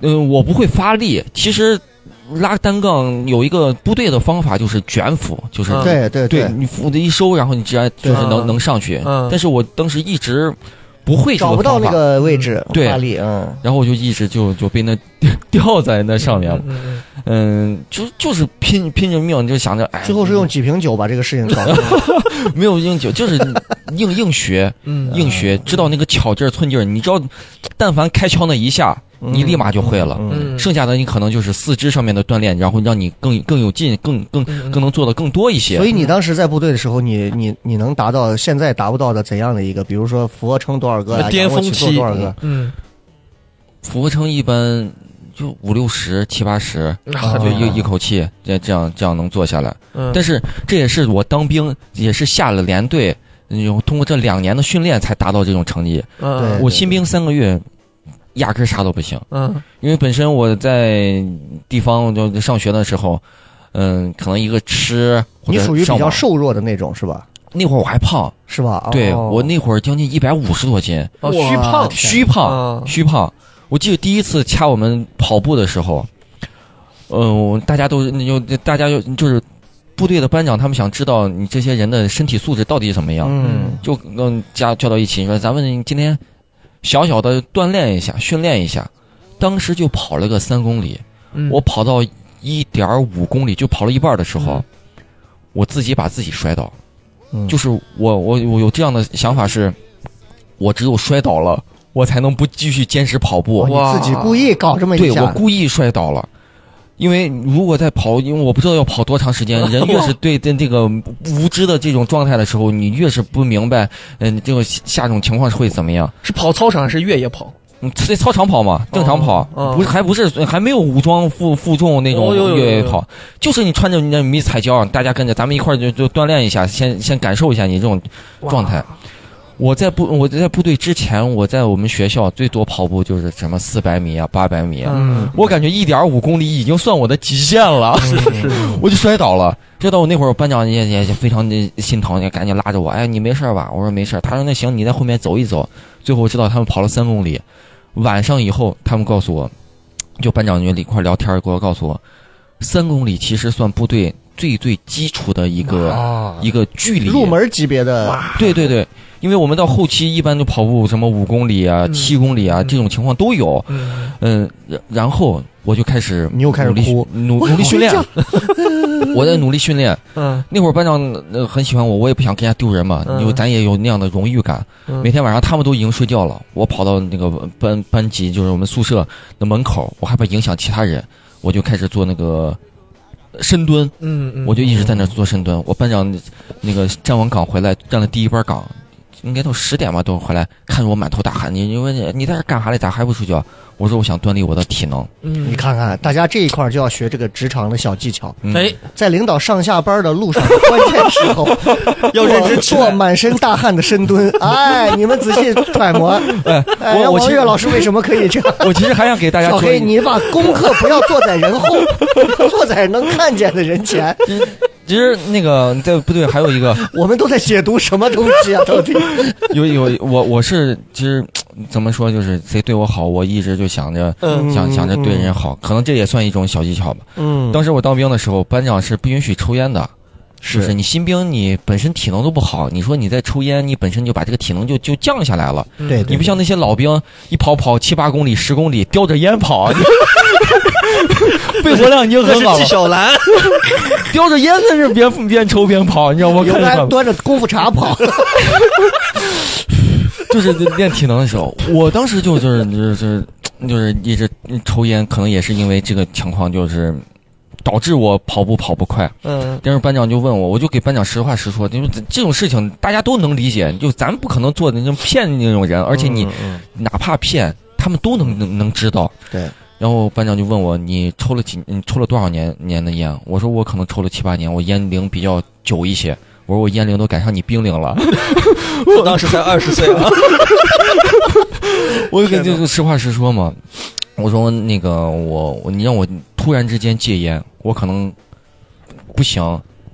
D: 嗯、我不会发力。其实拉单杠有一个部队的方法，就是卷腹，就是
C: 嗯
B: 对对
D: 对你腹的一收，然后你直接就是
C: 对
D: 能
C: 嗯
D: 能上去。
C: 嗯
D: 但是我当时一直不会这
B: 找
D: 个
B: 不到
D: 方
B: 那
D: 法，
B: 个位置
D: 对
B: 发力，嗯，
D: 然后我就一直就就被那 [LAUGHS] 吊在那上面了。
C: 嗯嗯
D: 嗯，就就是拼拼着命，就想着
C: [LAUGHS]
D: 哎，
B: 最后是用几瓶酒把这个事情搞定。
D: [LAUGHS] 没有硬酒，就是硬硬学
C: [LAUGHS] 嗯，
D: 硬学，知道那个巧劲儿寸劲儿。你知道，但凡开枪那一下，你立马就会了。
C: 嗯，
D: 剩下的你可能就是四肢上面的锻炼，然后让你更更有劲，更更
C: 嗯
D: 更能做的更多一些
B: 所。以你当时在部队的时候，你你你能达到现在达不到的怎样的一个，比如说俯卧撑多少个呀、
C: 巅
B: 仰卧
C: 峰
B: 起坐
C: 期
B: 多少个？
C: 嗯，
D: 俯卧撑一般就五六十、七八十，
C: 那
D: 就
C: 就
D: 一一口气这这样这样能做下来。
C: 啊嗯，
D: 但是这也是我当兵，也是下了连队，嗯通过这两年的训练才达到这种成绩。
B: 对
C: 嗯
D: 我新兵三个月，压根儿啥都不行，
C: 嗯
D: 因为本身我在地方就上学的时候，嗯，可能一个吃，或
B: 你
D: 者
B: 属于比
D: 上
B: 较
D: 网。
B: 瘦弱的那种是吧？
D: 那会儿我还胖，
B: 是吧？
D: 对
B: 哦
D: 我那会儿将近一百五十多斤，
B: 哇
C: 哦虚胖
D: 虚胖，
C: 啊
D: 虚胖。我记得第一次掐我们跑步的时候，嗯，我大家都那就大家就就是部队的班长，他们想知道你这些人的身体素质到底怎么样，
B: 嗯
D: 就嗯加叫到一起，你说咱们今天小小的锻炼一下，训练一下。当时就跑了个三公里，
C: 嗯
D: 我跑到一点五公里，就跑了一半的时候，我自己把自己摔倒。
B: 嗯，
D: 就是我我我有这样的想法是，我只有摔倒了，我才能不继续坚持跑步。
B: 哦
C: 哇
B: 你自己故意搞这么一
D: 对我
B: 下，
D: 故意摔倒了。因为如果在跑，因为我不知道要跑多长时间，人
C: [LAUGHS]
D: 越是对对这个无知的这种状态的时候，你越是不明白，嗯、这个下种情况是会怎么样？
C: 是跑操场还是越野跑？
D: 嗯，在操场跑嘛，正常跑，
C: 哦哦
D: 不是还不是还没有武装负负重那种
C: 哦有有有
D: 越野
C: 有
D: 跑，就是你穿着你那迷彩胶，大家跟着咱们一块儿就就锻炼一下，先先感受一下你这种
C: 哇
D: 状态。我在部我在部队之前，我在我们学校最多跑步就是什么四百米啊、八百米啊。
C: 嗯
D: 我感觉一点五公里已经算我的极限了，
B: 嗯
D: [LAUGHS] 我就摔倒了。摔倒我那会儿，班长也也也非常的心疼，也赶紧拉着我，哎，你没事儿吧？我说没事儿。他说那行，你在后面走一走。最后我知道他们跑了三公里，晚上以后他们告诉我，就班长就一块儿聊天儿，给我告诉我，三公里其实算部队最最基础的一个
B: 啊，
D: 一个距离，
B: 入门级别的，
D: 对对对，因为我们到后期一般就跑步什么五公里啊、
C: 嗯
D: 七公里啊
C: 嗯
D: 这种情况都有。
C: 嗯，
D: 嗯，然然后我就开始
B: 你又开始
D: 努力
B: 哭
D: 努努力训练。 [LAUGHS] 我在努力训练。
C: 嗯
D: 那会儿班长呃很喜欢我，我也不想跟人家丢人嘛，
C: 嗯
D: 因为咱也有那样的荣誉感。
C: 嗯
D: 每天晚上他们都已经睡觉了，我跑到那个班班级，就是我们宿舍的门口，我害怕影响其他人，我就开始做那个深蹲。
C: 嗯嗯，
D: 我就一直在那做深蹲。我班长那个站完岗回来，站了第一班岗，应该到十点吧，都回来看着我满头大汗。你你问你你在这干啥嘞？咋还不睡觉？我说我想锻炼我的体能。
C: 嗯
B: 你看看，大家这一块儿就要学这个职场的小技巧，
D: 嗯、
C: 哎，
B: 在领导上下班的路上的关键时
D: [LAUGHS]
B: 候，
C: 要认真起
B: 做
C: 来
B: 做满身大汗的深蹲。哎，你们仔细揣
D: [LAUGHS]
B: 摩。哎，
D: 我我
B: 王
D: 其
B: 月
D: 实
B: 老师为什么可以这样？
D: [LAUGHS] 我其实还想给大家
B: 小
D: 做
B: 黑，
D: 一
B: 你把功课不要坐在人
C: [LAUGHS]
B: 后，坐在能看见的人前。
D: 其实那个在部队还有一个
B: 我们都在解读什么东西啊？到
C: [LAUGHS]
B: 底？
D: [LAUGHS] 有有我我是其实怎么说就是谁对我好，我一直就想着。
B: 嗯
D: 想想着对人好，可能这也算一种小技巧吧。
B: 嗯，
D: 当时我当兵的时候，班长是不允许抽烟的，是不是？你新兵你本身体能都不好，你说你再抽烟，你本身就把这个体能就就降下来了。
C: 嗯
B: 对对
D: 你不像那些老兵，一跑跑七八公里、十公里，叼着烟跑， [LAUGHS] 肺活量已经
C: 这
D: 很
C: 是
D: 好
C: 纪 [LAUGHS]
D: 了，
C: 晓岚，
D: 叼着烟在这边边抽边跑，你知道吗？
B: 有
D: 看着
B: 人
D: 他
B: 端着功夫茶跑，
D: 就是练体能的时候，我当时就就是就是就是一直抽烟，可能也是因为这个情况，就是导致我跑步跑不快。
B: [LAUGHS]
C: 嗯
D: 但是班长就问我，我就给班长实话实说，因为这种事情大家都能理解，就咱们不可能做那种骗那种人，而且你哪怕骗，他们都能能能知道。
B: 对。
D: 然后班长就问我，你抽了几？你抽了多少年年的烟？我说我可能抽了七八年，我烟龄比较久一些。我说我烟龄都赶上你冰龄了。
C: 我当时才二十岁啊，
D: [LAUGHS] 我就跟就是实话实说嘛，我说那个我我你让我突然之间戒烟，我可能不行，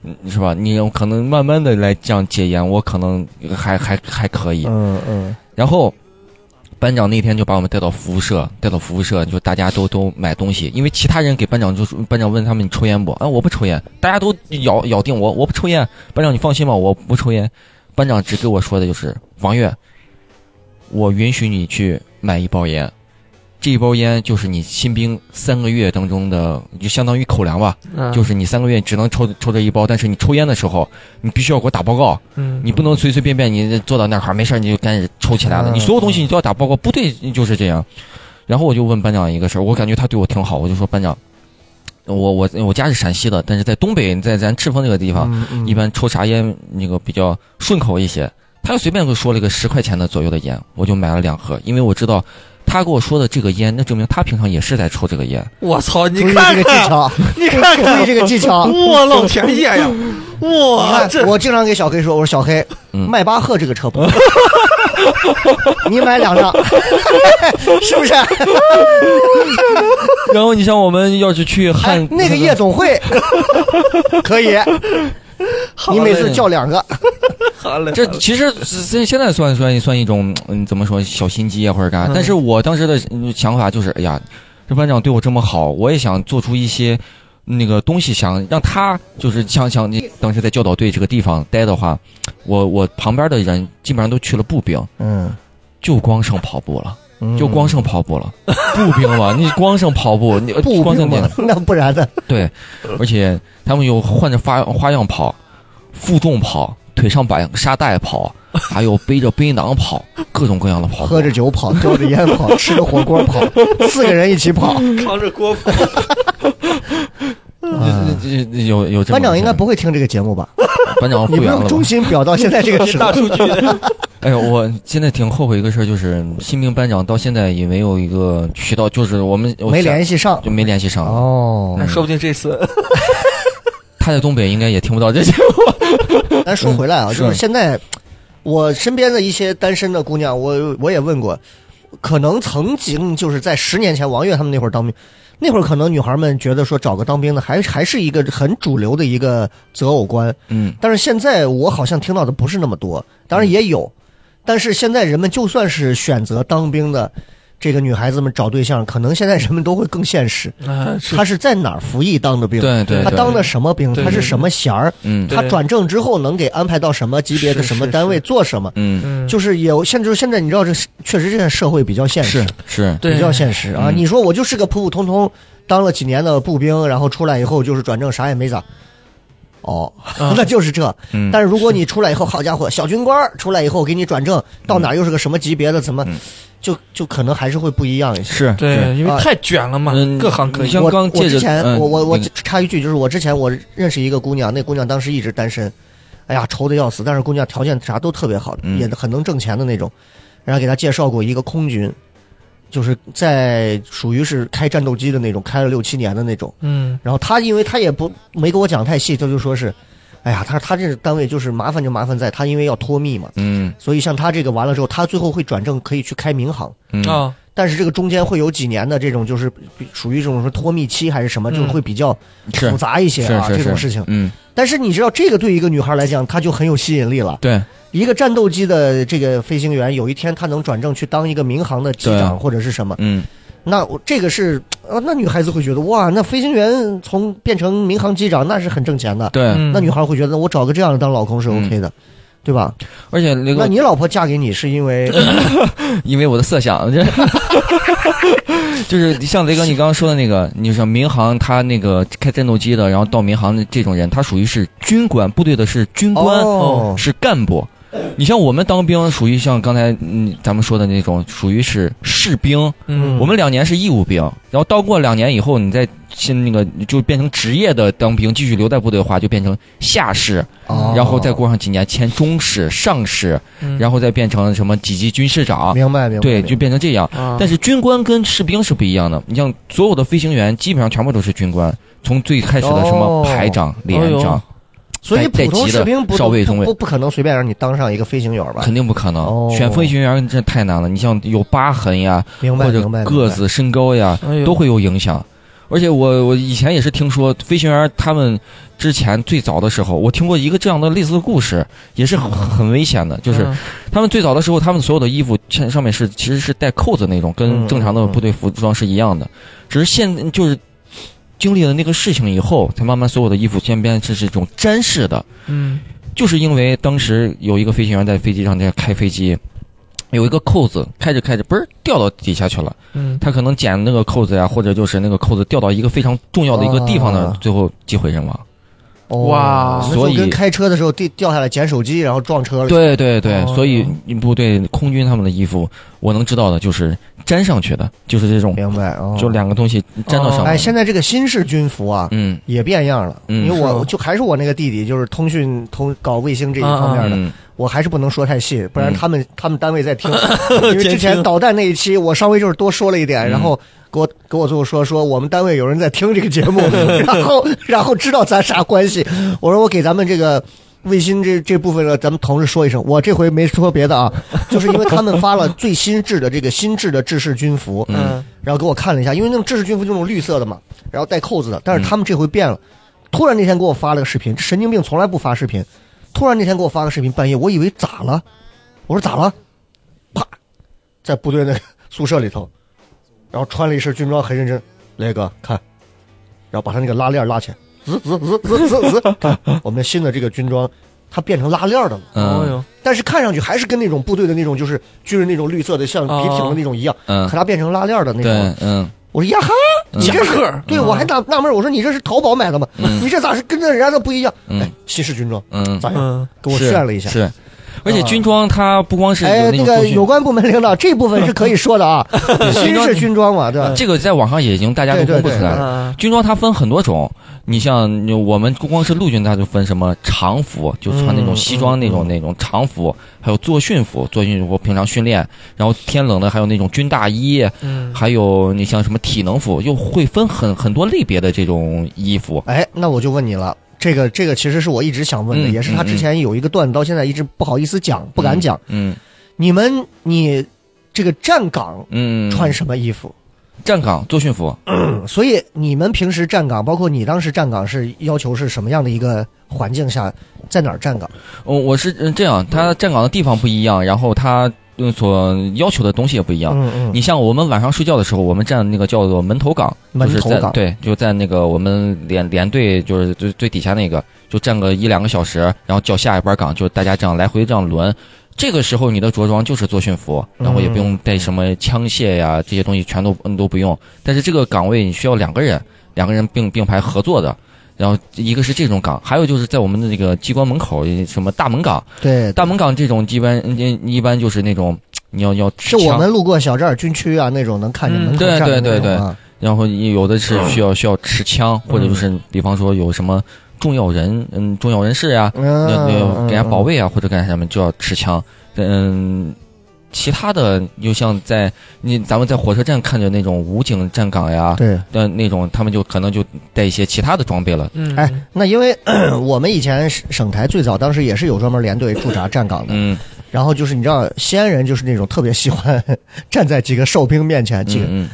D: 嗯是吧？你让我可能慢慢的来这样戒烟，我可能还还还可以。
B: 嗯嗯，
D: 然后班长那天就把我们带到服务社，带到服务社就大家都都买东西，因为其他人给班长就说班长问他们你抽烟不？啊，我不抽烟，大家都咬咬定我我不抽烟。班长你放心吧，我不抽烟。班长只给我说的就是王月，我允许你去买一包烟。这一包烟就是你新兵三个月当中的，就相当于口粮吧，
B: 嗯
D: 就是你三个月只能抽抽这一包，但是你抽烟的时候，你必须要给我打报告，
C: 嗯
D: 你不能随随便便你坐到那块儿没事儿你就开始抽起来了，
B: 嗯
D: 你所有东西你都要打包括部队就是这样。然后我就问班长一个事儿，我感觉他对我挺好，我就说班长，我我我家是陕西的，但是在东北，在咱赤峰这个地方，
B: 嗯嗯
D: 一般抽啥烟那个比较顺口一些。他又随便给我说了一个十块钱的左右的烟，我就买了两盒，因为我知道他给我说的这个烟，那证明他平常也是在抽这个烟。
C: [LAUGHS]
D: [LAUGHS]
C: 我操！你
B: 注意
C: 看
B: 这个技
C: 看，
B: 巧，
C: 你看
B: [LAUGHS] 注
C: 看
B: 意，这个技巧。
C: 我老天爷呀！
B: 你
C: 哇，
B: 看
C: 这
B: 我经常给小黑说，我说小黑，
D: 嗯
B: 迈巴赫这个车不
C: [LAUGHS]
B: 错，你买两辆， [LAUGHS] 是不是？
E: 然后你像我们要是去
B: 哎
E: 汉，
B: 那个夜总
C: [LAUGHS]
B: 会可以，
C: 好
B: 你每
C: 嘞，
B: 次叫两个，
C: 好
D: [LAUGHS]
C: 嘞，
D: 这其实现现在算算算一种，嗯，怎么说小心机啊或者干啥？但是我当时的嗯想法就是，哎呀，这班长对我这么好，我也想做出一些那个东西，想让他就是想想你当时在教导队这个地方待的话，我我旁边的人基本上都去了步兵，
B: 嗯，
D: 就光剩跑步了。就光剩跑步了，步兵嘛，你光剩跑步，你
B: 不
D: 光剩点
B: 嘛，那不然呢？
D: 对，而且他们有换着花花样跑，负重跑，腿上绑沙袋跑，还有背着背囊跑，各种各样的跑步
B: 喝。着酒跑，叼着烟跑，吃着火锅跑，四个人一起跑。
C: 扛着锅跑，
B: 啊
D: 这这嗯有有这么
B: 班长应该
D: 个事
B: 不会听这个节目吧？
D: 儿班
B: [LAUGHS]
D: 长
B: 你
D: 复
B: 不
D: 原
B: 用
D: 了吧
B: 忠？心表到现在这个时候
C: 大，数据，
D: 哎呦，我现在挺后悔一个事儿，就是新兵班长到现在也没有一个渠道，就是我们我
B: 没
D: 想
B: 联系上。
D: 就没联系上。
B: 哦，
C: 说不定这次
D: 他在东北应该也听不到这些。
B: 咱说回来啊，
D: 嗯
B: 就是
D: 是
B: 现在我身边的一些单身的姑娘，我我也问过，可能曾经就是在十年前王悦他们那会儿当兵，那会儿可能女孩们觉得说找个当兵的还还是一个很主流的一个择偶观，
D: 嗯，
B: 但是现在我好像听到的不是那么多，当然也有，但是现在人们就算是选择当兵的。这个女孩子们找对象，可能现在人们都会更现实。
C: 啊，是
B: 她是在哪儿服役当的兵？
D: 对对
B: 她
D: 对，
B: 当的什么兵？
C: 对
B: 她是
C: 对
B: 什么衔儿？
D: 嗯
B: 他
C: 对
B: 转正之后能给安排到什么级别的
C: 是
B: 什么
C: 是
B: 单位
C: 是
B: 做什么，
D: 嗯
C: 嗯
B: 就是有现就是现在你知道这确实这个社会比较现实，
D: 是
C: 对
B: 比较现实啊！
D: 嗯
B: 你说我就是个普普通通当了几年的步兵，然后出来以后就是转正啥也没咋，哦， [LAUGHS] 那就是这。
D: 嗯，
B: 但是如果你出来以后，好家伙，小军官儿出来以后给你转正，到哪儿又是个什么级别的，怎么
D: 嗯
B: 就就可能还是会不一样一些。
D: 是
C: 对，因
B: 啊
C: 为太卷了嘛
D: 嗯，
C: 各行各
D: 你
C: 业
D: 像
B: 我
D: 刚
B: 我
D: 借着
B: 之前
D: 嗯
B: 我我我
D: 那个
B: 插一句，就是我之前我认识一个姑娘，那姑娘当时一直单身，哎呀愁的要死，但是姑娘条件啥都特别好，
D: 嗯
B: 也很能挣钱的那种，然后给她介绍过一个空军，就是在属于是开战斗机的那种，开了六七年的那种，
C: 嗯，
B: 然后她因为她也不没给我讲太细，她就说是，哎呀，她说她这单位就是麻烦就麻烦在她因为要脱密嘛，
D: 嗯
B: 所以像她这个完了之后，她最后会转正可以去开民航。
D: 嗯
C: 啊，
B: 但是这个中间会有几年的这种，就是属于这种说脱密期还是什么，
C: 嗯
B: 就是会比较
D: 是
B: 复杂一些啊，
D: 是是
B: 这种
D: 是
B: 事情。
D: 嗯
B: 但是你知道，这个对于一个女孩来讲，她就很有吸引力了。
D: 对
B: 一个战斗机的这个飞行员，有一天她能转正去当一个民航的机
D: 对
B: 长或者是什么，
D: 嗯
B: 那我这个是呃，那女孩子会觉得哇，那飞行员从变成民航机长那是很挣钱的。
D: 对，
C: 嗯
B: 那女孩会觉得我找个这样的当老公是
D: 嗯
B: OK 的，对吧？
D: 而且那
B: 那
D: 个
B: 你老婆嫁给你是因
D: [LAUGHS]
B: 为
D: 因为我的色相， [LAUGHS] 这就是像雷哥你刚刚说的那个，你像民航他那个开战斗机的，然后到民航的这种人，他属于是军官部队的是军官，
B: 哦
D: 是干部。你像我们当兵，属于像刚才嗯咱们说的那种，属于是士兵。
C: 嗯，
D: 我们两年是义务兵，然后到过两年以后，你再进那个就变成职业的当兵，继续留在部队的话，就变成下士，
B: 哦
D: 然后再过上几年签中士、上士，
C: 嗯
D: 然后再变成什么几级军士长，
B: 明白明白
D: 对，
B: 明白
D: 就变成这样。
C: 啊
D: 但是军官跟士兵是不一样的，你像所有的飞行员基本上全部都是军官，从最开始的什么
B: 哦
D: 排长、连长，
B: 所以
D: 带
B: 普
D: 带
B: 通
D: 级
B: 士
D: 的
B: 兵不
D: 少尉中尉
B: 不不可能随便让你当上一个飞行员吧？
D: 肯定不可
B: 哦
D: 能。选飞行员真太难了，你像有疤痕呀，
B: 明白
D: 或者
B: 明白，
D: 个
B: 明白
D: 子、身高呀，
C: 哎呦
D: 都会有影响。而且我我以前也是听说飞行员他们之前最早的时候，我听过一个这样的类似的故事，也是很很危险的，就是
C: 嗯
D: 他们最早的时候，他们所有的衣服上上面是其实是带扣子那种，
B: 嗯
D: 跟正常的部队服装是一样的，只是现就是经历了那个事情以后，才慢慢所有的衣服渐变成是一种粘式的，
C: 嗯
D: 就是因为当时有一个飞行员在飞机上在开飞机，有一个扣子开着开着，嘣儿掉到底下去了，
C: 嗯，
D: 他可能捡那个扣子呀，或者就是那个扣子掉到一个非常重要的一个地方
B: 啊
D: 的，最后机毁人亡。
B: 哦
E: 哇
B: 那就
D: 所以
B: 跟开车的时候地掉下来捡手机，然后撞车了。
D: 对对对，
E: 哦
D: 所以部队空军他们的衣服，我能知道的就是粘上去的，就是这种，
B: 明白哦。
D: 就两个东西粘到上面。
B: 哎，现在这个新式军服啊，
D: 嗯
B: 也变样了。
D: 嗯
B: 因为
E: 是
B: 我
E: 吗
B: 就还是我那个弟弟，就是通讯通搞卫星这一方面的，
D: 嗯
B: 我还是不能说太细，不然
D: 嗯
B: 他们、他们单位在
D: [LAUGHS]
B: 听。因为之
C: 监
B: 前
C: 听
B: 导弹那一期，我稍微就是多说了一点，
D: 嗯
B: 然后给我给我最后说说我们单位有人在听这个节
D: [LAUGHS]
B: 目，然后然后知道咱啥关系。我说我给咱们这个。卫星这这部分呢，咱们同事说一声，我这回没说别的
D: [LAUGHS]
B: 啊，就是因为他们发了最新制的这个新制的制式军服，
C: 嗯，
B: 然后给我看了一下，因为那种制式军服就那种绿色的嘛，然后带扣子的，
D: 嗯
B: 但是他们这回变了，突然那天给我发了个视频，这神经病从来不发视频，突然那天给我发个视频，半夜我以为咋了，我说咋了，啪，在部队那个宿舍里头，然后穿了一身军装，很认真，雷哥看，然后把他那个拉链拉起来，滋滋滋滋滋滋，看我们的新的这个军装，它变成拉链的了。
C: 哦
D: 嗯
C: 哟，
B: 但是看上去还是跟那种部队的那种，就是军人那种绿色的，像皮艇的那种一样，
D: 嗯
B: 可，它变成拉链的那
D: 对
B: 种。，
D: 嗯
B: 我说呀哈，你这是
C: 客
B: 对我还纳纳闷儿，我说你这是淘宝买的吗？
D: 嗯
B: 你这咋是跟那人家的不一样？
D: 嗯
B: 哎，新式军装
D: 嗯，
B: 咋样？
C: 嗯，
B: 给我炫了一下。啊
D: 是，是而且军装它不光是
B: 哎，
D: 有
B: 那
D: 种
B: 个
D: 通讯
B: 有关部门领导这部分是可以说的
D: [LAUGHS]
B: 啊，新式军装嘛，对吧？
D: 呃这个在网上也已经大家都
B: 呃对对
D: 公布出来
B: 对嗯
D: 了。
C: 啊
D: 军装它分很多种，你像你我们不光是陆军，它就分什么常服，就穿那种西装那
B: 嗯
D: 种、那种常服，还有作训服，作训服平常训练，然后天冷的还有那种军大衣，
C: 嗯，
D: 还有你像什么体能服，又会分很很多类别的这种衣服。
B: 哎，那我就问你了，这个这个其实是我一直想问的，
D: 嗯
B: 也是他之前有一个段子，到现在一直不好意思讲，不敢讲。
D: 嗯
B: 你们你这个站岗
D: 嗯，
B: 穿什么衣服？嗯
D: 站岗作训服，
B: 所以你们平时站岗，包括你当时站岗是要求是什么样的一个环境下，在哪儿站岗？
D: 哦，我是嗯这样，它站岗的地方不一样，然后它嗯所要求的东西也不一样。
B: 嗯嗯，
D: 你像我们晚上睡觉的时候，我们站那个叫做门头岗，
B: 门
D: 就是
B: 头
D: 在
B: 岗
D: 对，就在那个我们连连队就是最最底下那个，就站个一两个小时，然后叫下一班岗，就是大家这样来回这样轮。这个时候你的着装就是作训服，
B: 嗯
D: 然后也不用带什么枪械呀这些东西，全都嗯都不用。但是这个岗位你需要两个人，两个人并并排合作的。然后一个是这种岗，还有就是在我们的这个机关门口，什么大门岗，
B: 对，
D: 大门岗这种一般嗯一般就是那种你要要
B: 是
D: 持
B: 我
D: 枪
B: 们路过小寨儿军区啊那种能看见门口
D: 嗯
B: 站的
D: 对对
B: 那种啊，
D: 然后有的是
B: 嗯
D: 需要需要持枪，或者就是比方说有什么重要人，嗯，重要人士呀、
B: 嗯，
D: 要要给人家保
B: 嗯，
D: 卫啊，或者干什么就要持枪。嗯，其他的又像在你咱们在火车站看着那种武警站岗呀
B: 嗯，对。
D: 那那种他们就可能就带一些其他的装备了。
C: 嗯，
B: 哎，那因为 [CLEARS THROAT] 咳我们以前省台最早当时也是有专门连队驻扎站岗的，
D: 嗯
B: 然后就是你知道西安人就是那种特别喜欢 [LAUGHS] 站在几个哨兵面前，几个、
D: 嗯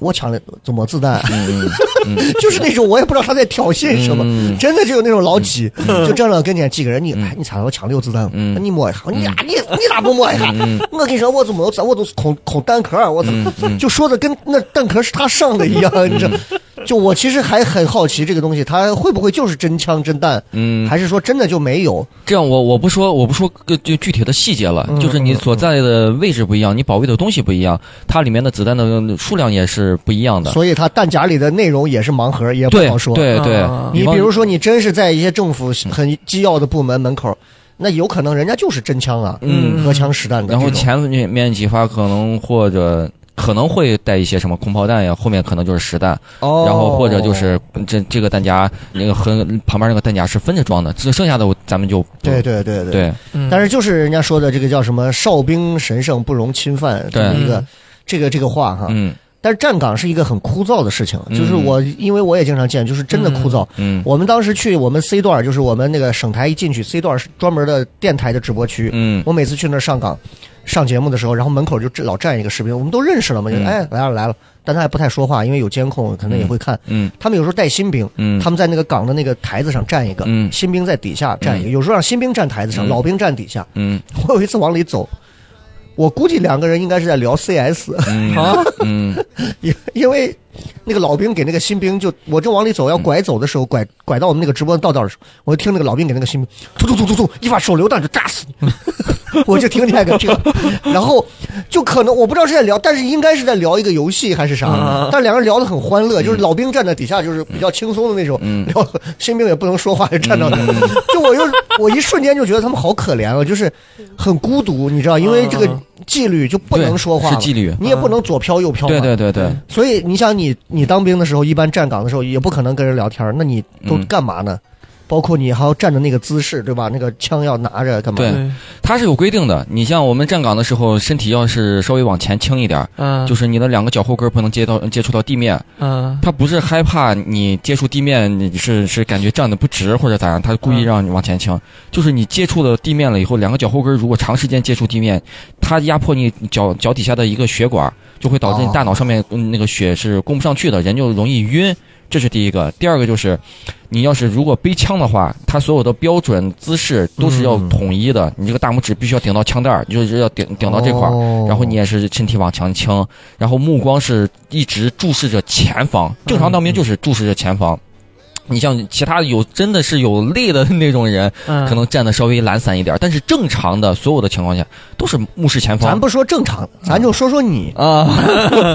B: 我抢了怎么子弹，
D: 嗯嗯嗯，
B: [LAUGHS] 就是那种我也不知道他在挑衅什么，
D: 嗯
B: 真的就有那种老几，就站到跟前几个人，你
D: 嗯
B: 哎你咋了我抢六子弹，
D: 嗯
B: 你摸一下，你咋你你咋不摸一下？
D: 嗯
B: 我跟你说，我怎么我都是恐恐蛋壳儿，我怎么
D: 嗯嗯
B: 就说的跟那蛋壳是他上的一样？你
D: [LAUGHS]
B: 知道？就我其实还很好奇这个东西，它会不会就是真枪真弹，
D: 嗯，
B: 还是说真的就没有？
D: 这样我我不说我不说个就具体的细节了，
B: 嗯
D: 就是你所在的位置不一样，你保卫的东西不一样，它里面的子弹的数量也是不一样的。
B: 所以它弹夹里的内容也是盲盒，也不
D: 嗯对
B: 好说。
D: 对对
C: 啊，
B: 你
D: 方
B: 比如说，你真是在一些政府很机要的部门门口，那有可能人家就是真枪啊，
D: 嗯
B: 荷枪实弹的
D: 然
B: 这
D: 后
B: 种。
D: 前面面几发可能或者可能会带一些什么空炮弹呀，后面可能就是实弹，
B: 哦，
D: 然后或者就是这这个弹夹那个和旁边那个弹夹是分着装的，这剩下的我咱们就
B: 对对对对。
D: 对
C: 嗯
B: 但是就是人家说的这个叫什么“哨兵神圣不容侵犯”这么
D: 对
B: 一个这个这个话哈，
D: 嗯
B: 但是站岗是一个很枯燥的事情，
D: 嗯
B: 就是我因为我也经常见，就是真的枯燥。
D: 嗯
B: 我们当时去我们 C 段，就是我们那个省台一进去，C 段是专门的电台的直播区。
D: 嗯
B: 我每次去那儿上岗上节目的时候，然后门口就老站一个士兵，我们都认识了嘛，就
D: 嗯
B: 哎来了来了，但他也不太说话，因为有监控，可能也会看。
D: 嗯
B: 他们有时候带新兵，
D: 嗯，
B: 他们在那个岗的那个台子上站一个，
D: 嗯
B: 新兵在底下站一个，有时候让新兵站台子上，
D: 嗯
B: 老兵站底下。
D: 嗯
B: [LAUGHS] 我有一次往里走，我估计两个人应该是在聊 CS，
D: 嗯
C: 啊，
D: [LAUGHS] 嗯
B: 因因为那个老兵给那个新兵就我正往里
D: 嗯
B: 走要拐走的时候，拐拐
D: [LAUGHS]
B: 到我们那个直播道道的时候，我就听那个老兵给那个新兵突突突突突一发手榴弹就炸死你，我就听见个这个， [LAUGHS] 然后就可能我不知道是在聊，但是应该是在聊一个游戏还是
D: 啊
B: 啥，
C: 嗯
B: 但两个人聊得很欢乐，就是老兵站在底下就是比较轻松的那种，
D: 嗯
B: 聊得新兵也不能说话就站到那， [LAUGHS] 就我就我一瞬间就觉得他们好可怜啊，就是很孤独，你知道，因为这个
C: 嗯
B: 纪律就不能说话
D: 啊是
B: 了
D: 纪律。啊
B: 你也不能左飘右飘嘛，
D: 对对对对，
B: 所以你想你，你当兵的时候，一般站岗的时候也不可能跟人聊天儿，那你都
D: 嗯
B: 干嘛呢？包括你还要站的那个姿势，对吧？那个枪要拿着干嘛？
D: 对
C: 对，啊
D: 它是有规定的。你像我们站岗的时候，身体要是稍微往前倾一点儿，
C: 嗯，
D: 就是你的两个脚后跟不能接到接触到地面。
C: 嗯，
D: 他不是害怕你接触地面，你是是感觉站的不直或者咋样，他故意
C: 嗯
D: 让你往前倾。就是你接触了地面了以后，两个脚后跟如果长时间接触地面，它压迫你脚脚底下的一个血管，就会导致
B: 哦
D: 你大脑上面嗯那个血是供不上去的，人就容易晕。这是第一个，第二个就是，你要是如果背枪的话，它所有的标准姿势都是要
C: 嗯
D: 统一的，你这个大拇指必须要顶到枪带儿，你就是要顶顶到这块儿。
B: 哦
D: 然后你也是身体往前倾，然后目光是一直注视着前方。正常当兵就是注视着前方。你像其他有真的是有累的那种人，
C: 嗯
D: 可能站的稍微懒散一点，但是正常的所有的情况下都是目视前
B: 咱
D: 方。
B: 不说正常的，咱就说说你，
D: 啊，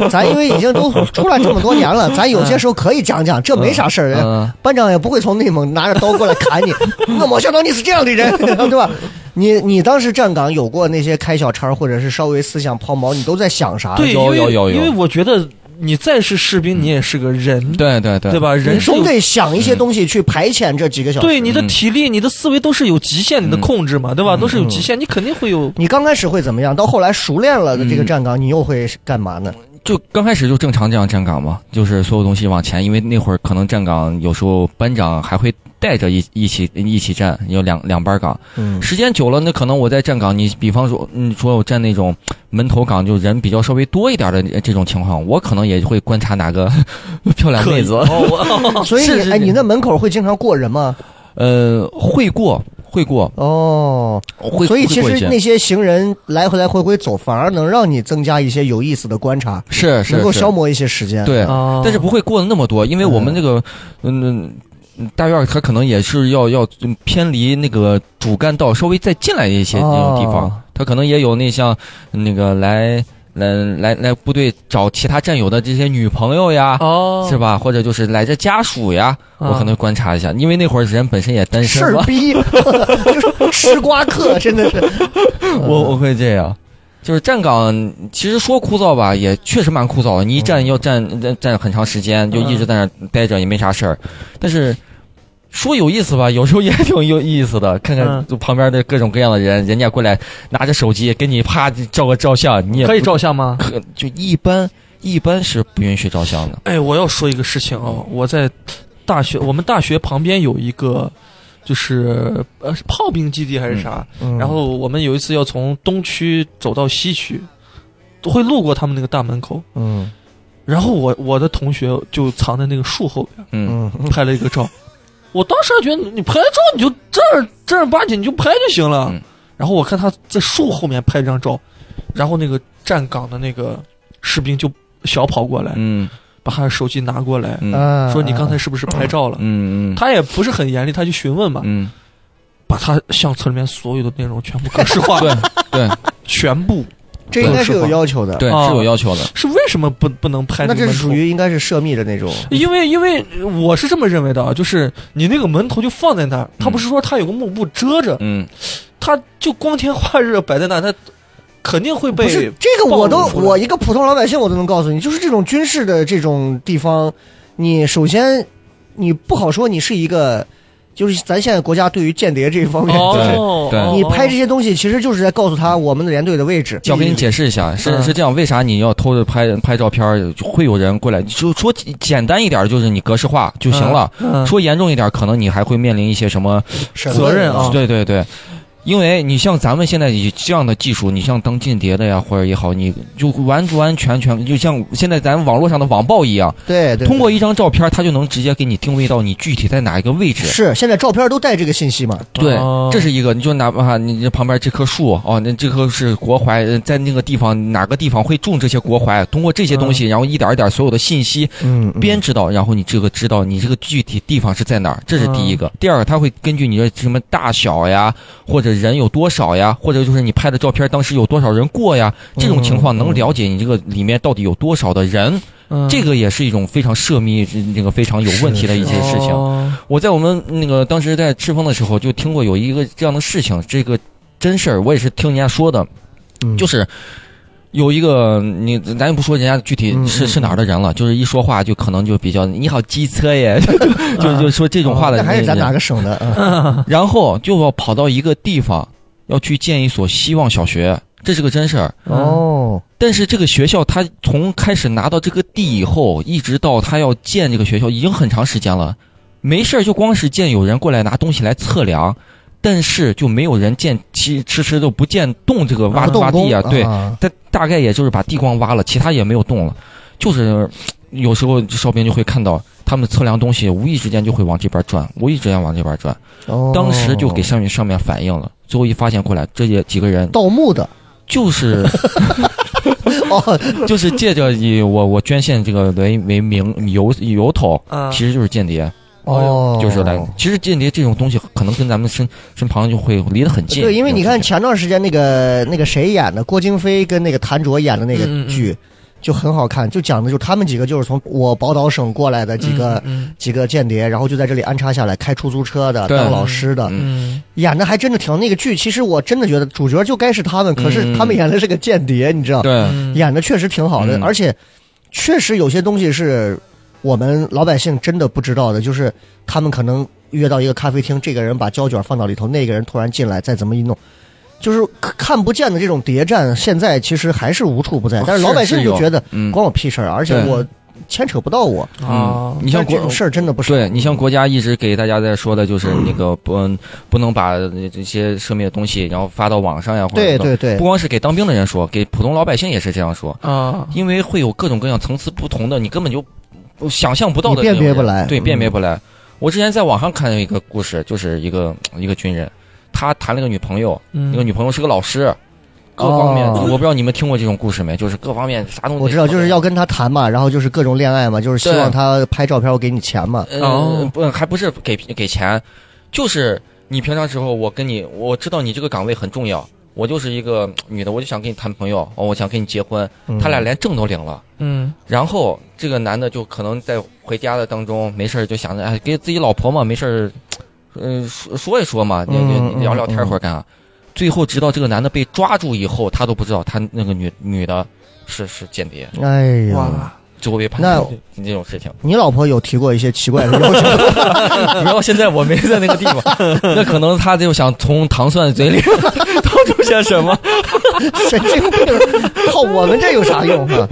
B: 咱因为已经
D: [LAUGHS]
B: 都出来这么多年了，咱有些时候可以讲讲，这没啥事儿。人
D: 嗯
B: 班长也不会从内蒙拿着刀过来砍
D: [LAUGHS]
B: 你，我没想到你是这样的人， [LAUGHS] 对吧？你你当时站岗有过那些开小差儿或者是稍微思想抛锚，你都在想啥？
C: 对，
D: 啊有
C: 因为
D: 有有有嗯
C: 因为我觉得你再是士兵，你也是个人，
D: 对对对
C: 对？吧？人
B: 你
C: 是
B: 总
C: 有
B: 得想一些东西去排遣这几个小时。
C: 对你的
D: 嗯
C: 体力、你的思维都是有极限，你的
D: 嗯
C: 控制嘛，对吧？都是有极限，你肯定会
D: [LAUGHS]
C: 有。
B: 你刚开始会怎么样？到后来熟练了的这个站岗，你又会干嘛呢？
D: 就刚开始就正常这样站岗嘛，就是所有东西往前，因为那会儿可能站岗有时候班长还会带着一一起一起站，有两两班岗。
B: 嗯，
D: 时间久了，那可能我在站岗，你比方说，你说我站那种门头岗，就人比较稍微多一点的这种情况，我可能也会观察哪个 [LAUGHS] 漂亮妹子，
C: 哦，
B: 所以
D: 是是
B: 你哎，
D: 是
B: 你那门口会经常过人吗？
D: 呃，会过，会过，
B: 哦，
D: 会，
B: 所以其
D: 会过一
B: 实
D: 些
B: 那些行人来回来回回走，反而能让你增加一些有意思的观察，
D: 是是
B: 能够
D: 是
B: 消磨一些时间。，
D: 对，
C: 哦
D: [LAUGHS] 但是不会过的那么多，因为我们这个，嗯。嗯大院儿它可能也是要要嗯偏离那个主干道稍微再进来一些那种地方，
B: 哦
D: 它可能也有那像那个来来来来部队找其他战友的这些女朋友呀，
C: 哦，
D: [LAUGHS] 是吧？或者就是来这家属呀，
C: 啊
D: 我可能观察一下，因为那会儿人本身也单
B: 事
D: 身
B: 儿
D: 嘛，
B: 逼， [LAUGHS] 就是吃瓜客，真的是。
D: 我
C: 啊
D: 我会这样。就是站岗，其实说枯燥吧，也确实蛮枯燥的。你一
C: 嗯
D: 站要站站站很长时间，就一直在那儿待着，也没啥事儿。但是说有意思吧，有时候也挺有意思的。看看
C: 嗯
D: 就旁边的各种各样的人，人家过来拿着手机跟你啪照个照相，你也
C: 可以
D: 不
C: 照相吗？
D: 可就一般一般是不允许照相的。
C: 哎，我要说一个事情哦，
D: 嗯
C: 我在大学，我们大学旁边有一个，就是呃是炮兵基地还
D: 嗯
C: 是啥，嗯然后我们有一次要从东区走到西区，都会路过他们那个大门口，
B: 嗯
C: 然后我我的同学就藏在那个树后边
D: 嗯，
B: 嗯，
C: 拍了一个照，我当时还觉得你拍照你就正儿正儿八经你就拍就行了，
D: 嗯
C: 然后我看他在树后面拍张照，然后那个站岗的那个士兵就小跑过来，
D: 嗯
C: 把他的手机拿过来。
D: 嗯嗯
B: 啊
C: 说你刚才是不是拍照了？
D: 嗯嗯
C: 他也不是很严厉，他就询问嘛，
D: 嗯，
C: 把他相册里面所有的内容全部格式
D: [LAUGHS]
C: 化， [LAUGHS]
D: 对对
C: 全部
B: 这应该是有要求的，
D: 对，
C: 啊
D: 是有要求的。
C: 是为什么不不能拍
B: 那
C: 个
B: 这
C: 门
B: 是
C: 头
B: 属于应该是涉密的那种。
C: 因为因为我是这么认为的啊，就是你那个门头就放在那儿，他不是说他有个幕布遮着，
D: 嗯，
C: 他就光天化日地摆在那儿，他肯定会
B: 不是
C: 被
B: 这个，我都
C: 暴露出来
B: 我一个普通老百姓我都能告诉你，就是这种军事的这种地方，你首先你不好说你是一个，就是咱现在国家对于间谍这一方面，
C: 哦，
D: 对对
C: 哦
B: 你拍这些东西其实就是在告诉他我们的连队的位置。
D: 要给你解释一下，是
C: 嗯
D: 是这样，为啥你要偷着拍拍照片儿，就会有人过来？就说简单一点，就是你格式化就行了。
C: 嗯
D: 说严重一点，可能你还会面临一些什么？
B: 审
C: 责
B: 问
C: 任啊
D: 对对对，因为你像咱们现在以这样的技术，你像当间谍的呀，或者也好，你就完完全全就像现在咱网络上的网暴一样，
B: 对对，
D: 通过一张照片，他就能直接给你定位到你具体在哪一个位置。
B: 是现在照片都带这个信息嘛？
D: 对
C: 哦，
D: 这是一个，你就哪怕你这旁边这棵树哦，那这棵是国槐，呃在那个地方哪个地方会种这些国槐？通过这些东西，然后一点一点所有的信息
B: 嗯，
D: 编制到，然后你这个知道你这个具体地方是在哪儿，这是第一个。第二个，他会根据你的什么大小呀，或者者人有多少呀，或者就是你拍的照片当时有多少人过呀，这种情况能了解你这个里面到底有多少的人，
C: 嗯
D: 这个也是一种非常涉密、那个非常有问题的一些事情。
C: 情，
D: 我在我们那个当时在赤峰的时候，就听过有一个这样的事情，这个真事儿，我也是听人家说的，
B: 嗯
D: 就是有一个你，咱也不说人家具体
B: 嗯
D: 是、
B: 嗯
D: 是哪儿的人了，就是一说话就可能就比较你好机
B: [LAUGHS]
D: 车耶，就就就说这种话的
B: 哦那
D: 人，
B: 还是咱哪个省的？嗯
D: 然后就要跑到一个地方，要去建一所希望小学，这是个真事儿。
B: 哦，
D: 但是这个学校，他从开始拿到这个地以后，一直到他要建这个学校，已经很长时间了。没事儿，就光是见有人过来拿东西来测量，但是就没有人见，其迟迟都不见动这个挖
B: 不动
D: 挖地
B: 工
D: 啊。对，
B: 啊
D: 但大概也就是把地光挖了，其他也没有动了。就是嗯有时候哨兵就会看到他们测量东西，无意之间就会往这边转，无意之间往这边转。
B: 哦
D: 当时就给上面上面反映了，最后一发现过来，这些几个人
B: 盗墓的
D: 就是
B: 哦， [LAUGHS]
D: 就是借着以我我捐献这个为为名由由头，
C: 啊
D: 其实就是间谍，
B: 哦，
D: 就是来。其实间谍这种东西可能跟咱们身身旁就会离得很近。
B: 对，因为你看
D: 这种
B: 前段时间那个那个谁演的，郭京飞跟那个谭卓演的那
C: 嗯
B: 个
C: 嗯
B: 剧，就很好看，就讲的就他们几个就是从我宝岛省过来的几个
C: 嗯
B: 几个间谍，然后就在这里安插下来，开出租车的，
D: 对
B: 当老师的，
D: 嗯
C: 嗯，
B: 演的还真的挺那个剧。其实我真的觉得主角就该是他们，可是
D: 嗯
B: 他们演的是个间谍，你知道，
C: 嗯
D: 对，
B: 演的确实挺好的，
D: 嗯
B: 而且确实有些东西是我们老百姓真的不知道的，就是他们可能约到一个咖啡厅，这个人把胶卷放到里头，那个人突然进来，再怎么一弄，就是可看不见的这种谍战，现在其实还是无处不在。
D: 哦
B: 但是老百姓
D: 是是有
B: 就觉得
D: 嗯
B: 关我屁事儿，啊而且
D: 对
B: 我牵扯不到我。
D: 嗯
C: 啊，，
D: 你像
B: 但是这
D: 国
B: 种事儿真的不是
D: 对你像国家一直给大家在说的就是
B: [CLEARS THROAT]
D: 那个不不能把这些涉密的东西然后发到网上呀，或者
B: 对
D: 等
B: 对对
D: 不光是给当兵的人说，给普通老百姓也是这样说，
C: 啊，
D: 因为会有各种各样层次不同的，你根本就想象不到的
B: 你辨
D: 那种人，
B: 别不来
D: 对，
B: 嗯
D: 辨别不来。我之前在网上看到一个故事，就是一个呃一个军人，他谈了个女朋友，
C: 那
D: 那个女朋友是个老师，各方面，
B: 嗯哦
D: 我不知道你们听过这种故事没，就是各方面啥东西，
B: 我知道，就是要。跟他谈嘛，然后就是各种恋爱嘛，就是希望
D: 对
B: 他拍照片，我给你钱嘛。
D: 呃
C: 哦，
D: 不，还不是给给钱，就是你平常时候，我跟你，我知道你这个岗位很重要，我就是一个女的，我就想跟你谈朋友，哦，我想跟你结婚，
B: 嗯
D: 他俩连证都领了。
C: 嗯
D: 然后这个男的就可能在回家的当中没事儿就想着，哎，给自己老婆嘛，没事儿，嗯、说说一说嘛，就
B: 嗯
D: 就
B: 嗯
D: 聊聊天儿或者干啥。最后直到这个男的被抓住以后，他都不知道他那个女女的是是间谍，
B: 哎呀，
C: 哇，
D: 最后被判
B: 那
D: 这种事情。 [LAUGHS]
B: 你老婆有提过一些奇怪的要求吗？
D: 主要现在我没在那个地
B: [LAUGHS]
D: 方，那可能他就想从糖蒜嘴里 [LAUGHS] 掏出些什么。
B: 神经病，靠我们这有啥用啊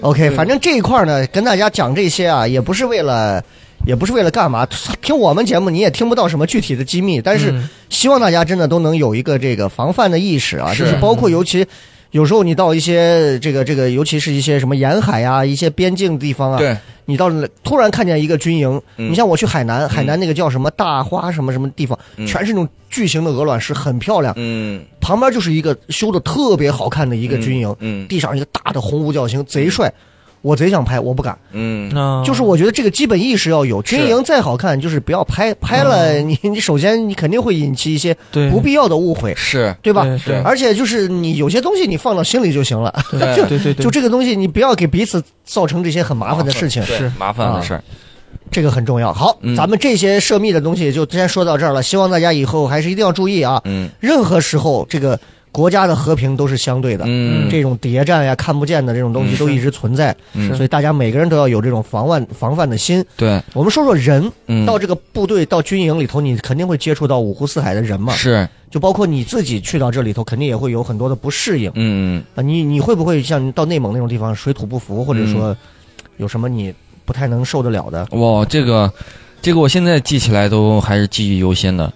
B: ？OK，反正这一块呢，跟大家讲这些啊，也不是为了，也不是为了干嘛。听我们节目你也听不到什么具体的机密，但是
C: 嗯
B: 希望大家真的都能有一个这个防范的意识啊，
D: 是
B: 就是包括尤其。有时候你到一些这个这个，尤其是一些什么沿海啊、一些边境地方啊，
D: 对，
B: 你到了突然看见一个军营，
D: 嗯
B: 你像我去海南，海南那个叫什么大花什么什么地方，
D: 嗯
B: 全是那种巨型的鹅卵石，很漂亮。
D: 嗯，
B: 旁边就是一个修的特别好看的一
D: 一
B: 个军营，
D: 嗯
B: 地上一个大的红五角星，贼帅，我贼想拍，我不敢。
D: 嗯，
C: 啊，
B: 就是我觉得这个基本意识要有，军营再好看，就是不要拍，拍了你你首先你肯定会引起一些
C: 对
B: 不必要的误会，
D: 是，
B: 对吧？
C: 对是
B: 而且就是你有些东西你放到心里就行了， [LAUGHS]
D: 对
C: 对对对，
B: 就这个东西你不要给彼此造成这些很麻烦的事情，啊
D: 对
C: 是
D: 麻烦的事儿。
B: 这个很重要。好，
D: 嗯
B: 咱们这些涉密的东西就先说到这儿了，希望大家以后还是一定要注意啊。
D: 嗯
B: 任何时候，这个国家的和平都是相对的，
D: 嗯，
B: 这种谍战呀、看不见的这种东西
D: 嗯
B: 都一直存在，
D: 嗯
B: 所以大家每个人都要有这种防范防范的心。
D: 对，
B: 我们说说人，
D: 嗯，
B: 到这个部队、到军营里头，你肯定会接触到五湖四海的人嘛，
D: 是，
B: 就包括你自己去到这里头，肯定也会有很多的不适应。
D: 嗯
B: 啊，你你会不会像到内蒙那种地方水土不服，或者说有什么你不太能受得了的？
D: 嗯，哇，这个这个我现在记起来都还是记忆犹新的。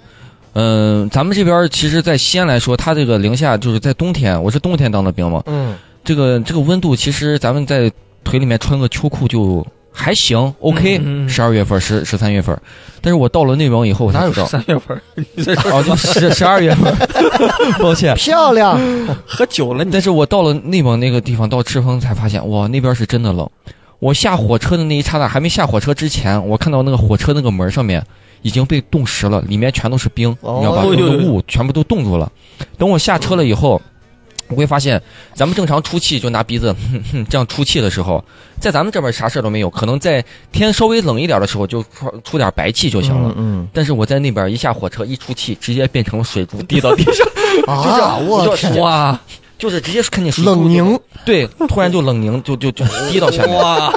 D: 嗯，咱们这边儿其实，在西安来说，它这个零下就是在冬天，我是冬天当的兵嘛，
B: 嗯，
D: 这个这个温度，其实咱们在腿里面穿个秋裤就还行，OK
C: 嗯嗯。嗯
D: 十二月份、十十三月份，但是我到了内蒙以后，我才
C: 哪有
D: 知
C: [LAUGHS]
D: 道，
C: 三月份儿？你在
D: 哦，就十十二月份， [LAUGHS] 抱歉。
B: 漂亮，
C: 喝酒
B: 嗯
C: 了你？
D: 但是我到了内蒙那个地方，到赤峰才发现，哇，那边是真的冷。我下火车的那一刹那，还没下火车之前，我看到那个火车那个门上面已经被冻实了，里面全都是冰，
B: 哦
D: 你知道吧？
C: 哎呦
D: 那个
C: 呦
D: 雾全部都冻住了。等我下车了以后，我会发现，咱们正常出气就拿鼻子这样出气的时候，在咱们这边啥事儿都没有，可能在天稍微冷一点的时候就出出点白气就行了。
B: 嗯
D: 但是我在那边一下火车一出气，直接变成水珠滴到地上，
B: 嗯啊，我天，
C: 哇
D: 就是直接看见水珠
B: 冷凝，
D: 对，突然就冷凝，就就就滴到下面，
C: 哇，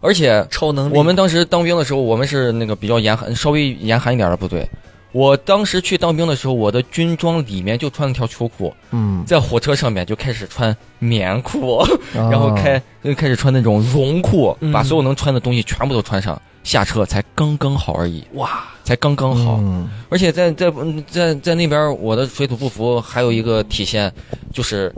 D: 而且
C: 超能力！
D: 我们当时当兵的时候，我们是那个比较严寒，稍微严寒一点的部队。我当时去当兵的时候，我的军装里面就穿了条秋裤，
B: 嗯，
D: 在火车上面就开始穿棉裤，
B: 然
D: 然后开就开始穿那种绒裤，
C: 啊嗯
D: 把所有能穿的东西全部都穿上，下车才刚刚好而已，
C: 哇，
D: 才刚刚好。
B: 嗯
D: 而且在在嗯在在那边，我的水土不服还有一个体现，就是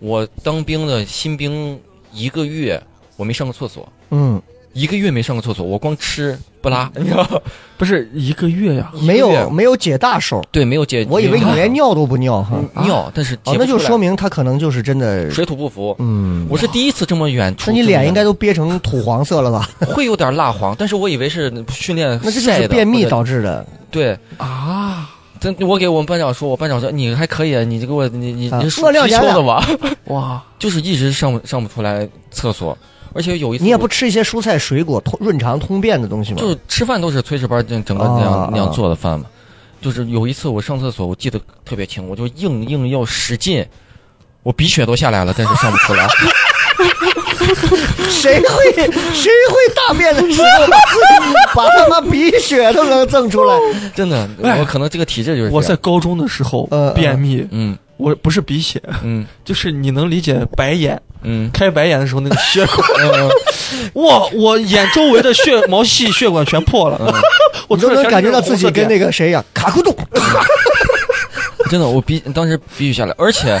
D: 我当兵的新兵一个月我没上过厕所，
B: 嗯，
D: 一个月没上过厕所，我光吃不
B: [LAUGHS]
D: 拉，你知道吗？
C: 不是一个月呀，
B: 没有没有解大手，
D: 对，没有解，
B: 我以为你
D: 没有
B: 连尿都不尿哈，
D: 尿，但是
B: 哦
D: 嗯啊解，不
B: 那就
D: 出来
B: 说明他可能就是真的，
D: 水土不服。
B: 嗯，
D: 我是第一次这么远出，
B: 那你
D: 这么
B: 脸
D: 远
B: 应该都憋成土黄色了吧？
D: 会有点蜡黄，但是我以为是训练
B: 那这就
D: 晒
B: 是
D: 的
B: 便秘
D: 或者
B: 导致的，
D: 对。
C: 啊，
D: 真，我给我们班长说，我班长说你还可以，你这给我你你
B: 啊
D: 你是
B: 我了
D: 貔
B: 解
D: 貅
B: 了
D: 的吧？
C: 哇，
D: 就是一直上不上不出来厕所，而且有一次
B: 你也不
D: 我
B: 吃一些蔬菜水果通润肠通便的东西吗？
D: 就是吃饭都是炊事班这样整个那样、
B: 啊
D: 那样
B: 啊
D: 做的饭嘛。就是有一次我上厕所，我记得特别清，我就硬硬要使劲，我鼻血都下来了，但是上不出来。 [LAUGHS]
B: 谁会谁会大便的时候把自
D: [LAUGHS]
B: 己把他妈鼻血都能挣出来？
D: 真的，
C: 哎
D: 我可能这个体质就是这样
C: 我在高中的时候
B: 呃
C: 便秘，
D: 嗯
C: 我不是鼻血，
D: 嗯
C: [LAUGHS] 就是你能理解白眼，
D: 嗯，
C: 开白眼的时候那个血管， [LAUGHS] 哇，我眼周围的血毛细血管全破了， [LAUGHS] 我
B: 你都
C: 突
B: 能
C: 然
B: 感觉到自己跟那个谁一样，卡
D: [LAUGHS]
B: 库杜。
D: 真的，我鼻当时鼻血下来，而且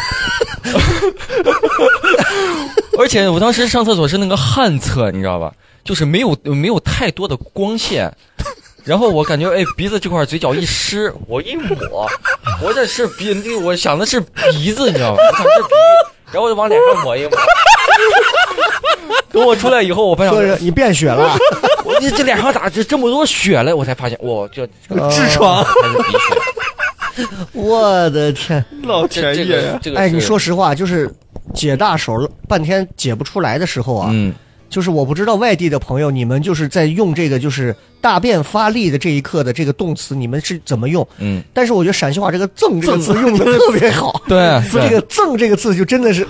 D: 而且我当时上厕所是那个旱厕，你知道吧？就是没有没有太多的光线。然后我感觉，哎，鼻子这块嘴角一湿，我一抹，我这是鼻，那我想的是鼻子，你知道吧？我想的是鼻，然后我就往脸上抹一抹。等我出来以后，我班长
B: 说
D: 说
B: 是你便血
D: [LAUGHS]
B: 了，
D: 我这这脸上咋这这么多血了？我才发现，我
B: [LAUGHS]
D: 这这个哦
C: 痔疮，
D: 还是鼻血。
B: 我的天！
C: 老
D: 这
C: 天
D: 这
C: 爷
D: 个
C: 呀，
D: 这个，
B: 哎，你说，实话，就是解大手了半天解不出来的时候啊，
D: 嗯，
B: 就是我不知道外地的朋友，你们就是在用这个就是大便发力的这一刻的这个动词，你们是怎么用？
D: 嗯，，
B: 但是我觉得陕西话这个“赠”这个词用的特别好
D: [LAUGHS] 对，
B: 这个“赠”这个字就真的是，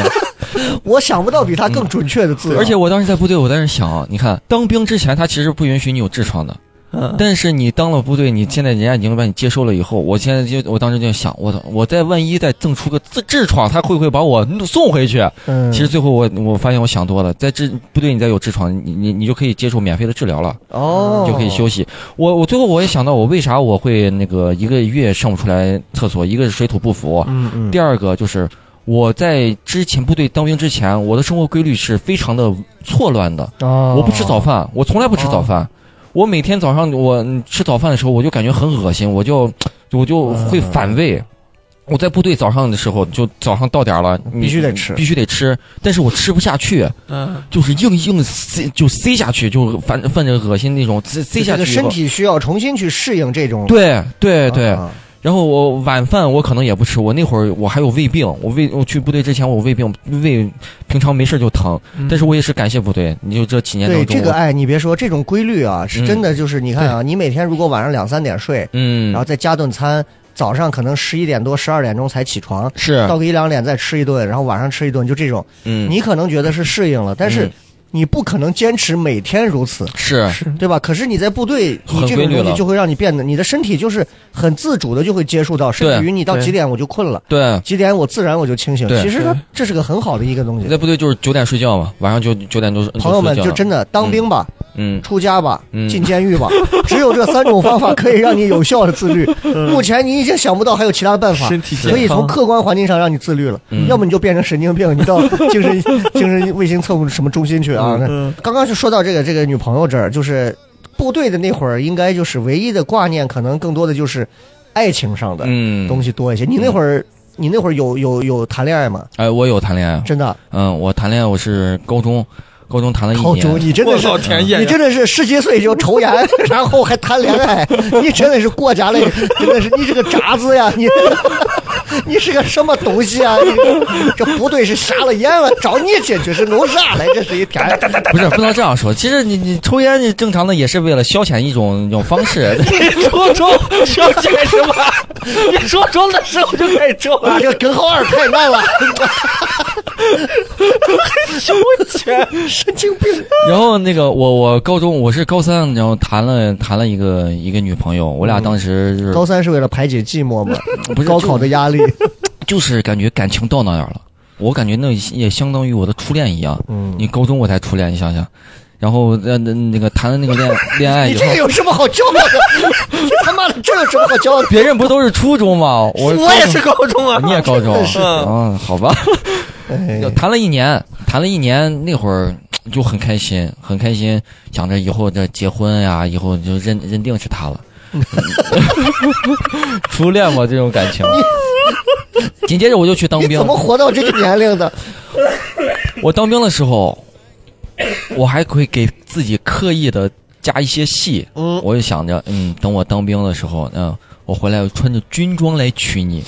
B: [LAUGHS] 我想不到比它更准确的字了。啊
D: 而且我当时在部队，我在那想啊，你看当兵之前他其实不允许你有痔疮的，
C: 嗯
D: 但是你当了部队，你现在人家已经把你接收了以后，我现在就我当时就想，我操我再万一再赠出个痔痔疮，他会不会把我送回去？
B: 嗯，
D: 其实最后我我发现我想多了，在痔部队你再有痔疮，你你你就可以接受免费的治疗了，
B: 哦，
D: 就可以休息。我我最后我也想到，我为啥我会那个一个月上不出来厕所，一个是水土不服，
B: 嗯。嗯
D: 第二个就是我在之前部队当兵之前，我的生活规律是非常的错乱的。
B: 哦，
D: 我不吃早饭，我从来不吃早饭。我每天早上我嗯吃早饭的时候，我就感觉很恶心，我就我就
B: 嗯
D: 会反胃。我在部队早上的时候，就早上到点儿了，你
B: 必须得吃
D: 必须得吃，但是我吃不下去，
C: 嗯，
D: 就是硬硬塞就塞下去，就反反正恶心那种，塞塞
B: 就
D: 下
B: 这个
D: 去以
B: 身
D: 后。
B: 体需要重新去适应这种。
D: 对对对，
B: 啊
D: 然后我晚饭我可能也不吃，我那会儿我还有胃病，我胃我去部队之前我胃病胃平常没事就疼，但是我也是感谢部队，你就这几年当
B: 嗯对
D: 中
B: 这
D: 我，
B: 个，哎，你别说，这种规律啊，是真的，就是你看啊，你每天如果晚上两三点睡，
D: 嗯，
B: 然后再加顿餐，早上可能十一点多、十二点钟才起床，
D: 是，
B: 到个一两点再吃一顿，然后晚上吃一顿，就这种，
D: 嗯，
B: 你可能觉得是适应了，但是
D: 嗯
B: 你不可能坚持每天如此。
D: 是
C: 是
B: 对吧？可是你在部队，你
D: 很
B: 这
D: 规
B: 种
D: 律
B: 东西
D: 了
B: 就会让你变得，你的身体就是很自主的就会接触到，甚至
D: 对
B: 于你到
C: 对
B: 几点我就困了，
D: 对，
B: 几点我自然我就清醒。
D: 对
B: 其实它
C: 对
B: 这是个很好的一个东西
D: 在。部队就是九点睡觉嘛，晚上就九点钟
B: 朋友们，就
D: 睡觉了
B: 真的当兵吧，
D: 嗯
B: 出家吧，
D: 嗯
B: 进监狱吧，只有这三种方法可以让你有效的
D: [LAUGHS]
B: 自律。
D: 嗯
B: 目前你已经想不到还有其他办法，
C: 身体健康
B: 可以从客观环境上让你自律了，
D: 嗯
B: 要么你就变成神经病，你
C: [LAUGHS]
B: 到精神精神卫星测控什么中心去啊？
C: 嗯
B: 刚刚是说到这个这个女朋友这儿，就是部队的那会儿，应该就是唯一的挂念，可能更多的就是爱情上的
D: 嗯
B: 东西多一些。你那会儿，你那会儿有有有谈恋爱吗？
D: 哎，我有谈恋爱，
B: 真的啊
D: 嗯，我谈恋爱我是高中，高中谈了一
B: 靠主，
D: 年，嗯
B: 你真的
C: 我
B: 是
C: 操，天
B: 你
C: 爷！
B: 真的是十七岁就抽烟， [LAUGHS] 然后还谈恋爱， [LAUGHS] 你真的是国家嘞，真的是你是个渣子呀！ [LAUGHS] 你你是个什么东西啊？你这部队是瞎了眼了，找你进去是弄啥嘞？这是一天，
D: 不是不能这样说。其实你你抽烟，你正常的也是为了消遣一种一种方
B: [LAUGHS]
D: 式。
C: 抽抽抽起来什么？你说抽的时候就开始抽
B: 啊，
C: 了，
B: 这个根号二太难了， [LAUGHS]
C: 修钱。
B: 神经病！
D: 然后那个我我高中我是高三，然后谈了谈了一个一个女朋友，我俩当时就是
B: 嗯高三是为了排解寂寞嘛，
D: 不是
B: 高考的压力，
D: 就是感觉感情到那样了。我感觉那也相当于我的初恋一样。
B: 嗯
D: 你高中我才初恋，你想想，然后呃那那个谈了那个恋恋爱
B: 你
D: 哎以
B: 这
D: 后
B: 个，有什么好骄傲的？ [LAUGHS] 这他妈的这有什么好骄傲的？
D: 别人不都是初中吗？我
C: 我也是高中啊
D: 高中，你也高
B: 真
D: 中
B: 的 [LAUGHS] 是
D: 啊？好吧，
B: 哎
D: 就 [LAUGHS] 谈了一年，谈了一年那会儿就很开心，很开心，想着以后这结婚呀、以后就认认定是他了。 [LAUGHS]
E: 初恋嘛，这种感
B: [LAUGHS]
E: 情。
D: 紧接着我就去当
B: 你
D: 兵
B: 怎，么活到这个年龄的？
D: 我当兵的时候，我还可以给自己刻意的加一些戏。
B: 嗯
D: 我就想着，嗯，等我当兵的时候，嗯，我回来我穿着军装来娶你，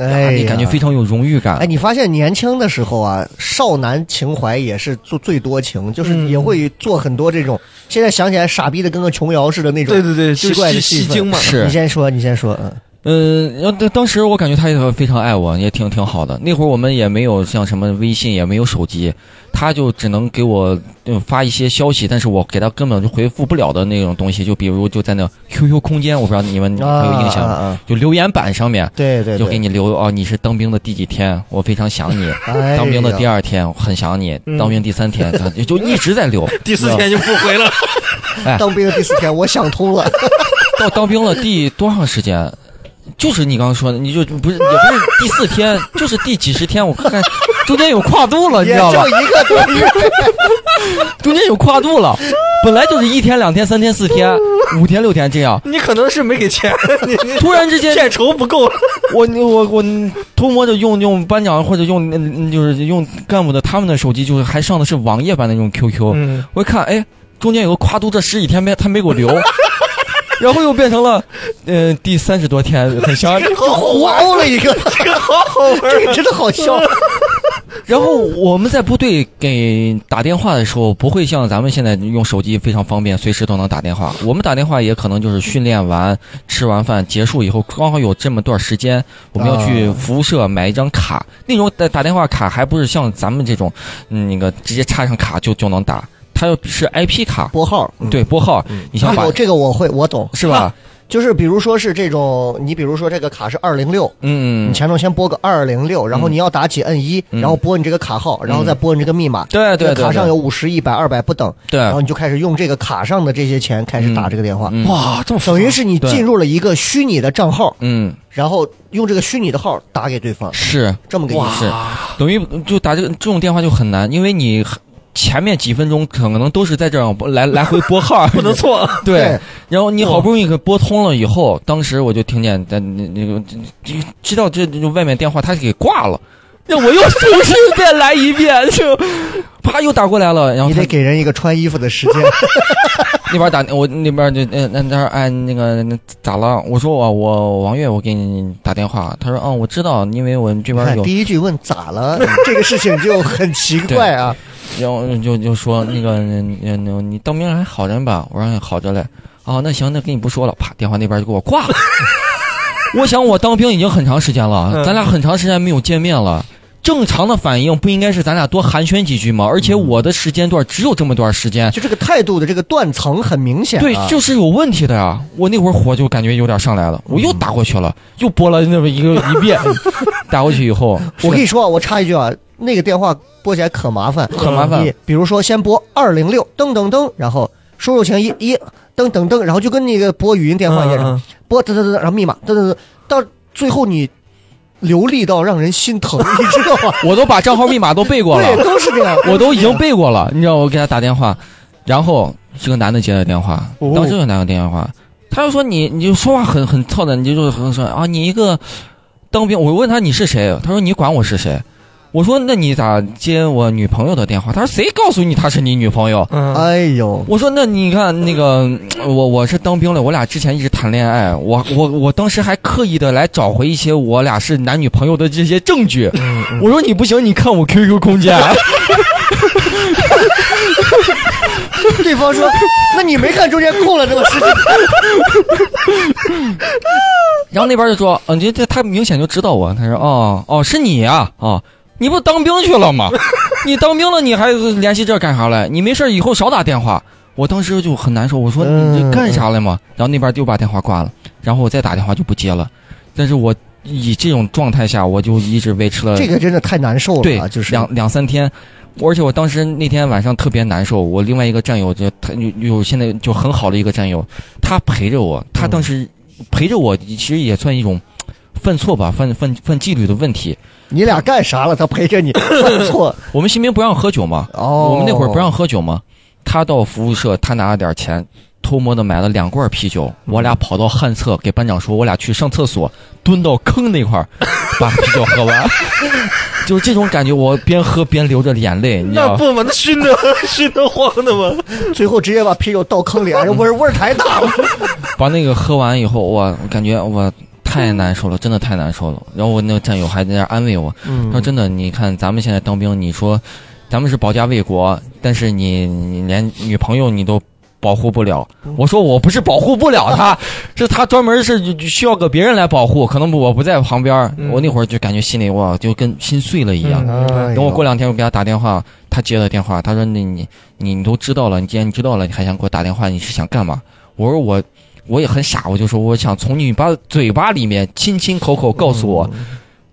D: 啊
B: 哎
D: 你
B: 呀，
D: 感觉非常有荣誉感。
B: 哎，你发现年轻的时候啊，少男情怀也是做最多情，就是
C: 嗯
B: 也会做很多这种。现在想起来，傻逼的跟个琼瑶似的那种。
C: 对对对，就
B: 奇怪的
C: 吸
B: 戏
C: 吸
B: 份
C: 精嘛。
D: 是
B: 你，先说，你先说，嗯，
D: 嗯，然后当当时我感觉他也非常爱我，也挺挺好的。那会儿我们也没有像什么微信，也没有手机，他就只能给我嗯发一些消息，但是我给他根本就回复不了的那种东西，就比如就在那
B: 啊
D: QQ 空间，我不知道你们有没有印象，
B: 啊啊啊
D: 就留言板上面。
B: 对对，
D: 就给
B: 你
D: 你留哦，你是当兵的第几天？我非常想你。
B: 哎
D: 当兵的第
B: 二，
D: 二天，我很想你；当兵第三天，就一直
B: [LAUGHS]
D: 在留。
C: 第四天就不回了，
D: 哎
B: 当兵的第四天，我想通了，
D: 到当兵了第多长时间？就是你刚刚说的，你就不是也不是第四天，就是第几十天，我看看中间有跨度了，你
B: 也
D: 知道吧
B: 就？一个多月。
D: 中间有跨度了，本来就是一天、两天、三天、四天、五天、六天这样，
C: 你可能是没给钱，你你
D: 突然之间
C: 片酬不够了。
D: 我我我偷摸着用用班长或者用嗯就是用干部的他们的手机，就是还上的是网页版的那种 QQ，、
C: 嗯
D: 我一看，哎，中间有个跨度，这十几天没他没给我留， [LAUGHS] 然后又变成了，嗯、第三十多天
B: [LAUGHS]
D: 很香，
B: 我欧哦了
D: [LAUGHS]
B: 一个，
C: 这个好好玩
B: 这个真的好笑。
D: 嗯然后我们在部队给打电话的时候，不会像咱们现在用手机非常方便，随时都能打电话。我们打电话也可能就是训练完、吃完饭结束以后，刚好有这么段时间，我们要
B: 啊
D: 去服务社买一张卡。那种打打电话卡还不是像咱们这种，嗯那个直接插上卡就就能打，它要是 IP 卡，
B: 拨号，嗯
D: 对拨号，你想
B: 这
D: 把
B: 个这个啊我会，我懂，
D: 是吧？
B: [LAUGHS] 就是比如说是这种，你比如说这个卡是二零六，
D: 嗯
B: 你，前头先拨个二零六，然后你要打几摁一，然后拨你这个卡号，然后再拨你这个密码。
D: 嗯对对
B: 这个
D: 对，
B: 卡上
D: 对
B: 有五十、一百、二百不等，
D: 对
B: 然后你就开始用这个卡上的这些钱开始打这个电话，
D: 嗯
C: 哇，这么
B: 等于是你进入了一个虚拟的账号，
D: 嗯
B: 然后用这个虚拟的号打给对方，
D: 是。
B: 这么个意
C: 哇
B: 思。
D: 是
C: 啊
D: 等于就打这个这种电话就很难，因为你前面几分钟可能都是在这样来来回拨号，
C: [LAUGHS] 不能错，
D: [LAUGHS] 对
B: 对，
D: 然后你好不容易给拨通了以后，当时我就听见在那那个就知道这这外面电话他给挂
C: [LAUGHS]
D: 了，
E: 那我又重新再来一遍，就
D: 啪又打过来了，然后
B: 你
D: 他
B: 得给人一个穿衣服的
D: [LAUGHS]
B: 时间，
D: 那边打我那边就嗯那那哎那个那咋了？我说我我王月我给你打电话，他说嗯我知道，因为我们这
B: 你
D: 边
B: 看
D: 有
B: 第一句问咋
D: [LAUGHS]
B: 了，这个事情就很奇怪啊。
D: 然后嗯就就说那个，那那你当兵还好着吧？我说哎好着嘞。哦，那行，那跟你不说了，啪，电话那边就给我挂了。 [LAUGHS] 我想我当兵已经很长时间了，
C: 嗯
D: 咱俩很长时间没有见面了。正常的反应不应该是咱俩多寒暄几句吗？而且我的时间段只有这么段时间，
B: 嗯就这个态度的这个断层很明显、啊。
D: 对，就是有问题的呀。我那会儿火就感觉有点上来了，我又
B: 嗯
D: 打过去了，又拨了那么一个一
B: [LAUGHS]
D: 遍，打过去以后，
B: 我跟你说啊，我插一句啊，那个电话拨起来可麻烦，
D: 很麻烦
B: 你比如说，先拨二零六，噔噔噔，然后输入前一一，噔噔噔，然后就跟那个拨语音电话一样，
C: 嗯
B: 拨噔噔噔，然后密码噔噔噔，到最后你流利到让人心
D: [LAUGHS]
B: 疼，你知道吗？
D: 我都把账号密码都背过了，
B: 对，都是这样。
D: 我都已经背过了，你知道我给他打电话，然后是个男的接的电话，
C: 哦
D: 当时就拿个电话，他就说你你就说话很很操蛋，你就说很说啊你一个当兵，我问他你是谁，他说你管我是谁，我说那你咋接我女朋友的电话？他说谁告诉你她是你女朋友？
C: 嗯，
B: 哎呦，
D: 我说那你看那个，呃我我是当兵了，我俩之前一直谈恋爱，我我我当时还刻意的来找回一些我俩是男女朋友的这些证据。我说你不行，你看我 QQ 空间。啊
B: 对方说，那你没看中间空了这么十
D: [LAUGHS]
B: 几？
D: 然后那边就说，嗯、这这他明显就知道我，他说哦哦是你啊哦，你不当兵去了吗？你当兵了你还联系这干啥嘞？你没事儿以后少打电话。我当时就很难受，我说
B: 嗯
D: 你这干啥嘞嘛？然后那边就把电话挂了，然后我再打电话就不接了。但是我以这种状态下，我就一直维持了
B: 这个真的太难受
D: 对
B: 了，啊就是
D: 两两三天。我而且我当时那天晚上特别难受，我另外一个战友就他有有现在就很好的一个战友，他陪着我，他
B: 嗯
D: 当时陪着我，其实也算一种犯错吧，犯犯犯纪律的问题。
B: 你俩干啥了？他陪着你犯错
D: 我们新兵不让喝酒嘛，
B: 哦，
D: 我们那会儿不让喝酒嘛，他到服务社，他拿了点钱，偷摸的买了两罐啤酒，我俩跑到旱厕给班长说，我俩去上厕所，蹲到坑那块儿，把啤酒喝完， [LAUGHS] 就是这种感觉，我边喝边流着眼泪，你知道
C: 那
D: 吗？
C: 不嘛，那熏得熏得慌的嘛。
B: 最后直接把啤酒倒坑里，哎然后味儿味儿太大
D: [LAUGHS]
B: 了。
D: 把那个喝完以后，我感觉我太难受了，真的太难受了。然后我那个战友还在那儿安慰我，他说：“真的，你看咱们现在当兵，你说咱们是保家卫国，但是你你连女朋友你都保护不了。”我说：“我不是保护不了她，是她专门是需要个别人来保护，可能我不在旁边儿。
C: 嗯
D: 我那会儿就感觉心里哇，就跟心碎了一样。
B: 哎呦
D: 嗯等我过两天我给他打电话，他接了电话，他说你你你你都知道了，你既然你知道了，你还想给我打电话，你是想干嘛？我说我我也很傻，我就说我想从你把嘴巴里面亲亲口口告诉我、
B: 嗯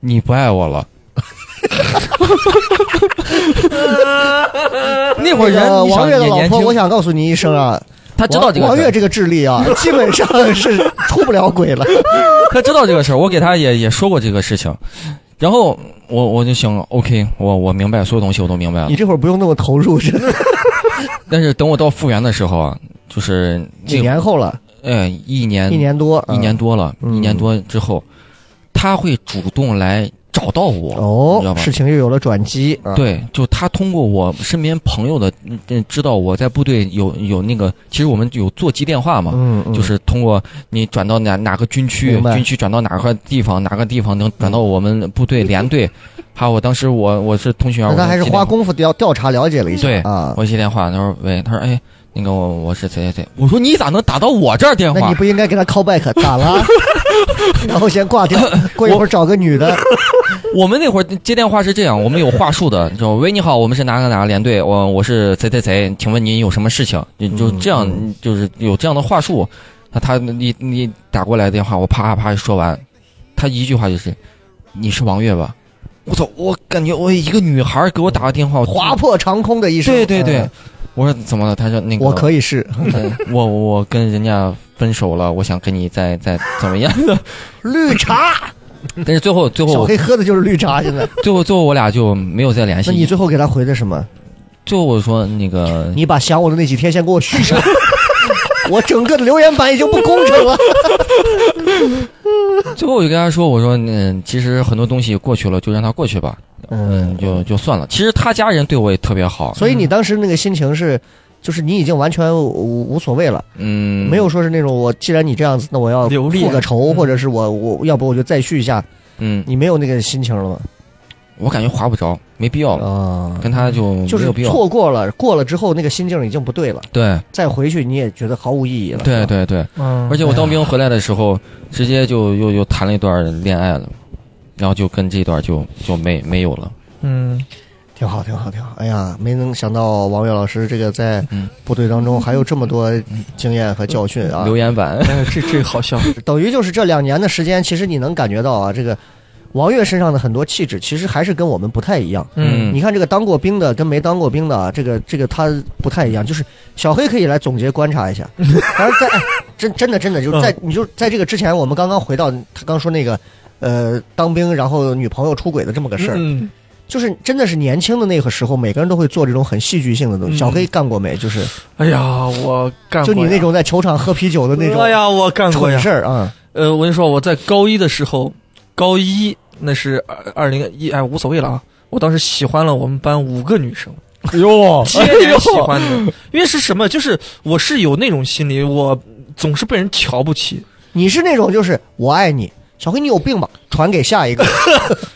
D: 你不爱
B: [LAUGHS]
D: 我了。
E: 那会儿
B: 那
E: 人
B: 个
E: 你
B: 王
E: 想也
B: 月的老
E: 年
B: 婆，
E: 轻
B: 我，想告诉你一声
D: [LAUGHS]
B: 啊，
E: 他知道这个
B: 王
E: 事
B: 月
E: 儿，
B: 这个智力啊，基本上是出不了轨
D: [LAUGHS]
B: 了。
D: 他知道这个事儿，我给他也也说过这个事情，然后我我就行了，OK，我我明白所有东西我都明白了
B: 你。这会儿不用那么投入，真的。
D: 但是等我到复原的时候啊，就是
B: 几年后了，
D: 呃一年
B: 一年多，
D: 一年多了，
B: 嗯
D: 一年多之后，他会主动来找到我，你知道
B: 哦，
D: 吧？
B: 事情又有了转机。啊，
D: 对，就他通过我身边朋友的，嗯嗯知道我在部队有有那个，其实我们有座机电话嘛，
B: 嗯，嗯
D: 就是通过你转到哪哪个军区
B: 明，白
D: 军区转到哪块地方，哪个地方能转到我们部队连队。还有我当时我我是通讯员，
B: 那他
D: 我
B: 还是花
D: 接电话
B: 功夫调调查了解了一下
D: 对
B: 啊。
D: 我接电话，他说喂，他说哎，那个我我是谁谁谁，我说你咋能打到我这儿电
B: 那
D: 话
B: 你？不应该给他 call back 打
D: [LAUGHS]
B: 了， [LAUGHS] 然后先挂掉，过一会儿找个女
D: [LAUGHS]
B: 的，
D: 我们那会儿接电话是这样，我们有话术的，就喂你好，我们是哪个哪个连队，我我是谁谁谁，请问您有什么事情？你就这样，就是有这样的话术。那他你你打过来的电话，我啪啪说完，他一句话就是，你是王月吧？我操！我感觉我一个女孩给我打个电话，我
B: 划破长空的一声。
D: 对对对
B: 嗯，，
D: 我说怎么了？他说那个
B: 我可以是
D: 嗯我我跟人家分手了，我想跟你再再怎么样？
B: [LAUGHS]
D: [LAUGHS]
B: 绿茶，
D: 但是最后最
B: 小
D: 后
B: 黑喝的就是绿茶。
D: [LAUGHS]
B: 现在，
D: 最后最后我俩就没有再联系。
B: 那你最后给他回的什么？
D: 最后我说那个
B: 你把想我的那几天先给我续上， [LAUGHS] 我整个的留言板已经不工整了。
D: 最后我就跟他说：“我说，嗯，其实很多东西过去了，就让它过去吧， [LAUGHS] 嗯，就就算了。其实他家人对我也特别好，
B: 所以你当时那个心情是，就是你已经完全无无所谓了，
D: 嗯，
B: 没有，说是那种我既然你这样子，那我要
C: 留恋嗯
B: 付个仇，或者是我我要不我就再续一下，
D: 嗯，
B: 你没有那个心情了吗？
D: 我感觉划不着，没必要了，
B: 啊，
D: 跟他就哦没
B: 就是
D: 有必要。
B: 错过了，过了之后那个心境已经不对了，
D: 对，
B: 再回去你也觉得毫无意义了。哎
D: 对，对对。
C: 嗯
D: 而且我当兵回来的时候，直接就又又谈了一段恋爱了，然后就跟这段就就没没有了。
C: 嗯，
B: 挺好，挺好，挺好。哎呀，没能想到王悦老师这个在
D: 嗯
B: 部队当中还有这么多经验和教训啊！
D: 留言板，
C: 哎，这这好笑。
B: 等于就是这两年的时间，其实你能感觉到啊，这个王悦身上的很多气质，其实还是跟我们不太一样。
D: 嗯
B: 你看这个当过兵的跟没当过兵的啊，这个这个他不太一样。就是小黑可以来总结观察一
C: [LAUGHS]
B: 下，然后在哎真真的真的就是在
C: 嗯
B: 你就在这个之前，我们刚刚回到他刚说那个呃当兵然后女朋友出轨的这么个事儿，
C: 嗯，
B: 就是真的是年轻的那个时候，每个人都会做这种很戏剧性的东西。
C: 嗯
B: 小黑干过没？就是
C: 哎呀，我干
B: 就
C: 过
B: 你
C: 呀
B: 那种在球场喝啤酒的那种
C: 哎呀，我干过
B: 蠢
C: 呀
B: 事。儿啊，
C: 呃，我跟你说，我在高一的时候，高一那是二二零一，哎，无所谓了啊。我当时喜欢了我们班五个女生，
B: [LAUGHS]
E: 哟，
B: 哎
C: 接连喜欢的，因为是什么？就是我是有那种心理，我总是被人瞧不起，
B: 你是那种就是我爱你，小黑你有病吧？传给下一个，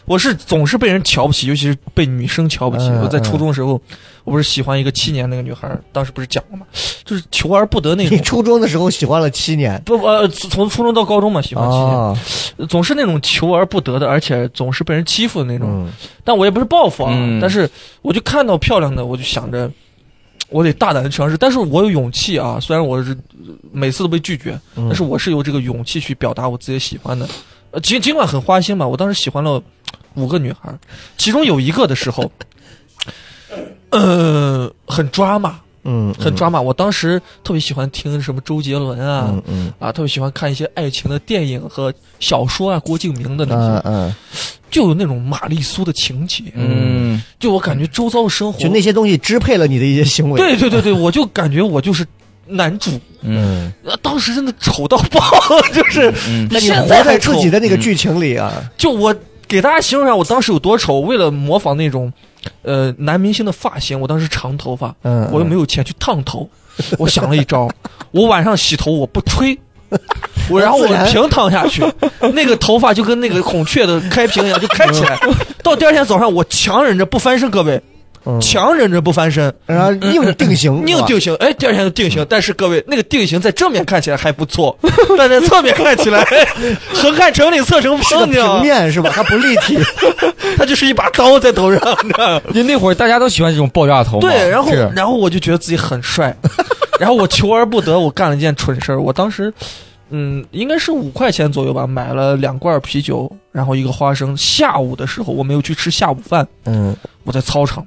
C: 我是总是被人瞧不起，尤其是被女生瞧不起。
B: 嗯
C: 我在初中的时候，我不是喜欢一个七年那个女孩儿，当时不是讲了吗？就是求而不得 [LAUGHS] 那
B: 你
C: 种。
B: 初中的时候喜欢了七年
C: 不呃，从初中到高中嘛，喜欢七年，
B: 啊，
C: 总是那种求而不得的，而且总是被人欺负的那种。
B: 嗯，
C: 但我也不是报复啊，
D: 嗯
C: 但是我就看到漂亮的，我就想着我得大胆的尝试。但是我有勇气啊，虽然我是呃每次都被拒绝，
B: 嗯
C: 但是我是有这个勇气去表达我自己喜欢的。呃，尽尽管很花心吧，我当时喜欢了五个女孩儿，其中有一个的时候， [COUGHS] 呃，很抓马，
B: 嗯，
C: 很抓马。我当时特别喜欢听什么周杰伦啊，
B: 嗯嗯
C: 啊，特别喜欢看一些爱情的电影和小说啊，郭敬明的那些，
B: 嗯嗯，
C: 就有那种玛丽苏的情节。
D: 嗯，
C: 就我感觉周遭的生活，
B: 就那些东西支配了你的一些行为，
C: 对对对对，我就感觉我就是男主，
D: 嗯
C: 呃当时真的丑到爆， [LAUGHS] 就是
D: 嗯
B: 那你
C: 现
B: 活在
C: 在还嗯
B: 自
C: 丑
B: 己的那个剧情里啊，
C: 就我给大家形容一下我当时有多丑，为了模仿那种，呃，男明星的发型，我当时长头发，
B: 嗯，
C: 我又没有钱去烫头， [LAUGHS] 我想了一招，我晚上洗头我不
B: [LAUGHS]
C: 吹。我然后我
B: 自然
C: 平躺下去， [LAUGHS] 那个头发就跟那个孔雀的开屏一样，就开
B: [LAUGHS]
C: 起来。到第二天早上，我强忍着不翻身，各位，
B: 嗯，
C: 强忍着不翻身，
B: 然后硬定
C: [LAUGHS]
B: 型，
C: 硬
B: 是吧，
C: 定型。哎，第二天就定型，
B: 嗯
C: 但是各位，那个定型在正面看起来还不
B: [LAUGHS]
C: 错，但在侧面看起来， [LAUGHS] 横看成岭侧成
B: 是个
C: 峰，你知道吗
B: 平？面是吧？它不立
C: [LAUGHS]
B: 体，
C: 他就是一把刀在头上，你知道吗？
E: 你那会儿大家都喜欢这种爆炸头嘛
C: [LAUGHS] 对，然后
E: 是
C: 然后我就觉得自己很帅，然后我求而不得，我干了一件蠢事儿。我当时，嗯，应该是五块钱左右吧，买了两罐啤酒，然后一个花生。下午的时候我没有去吃下午饭，
B: 嗯
C: 我在操场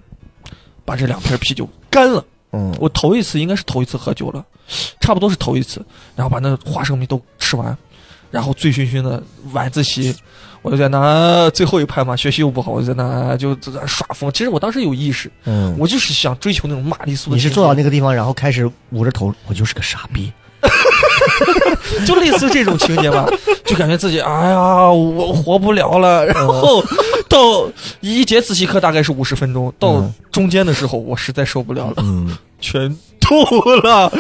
C: 把这两瓶啤酒干了。
B: 嗯
C: 我头一次应该是头一次喝酒了，差不多是头一次，然后把那花生米都吃完，然后醉醺醺的晚自习，我就在那最后一排嘛，学习又不好，我就在那就在那耍疯。其实我当时有意识，
B: 嗯，
C: 我就是想追求那种玛丽苏的
B: 你
C: 境界。
B: 是坐到那个地方，然后开始捂着头，我就是个傻逼，
C: 嗯就类似这种情节
B: [LAUGHS]
C: 吧，就感觉自己哎呀，我活不了
B: 嗯
C: 了。然后到一节自习课大概是五十分钟，到
B: 嗯
C: 中间的时候我实在受不了了，
B: 嗯，
C: 全吐了，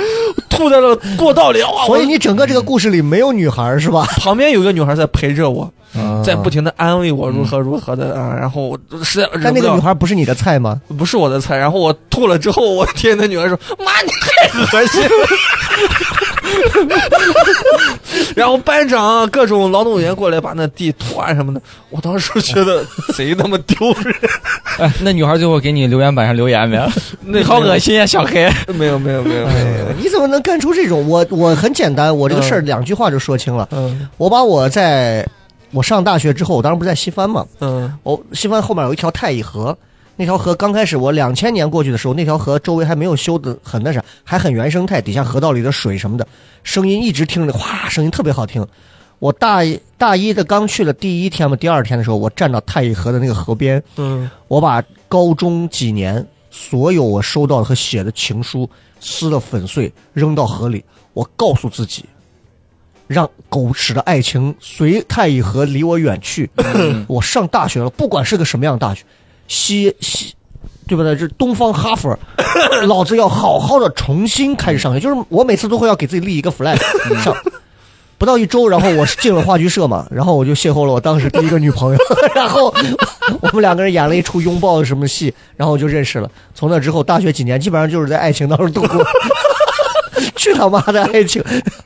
C: 吐在了过道里。啊哇！我
B: 所以你整个这个故事里没有女孩是吧？
C: 旁边有一个女孩在陪着我，在不
B: 停，
C: 停的安慰我如何如何的啊，然后嗯我实在忍
B: [LAUGHS] 但
C: 不
B: 那个女
C: 了，
B: 孩不是你的菜吗？ [LAUGHS]
C: 不是我的菜。然后我吐了之后，我听那女孩说：“妈，你太恶心了。”然后班长、各种劳动委员过来把那地拖啊什么的，我当时觉得贼他妈丢人。
E: 哎，那女孩最后给你留言板上留
B: [LAUGHS]
E: 言没？
C: 那
E: 你好恶心呀，小黑！
C: 心！没有没有没有没有没有，
B: 你怎么能干出这种？我我很简单，我这个事儿两句话就说清了。
C: 嗯
B: 我把我在我上大学之后，我当时不是在西番嘛，
C: 嗯
B: 我西番后面有一条太乙河，那条河刚开始我两千年过去的时候，那条河周围还没有修的很那啥，还很原生态，底下河道里的水什么的，声音一直听着，哗，声音特别好听。我大一大一的刚去了第一天嘛，第二天的时候，我站到太乙河的那个河边，
C: 嗯，
B: 我把高中几年所有我收到的和写的情书撕得粉碎，扔到河里。我告诉自己，让狗屎的爱情随太乙河离我远去。我上大学了，不管是个什么样的大学，西西，对不对？这东方哈佛，老子要好好的重新开始上学。就是我每次都会要给自己立一个 flag 上。不到一周，然后我是进了话剧社嘛，然后我就邂逅了我当时第一个女朋友， [LAUGHS] 然后我们两个人演了一出拥抱什么戏，然后我就认识了。从那之后，大学几年基本上就是在爱情当中度过。 [LAUGHS] 去他妈的爱情，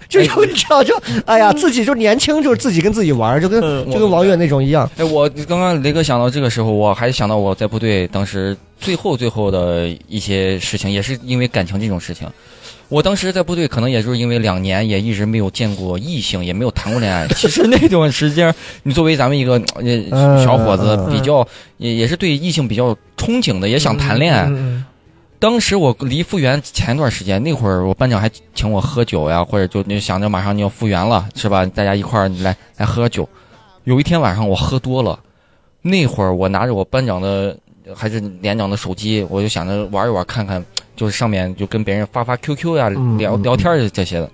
B: 就就你知道就哎呀，自己就年轻，就是自己跟自己玩儿，就跟
C: 嗯
B: 就跟王悦那种一样。
D: 哎，我刚刚雷哥想到这个时候，我还想到我在部队当时最后最后的一些事情，也是因为感情这种事情。我当时在部队，可能也就是因为两年也一直没有见过异性，也没有谈过
B: [LAUGHS]
D: 恋爱。其实那种时间，你作为咱们一个呃
B: 嗯
D: 小伙子
B: 嗯，
D: 比较也也是对异性比较憧憬的，也想谈恋爱。
C: 嗯
D: 当时我离复员前一段时间，那会儿我班长还请我喝酒呀，或者就就想着马上就要复员了，是吧？大家一块儿来来喝酒。有一天晚上我喝多了，那会儿我拿着我班长的还是连长的手机，我就想着玩一玩看看，就是上面就跟别人发发 QQ 呀、
B: 嗯
D: 聊
B: 嗯
D: 聊天儿这些的。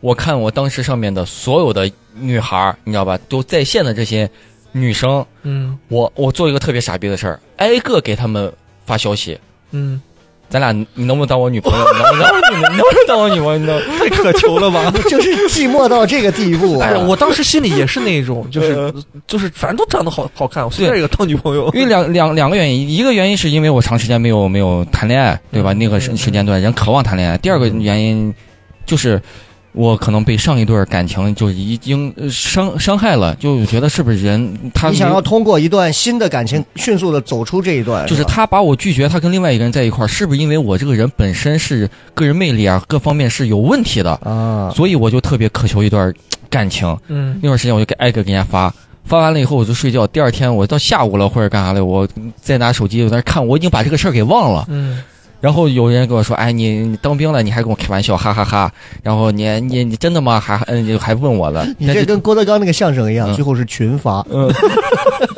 D: 我看我当时上面的所有的女孩儿，你知道吧，都在线的这些女生，
E: 嗯
D: 我我做一个特别傻逼的事儿，挨个给他们发消息，
E: 嗯，
D: 咱俩你能不能当我女
B: [LAUGHS]
D: 朋友？你能不能你能不能当我女朋友？你能
C: 太渴求了吧？
B: 就是寂寞到这个地步啊
C: 哎，！我当时心里也是那种，就是就是，反正都长得好好看，我随便一个当女朋友。
D: 因为两两两个原因，一个原因是因为我长时间没有没有谈恋
B: 嗯
D: 爱，对吧？那个时时间段人渴望谈恋爱。第二个原因就是我可能被上一段感情就已经呃伤伤害了，就觉得是不是人他
B: 你想
D: 没
B: 要通过一段新的感情迅速的走出这一段，
D: 就是
B: 吧
D: 他把我拒绝，他跟另外一个人在一块儿，是不是因为我这个人本身是个人魅力啊，各方面是有问题的，
B: 啊，
D: 所以我就特别渴求一段感情。
E: 嗯
D: 那段时间我就给挨个给人家发，发完了以后我就睡觉，第二天我到下午了或者干啥了，我再拿手机在那儿看，我已经把这个事儿给忘了。
E: 嗯，
D: 然后有人跟我说：“哎，你你当兵了，你还跟我开玩笑，哈哈哈然后你你你真的吗？还嗯，你还问我了？
B: 你
D: 但
B: 这
D: 是
B: 跟郭德纲那个相声一样，
D: 嗯
B: 最后是群发。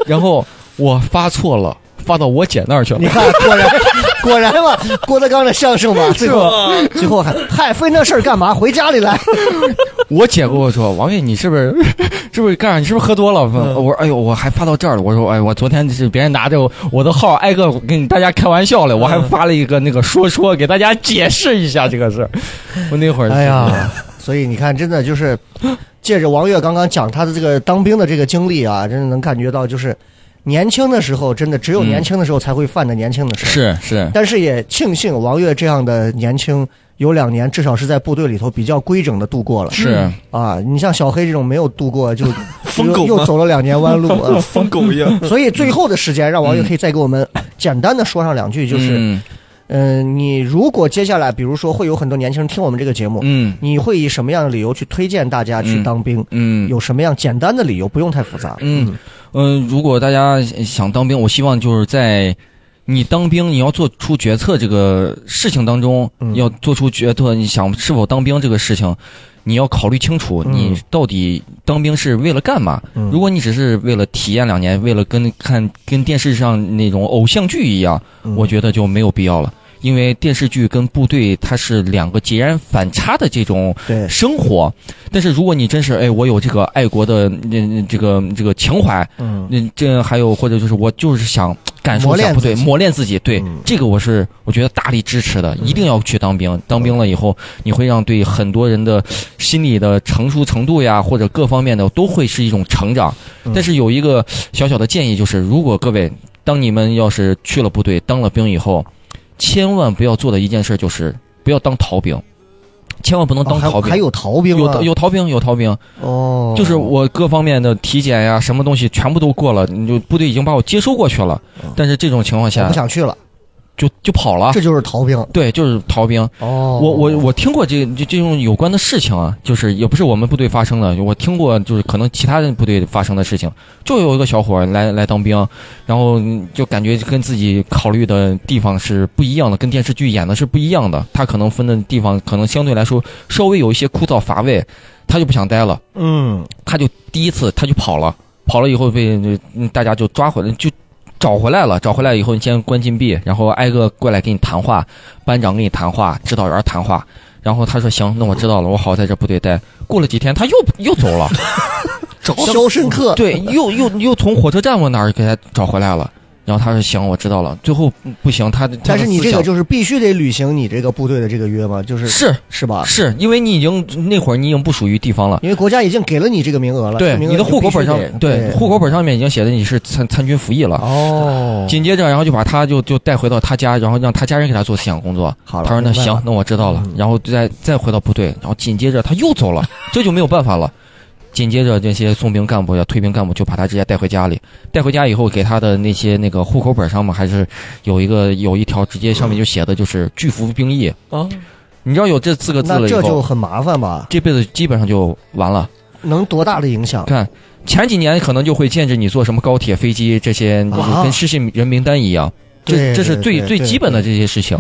D: 然后我发错了，发到我姐那儿去了
B: 你。看，果然果然嘛，郭德纲的相声嘛，最后 [LAUGHS] 最后还嗨，费那事儿干嘛？回家里来。
D: 我姐跟我说：“王悦，你是不是 [LAUGHS] 是不是干啥？你是不是喝多了？”
B: 嗯
D: 我说：“哎呦，我还发到这儿了。”我说：“哎，我昨天是别人拿着我的号挨个跟大家开玩笑了，我
B: 嗯
D: 还发了一个那个说说给大家解释一下这个事儿。”我那会儿，
B: 哎，呀，所以你看，真的就是借着王悦刚刚讲他的这个当兵的这个经历啊，真的能感觉到，就是年轻的时候，真的只有
D: 嗯
B: 年轻的时候才会犯的年轻的事。，
D: 是是，
B: 但是也庆幸王悦这样的年轻，有两年至少是在部队里头比较规整的度过了。
D: 是
B: 啊，你像小黑这种没有度过，
D: [LAUGHS]
B: 就
C: 疯狗
B: 又
C: 吗
B: 又走了两年弯路啊。
C: 疯狗一 [LAUGHS] 样。
B: 所以最后的时间，让王悦可以再给我们呃简单的说上两句，就是，
D: 嗯
B: 嗯、你如果接下来，比如说会有很多年轻人听我们这个节目，
D: 嗯
B: 你会以什么样的理由去推荐大家去当兵？
D: 嗯
B: 有什么样简单的理由，不用太复杂。
D: 嗯嗯，如果大家想当兵，我希望就是在你当兵，你要做出决策这个事情当中，
B: 嗯
D: 要做出决策，你想是否当兵这个事情，你要考虑清楚，
B: 嗯
D: 你到底当兵是为了干嘛？
B: 嗯
D: 如果你只是为了体验两年，为了跟看跟电视上那种偶像剧一样，
B: 嗯
D: 我觉得就没有必要了。因为电视剧跟部队它是两个截然反差的这种
B: 对，
D: 生活，但是如果你真是哎，我有这个爱国的嗯这个这个情怀，
B: 嗯
D: 那这还有或者就是我就是想感受
B: 磨
D: 一下
B: 练
D: 部队，
B: 自己
D: 磨练自己。对，
B: 嗯
D: 这个我是我觉得大力支持的，一定要去当兵。当兵了以后，你会让对很多人的心理的成熟程度呀，或者各方面的都会是一种成长
B: 嗯。
D: 但是有一个小小的建议，就是如果各位当你们要是去了部队，当了兵以后，千万不要做的一件事就是不要当逃兵，千万不能
B: 哦
D: 当
B: 还
D: 逃兵。
B: 还有逃兵
D: 有
B: 啊
D: 有逃兵，有逃兵，
B: 哦，
D: 就是我各方面的体检呀，什么东西全部都过了，你就部队已经把我接收过去了
B: 嗯，
D: 但是这种情况
B: 我
D: 下
B: 不想去了，
D: 就就跑了
B: 这。就是逃兵
D: 对，就是逃兵。
B: 哦。
D: 啊我我我听过这这这种有关的事情啊，就是也不是我们部队发生的，我听过就是可能其他的部队发生的事情。就有一个小伙儿来来当兵，然后嗯就感觉跟自己考虑的地方是不一样的，跟电视剧演的是不一样的。他可能分的地方可能相对来说稍微有一些枯燥乏味，他就不想待了。
B: 嗯
D: 他就第一次他就跑了，跑了以后被嗯大家就抓回来，就找回来了。找回来以后，你先关禁闭，然后挨个过来跟你谈话，班长跟你谈话，指导员谈话。然后他说：“行，那我知道了，我好在这部队待。”过了几天，他又又走
B: [LAUGHS]
D: 了，
B: 肖申克
D: 对，又又又从火车站往哪儿给他找回来了。然后他说：“行，我知道了。”最后嗯不行，他他
B: 但是
D: 的
B: 你
D: 思
B: 这个
D: 想
B: 就是必须得履行你这个部队的这个约嘛，就是
D: 是
B: 是吧？
D: 是因为你已经那会儿你已经不属于地方了。
B: 因为国家已经给了你这个名额了，
D: 对，
B: 这名额
D: 你的户口本上
B: 就必须得
D: 对户口本上面已经写的你是参参军服役了。
B: 哦，
D: 紧接着，然后就把他就就带回到他家，然后让他家人给他做思想工作。
B: 好了，
D: 他说：“那
B: 明白
D: 行
B: 了，，
D: 那我知道了。
B: 嗯
D: 然后再再回到部队，然后紧接着他又走了，这就没有办法了。紧接着这些送兵干部呀、退兵干部就把他直接带回家里。带回家以后，给他的那些那个户口本上嘛，还是有一个有一条直接上面就写的就是拒服兵役。
E: 啊，
D: 你知道有这四个字
B: 那
D: 了以
B: 这就
D: 后，
B: 很麻烦吧？
D: 这辈子基本上就完了。
B: 能多大的影响？
D: 看前几年可能就会限制你坐什么高铁、飞机这些，
B: 啊
D: 跟失信人名单一样。
B: 对
D: 这这是
B: 对
D: 最
B: 对
D: 最
B: 对
D: 基本的这些事情。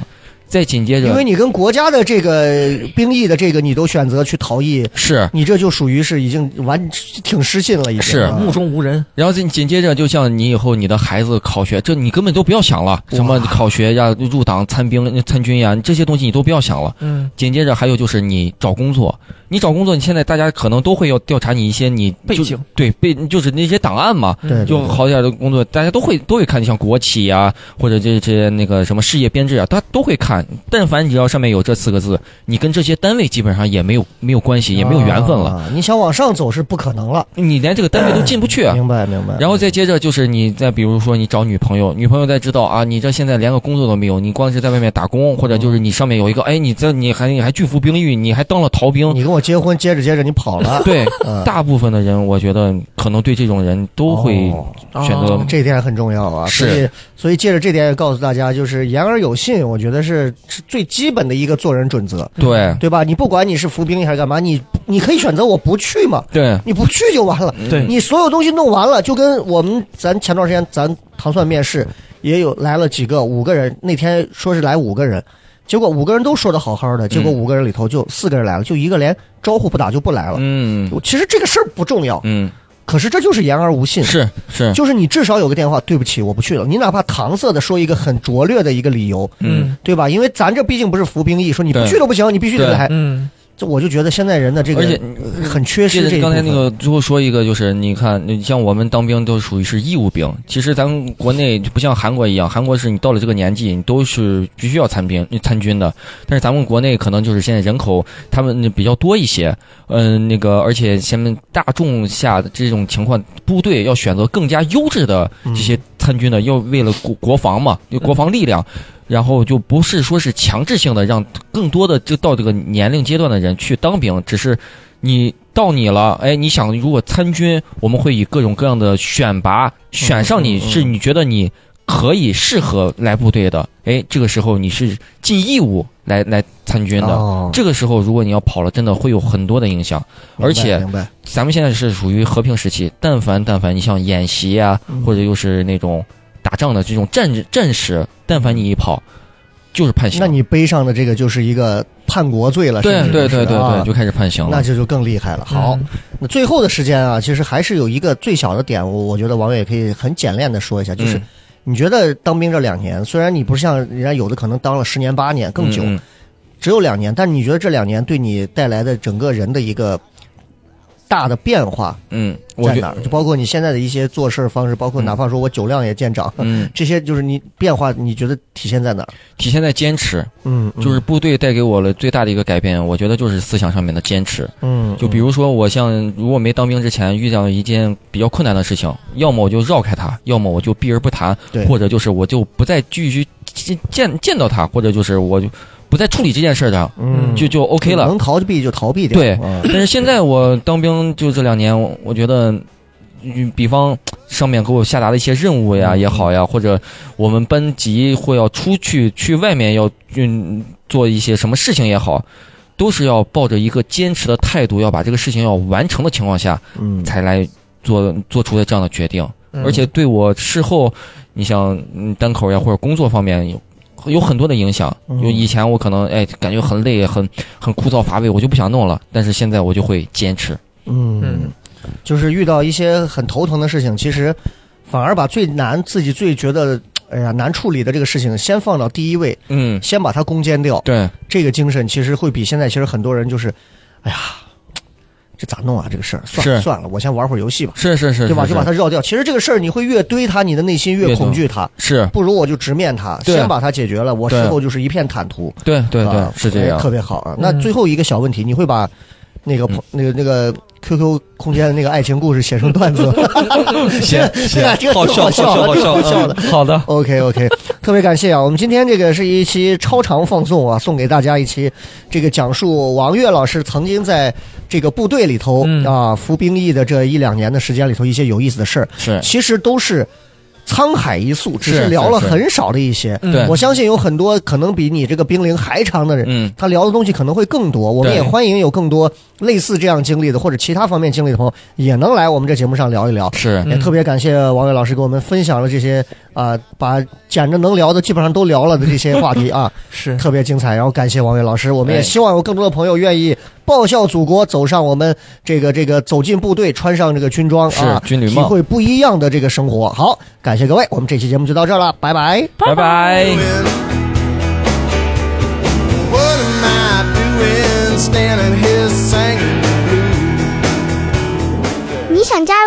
D: 再紧接
B: 因为
D: 着
B: 你跟国家的这个兵役的这个你都选择去逃逸，
D: 是，
B: 你这就属于是已经完挺失信了，已经
D: 是
B: 啊
E: 目中无人，
D: 然后紧紧接着就像你以后你的孩子考学，这你根本都不要想了，什么考学呀、入党参兵、参军呀，这些东西你都不要想了。
E: 嗯
D: 紧接着还有就是你找工作，你找工作，你现在大家可能都会要调查你一些你
C: 背
D: 就
C: 景，嗯
D: 对背就是那些档案嘛，
B: 对对
D: 就好点的工作，大家都会都会看，像国企啊，或者这这些那个什么事业编制啊，他都会看。但凡你只要上面有这四个字，你跟这些单位基本上也没有没有关系，也没有缘分了，
B: 啊你想往上走是不可能了，
D: 你连这个单位都进不
C: 嗯
D: 去。啊
B: 明白明白。
D: 然后再接着就是你再比如说你找女朋友，女朋友再知道啊，你这现在连个工作都没有，你光是在外面打工，或者就是你上面有一个，哎，你这你还你还拒服兵役，你还当了逃兵，
B: 你跟我结婚，接着接着你跑了，
D: 对，
B: [LAUGHS] 嗯，
D: 大部分的人我觉得可能对这种人都会
B: 哦
D: 选择
B: 这一点很重要啊。
D: 是
B: 所以所以借着这点也告诉大家，就是言而有信，我觉得是是最基本的一个做人准则，
D: 对
B: 对吧？你不管你是服兵役还是干嘛，你你可以选择我不去嘛，
D: 对
B: 你不去就完了。
D: 嗯
C: 对
B: 你所有东西弄完了，就跟我们咱前段时间咱糖蒜面试也有来了几个五个人，那天说是来五个人，结果五个人都说的好好的，结果
D: 嗯
B: 五个人里头就四个人来了，就一个连招呼不打就不来了。
D: 嗯
B: 其实这个事儿不重要，
D: 嗯，
B: 可是这就是言而无信。
D: 是是，
B: 就是你至少有个电话，对不起，我不去了。你哪怕搪塞的说一个很拙劣的一个理由，
D: 嗯
B: 对吧？因为咱这毕竟不是服兵役，说你不
D: 对
B: 去都不行，你必须得
D: 对
B: 来。
C: 嗯，
B: 这我就觉得现在人的这个
D: 而且
B: 很缺
D: 记
B: 失这
D: 得
B: 一部
D: 刚才
B: 分。
D: 那个最后说一个，就是你看，你像我们当兵都属于是义务兵，其实咱们国内就不像韩国一样，韩国是你到了这个年纪，你都是必须要参兵参军的。但是咱们国内可能就是现在人口他们比较多一些，嗯、那个而且前面大众下的这种情况，部队要选择更加优质的
B: 嗯
D: 这些参军的，要为了国国防嘛，有国防力量。然后就不是说是强制性的让更多的就到这个年龄阶段的人去当兵，只是你到你了，哎，你想如果参军，我们会以各种各样的选拔选上你，
B: 嗯嗯
D: 是你觉得你可以适合来部队的，哎，这个时候你是尽义务来来参军的。
B: 哦
D: 这个时候，如果你要跑了，真的会有很多的影响。
B: 明白
D: 而且
B: 明白，
D: 咱们现在是属于和平时期，但凡但凡你像演习啊，
B: 嗯
D: 或者又是那种打仗的这种战战时，但凡你一跑，就是判刑。
B: 那你背上的这个就是一个叛国罪了，
D: 对
B: 甚至是
D: 对对对
B: 啊
D: 对，就开始判刑
B: 那
D: 了。
B: 这就更厉害了。哎好，
C: 嗯
B: 那最后的时间啊，其实还是有一个最小的点，我我觉得王伟也可以很简练的说一下，就是
D: 嗯
B: 你觉得当兵这两年，虽然你不是像人家有的可能当了十年八年更久，
D: 嗯嗯
B: 只有两年，但你觉得这两年对你带来的整个人的一个大的变化
D: 嗯，我
B: 在
D: 觉
B: 哪儿？就包括你现在的一些做事方式，包括
D: 嗯
B: 哪怕说我酒量也见长，
D: 嗯，
B: 这些就是你变化，你觉得体现在哪儿？
D: 体现在坚持，
B: 嗯，
D: 就是部队带给我了最大的一个改变，我觉得就是思想上面的坚持。
B: 嗯，
D: 就比如说，我像如果没当兵之前遇到一件比较困难的事情，要么我就绕开它，要么我就避而不谈
B: 对，
D: 或者就是我就不再继续见见见到它，或者就是我就不再处理这件事儿的，
B: 嗯
D: 就就 OK 了。
B: 能逃避就逃避掉。
D: 对
B: 嗯
D: [COUGHS] [LAUGHS] 但是现在我当兵就这两年，我我觉得，嗯比方上面给我下达的一些任务呀也好呀，或者我们班级或要出去去外面要嗯做一些什么事情也好，都是要抱着一个坚持的态度，要把这个事情要完成的情况下，
B: 嗯，
D: 才来做做出的这样的决定。
C: 嗯
D: 而且对我事后，你像嗯单口呀或者工作方面有。有很多的影响，
B: 嗯
D: 就以前我可能哎感觉很累、很很枯燥乏味，我就不想弄了。但是现在我就会坚持，
B: 嗯，就是遇到一些很头疼的事情，其实反而把最难、自己最觉得哎呀难处理的这个事情先放到第一位，
D: 嗯，
B: 先把它攻坚掉。
D: 对，
B: 这个精神其实会比现在其实很多人就是，哎呀，这咋弄啊？这个事儿算了
D: 是
B: 算了，我先玩会儿游戏吧，
D: 是是是，
B: 对吧？
D: 是
B: 就把它绕掉。其实这个事儿你会越堆它，你的内心越
D: 越多
B: 恐惧它，
D: 是，
B: 不如我就直面它，
D: 对
B: 先把它解决了，我
D: 对
B: 事后就是一片坦途。
D: 对对对
B: 啊，
D: 是这
B: 哎
D: 样
B: 特，别好啊。那
C: 嗯
B: 最后一个小问题，你会把那个朋、
D: 嗯
B: 那个那个 QQ 空间的那个爱情故事写成段子吗？嗯
C: 写
B: [LAUGHS] 这
C: [LAUGHS]
B: 个这个
C: 好
B: 挺
C: 笑
B: 笑的，
C: 好
B: 挺
C: 笑
B: 好
C: 好
D: 嗯
B: 笑的。
E: 好的，
B: OK
D: [LAUGHS]
B: OK，特别感谢啊！我们今天这个是一期超长放送啊，送给大家一期这个讲述王悦老师曾经在这个部队里头、
C: 嗯
B: 啊服兵役的这一两年的时间里头一些有意思的事儿，
D: 是
B: 其实都是呃沧海一粟，只是
D: 嗯是
B: 聊了
D: 是嗯
B: 很少的一些。
D: 对
B: 我相信有很多可能比你这个兵龄还长的人，
D: 嗯，
B: 他聊的东西可能会更多。我们
D: 对
B: 也欢迎有更多类似这样经历的或者其他方面经历的朋友，也能来我们这节目上聊一聊。
D: 是
B: 也
C: 嗯
B: 特别感谢王伟老师给我们分享了这些啊、把捡着能聊的基本上都聊了的这些话题
D: [LAUGHS]
B: 啊，
C: 是
B: 特别精彩。然后感谢王伟老师，我们也
D: 哎
B: 希望有更多的朋友愿意报效祖国，走上我们这个这个走进部队，穿上这个军装
D: 是
B: 啊，
D: 军旅
B: 体
D: 梦，
B: 会不一样的这个生活。好，感谢各位，我们这期节目就到这儿了，拜拜。
D: 拜拜。
A: doing? What am I doing standing here singing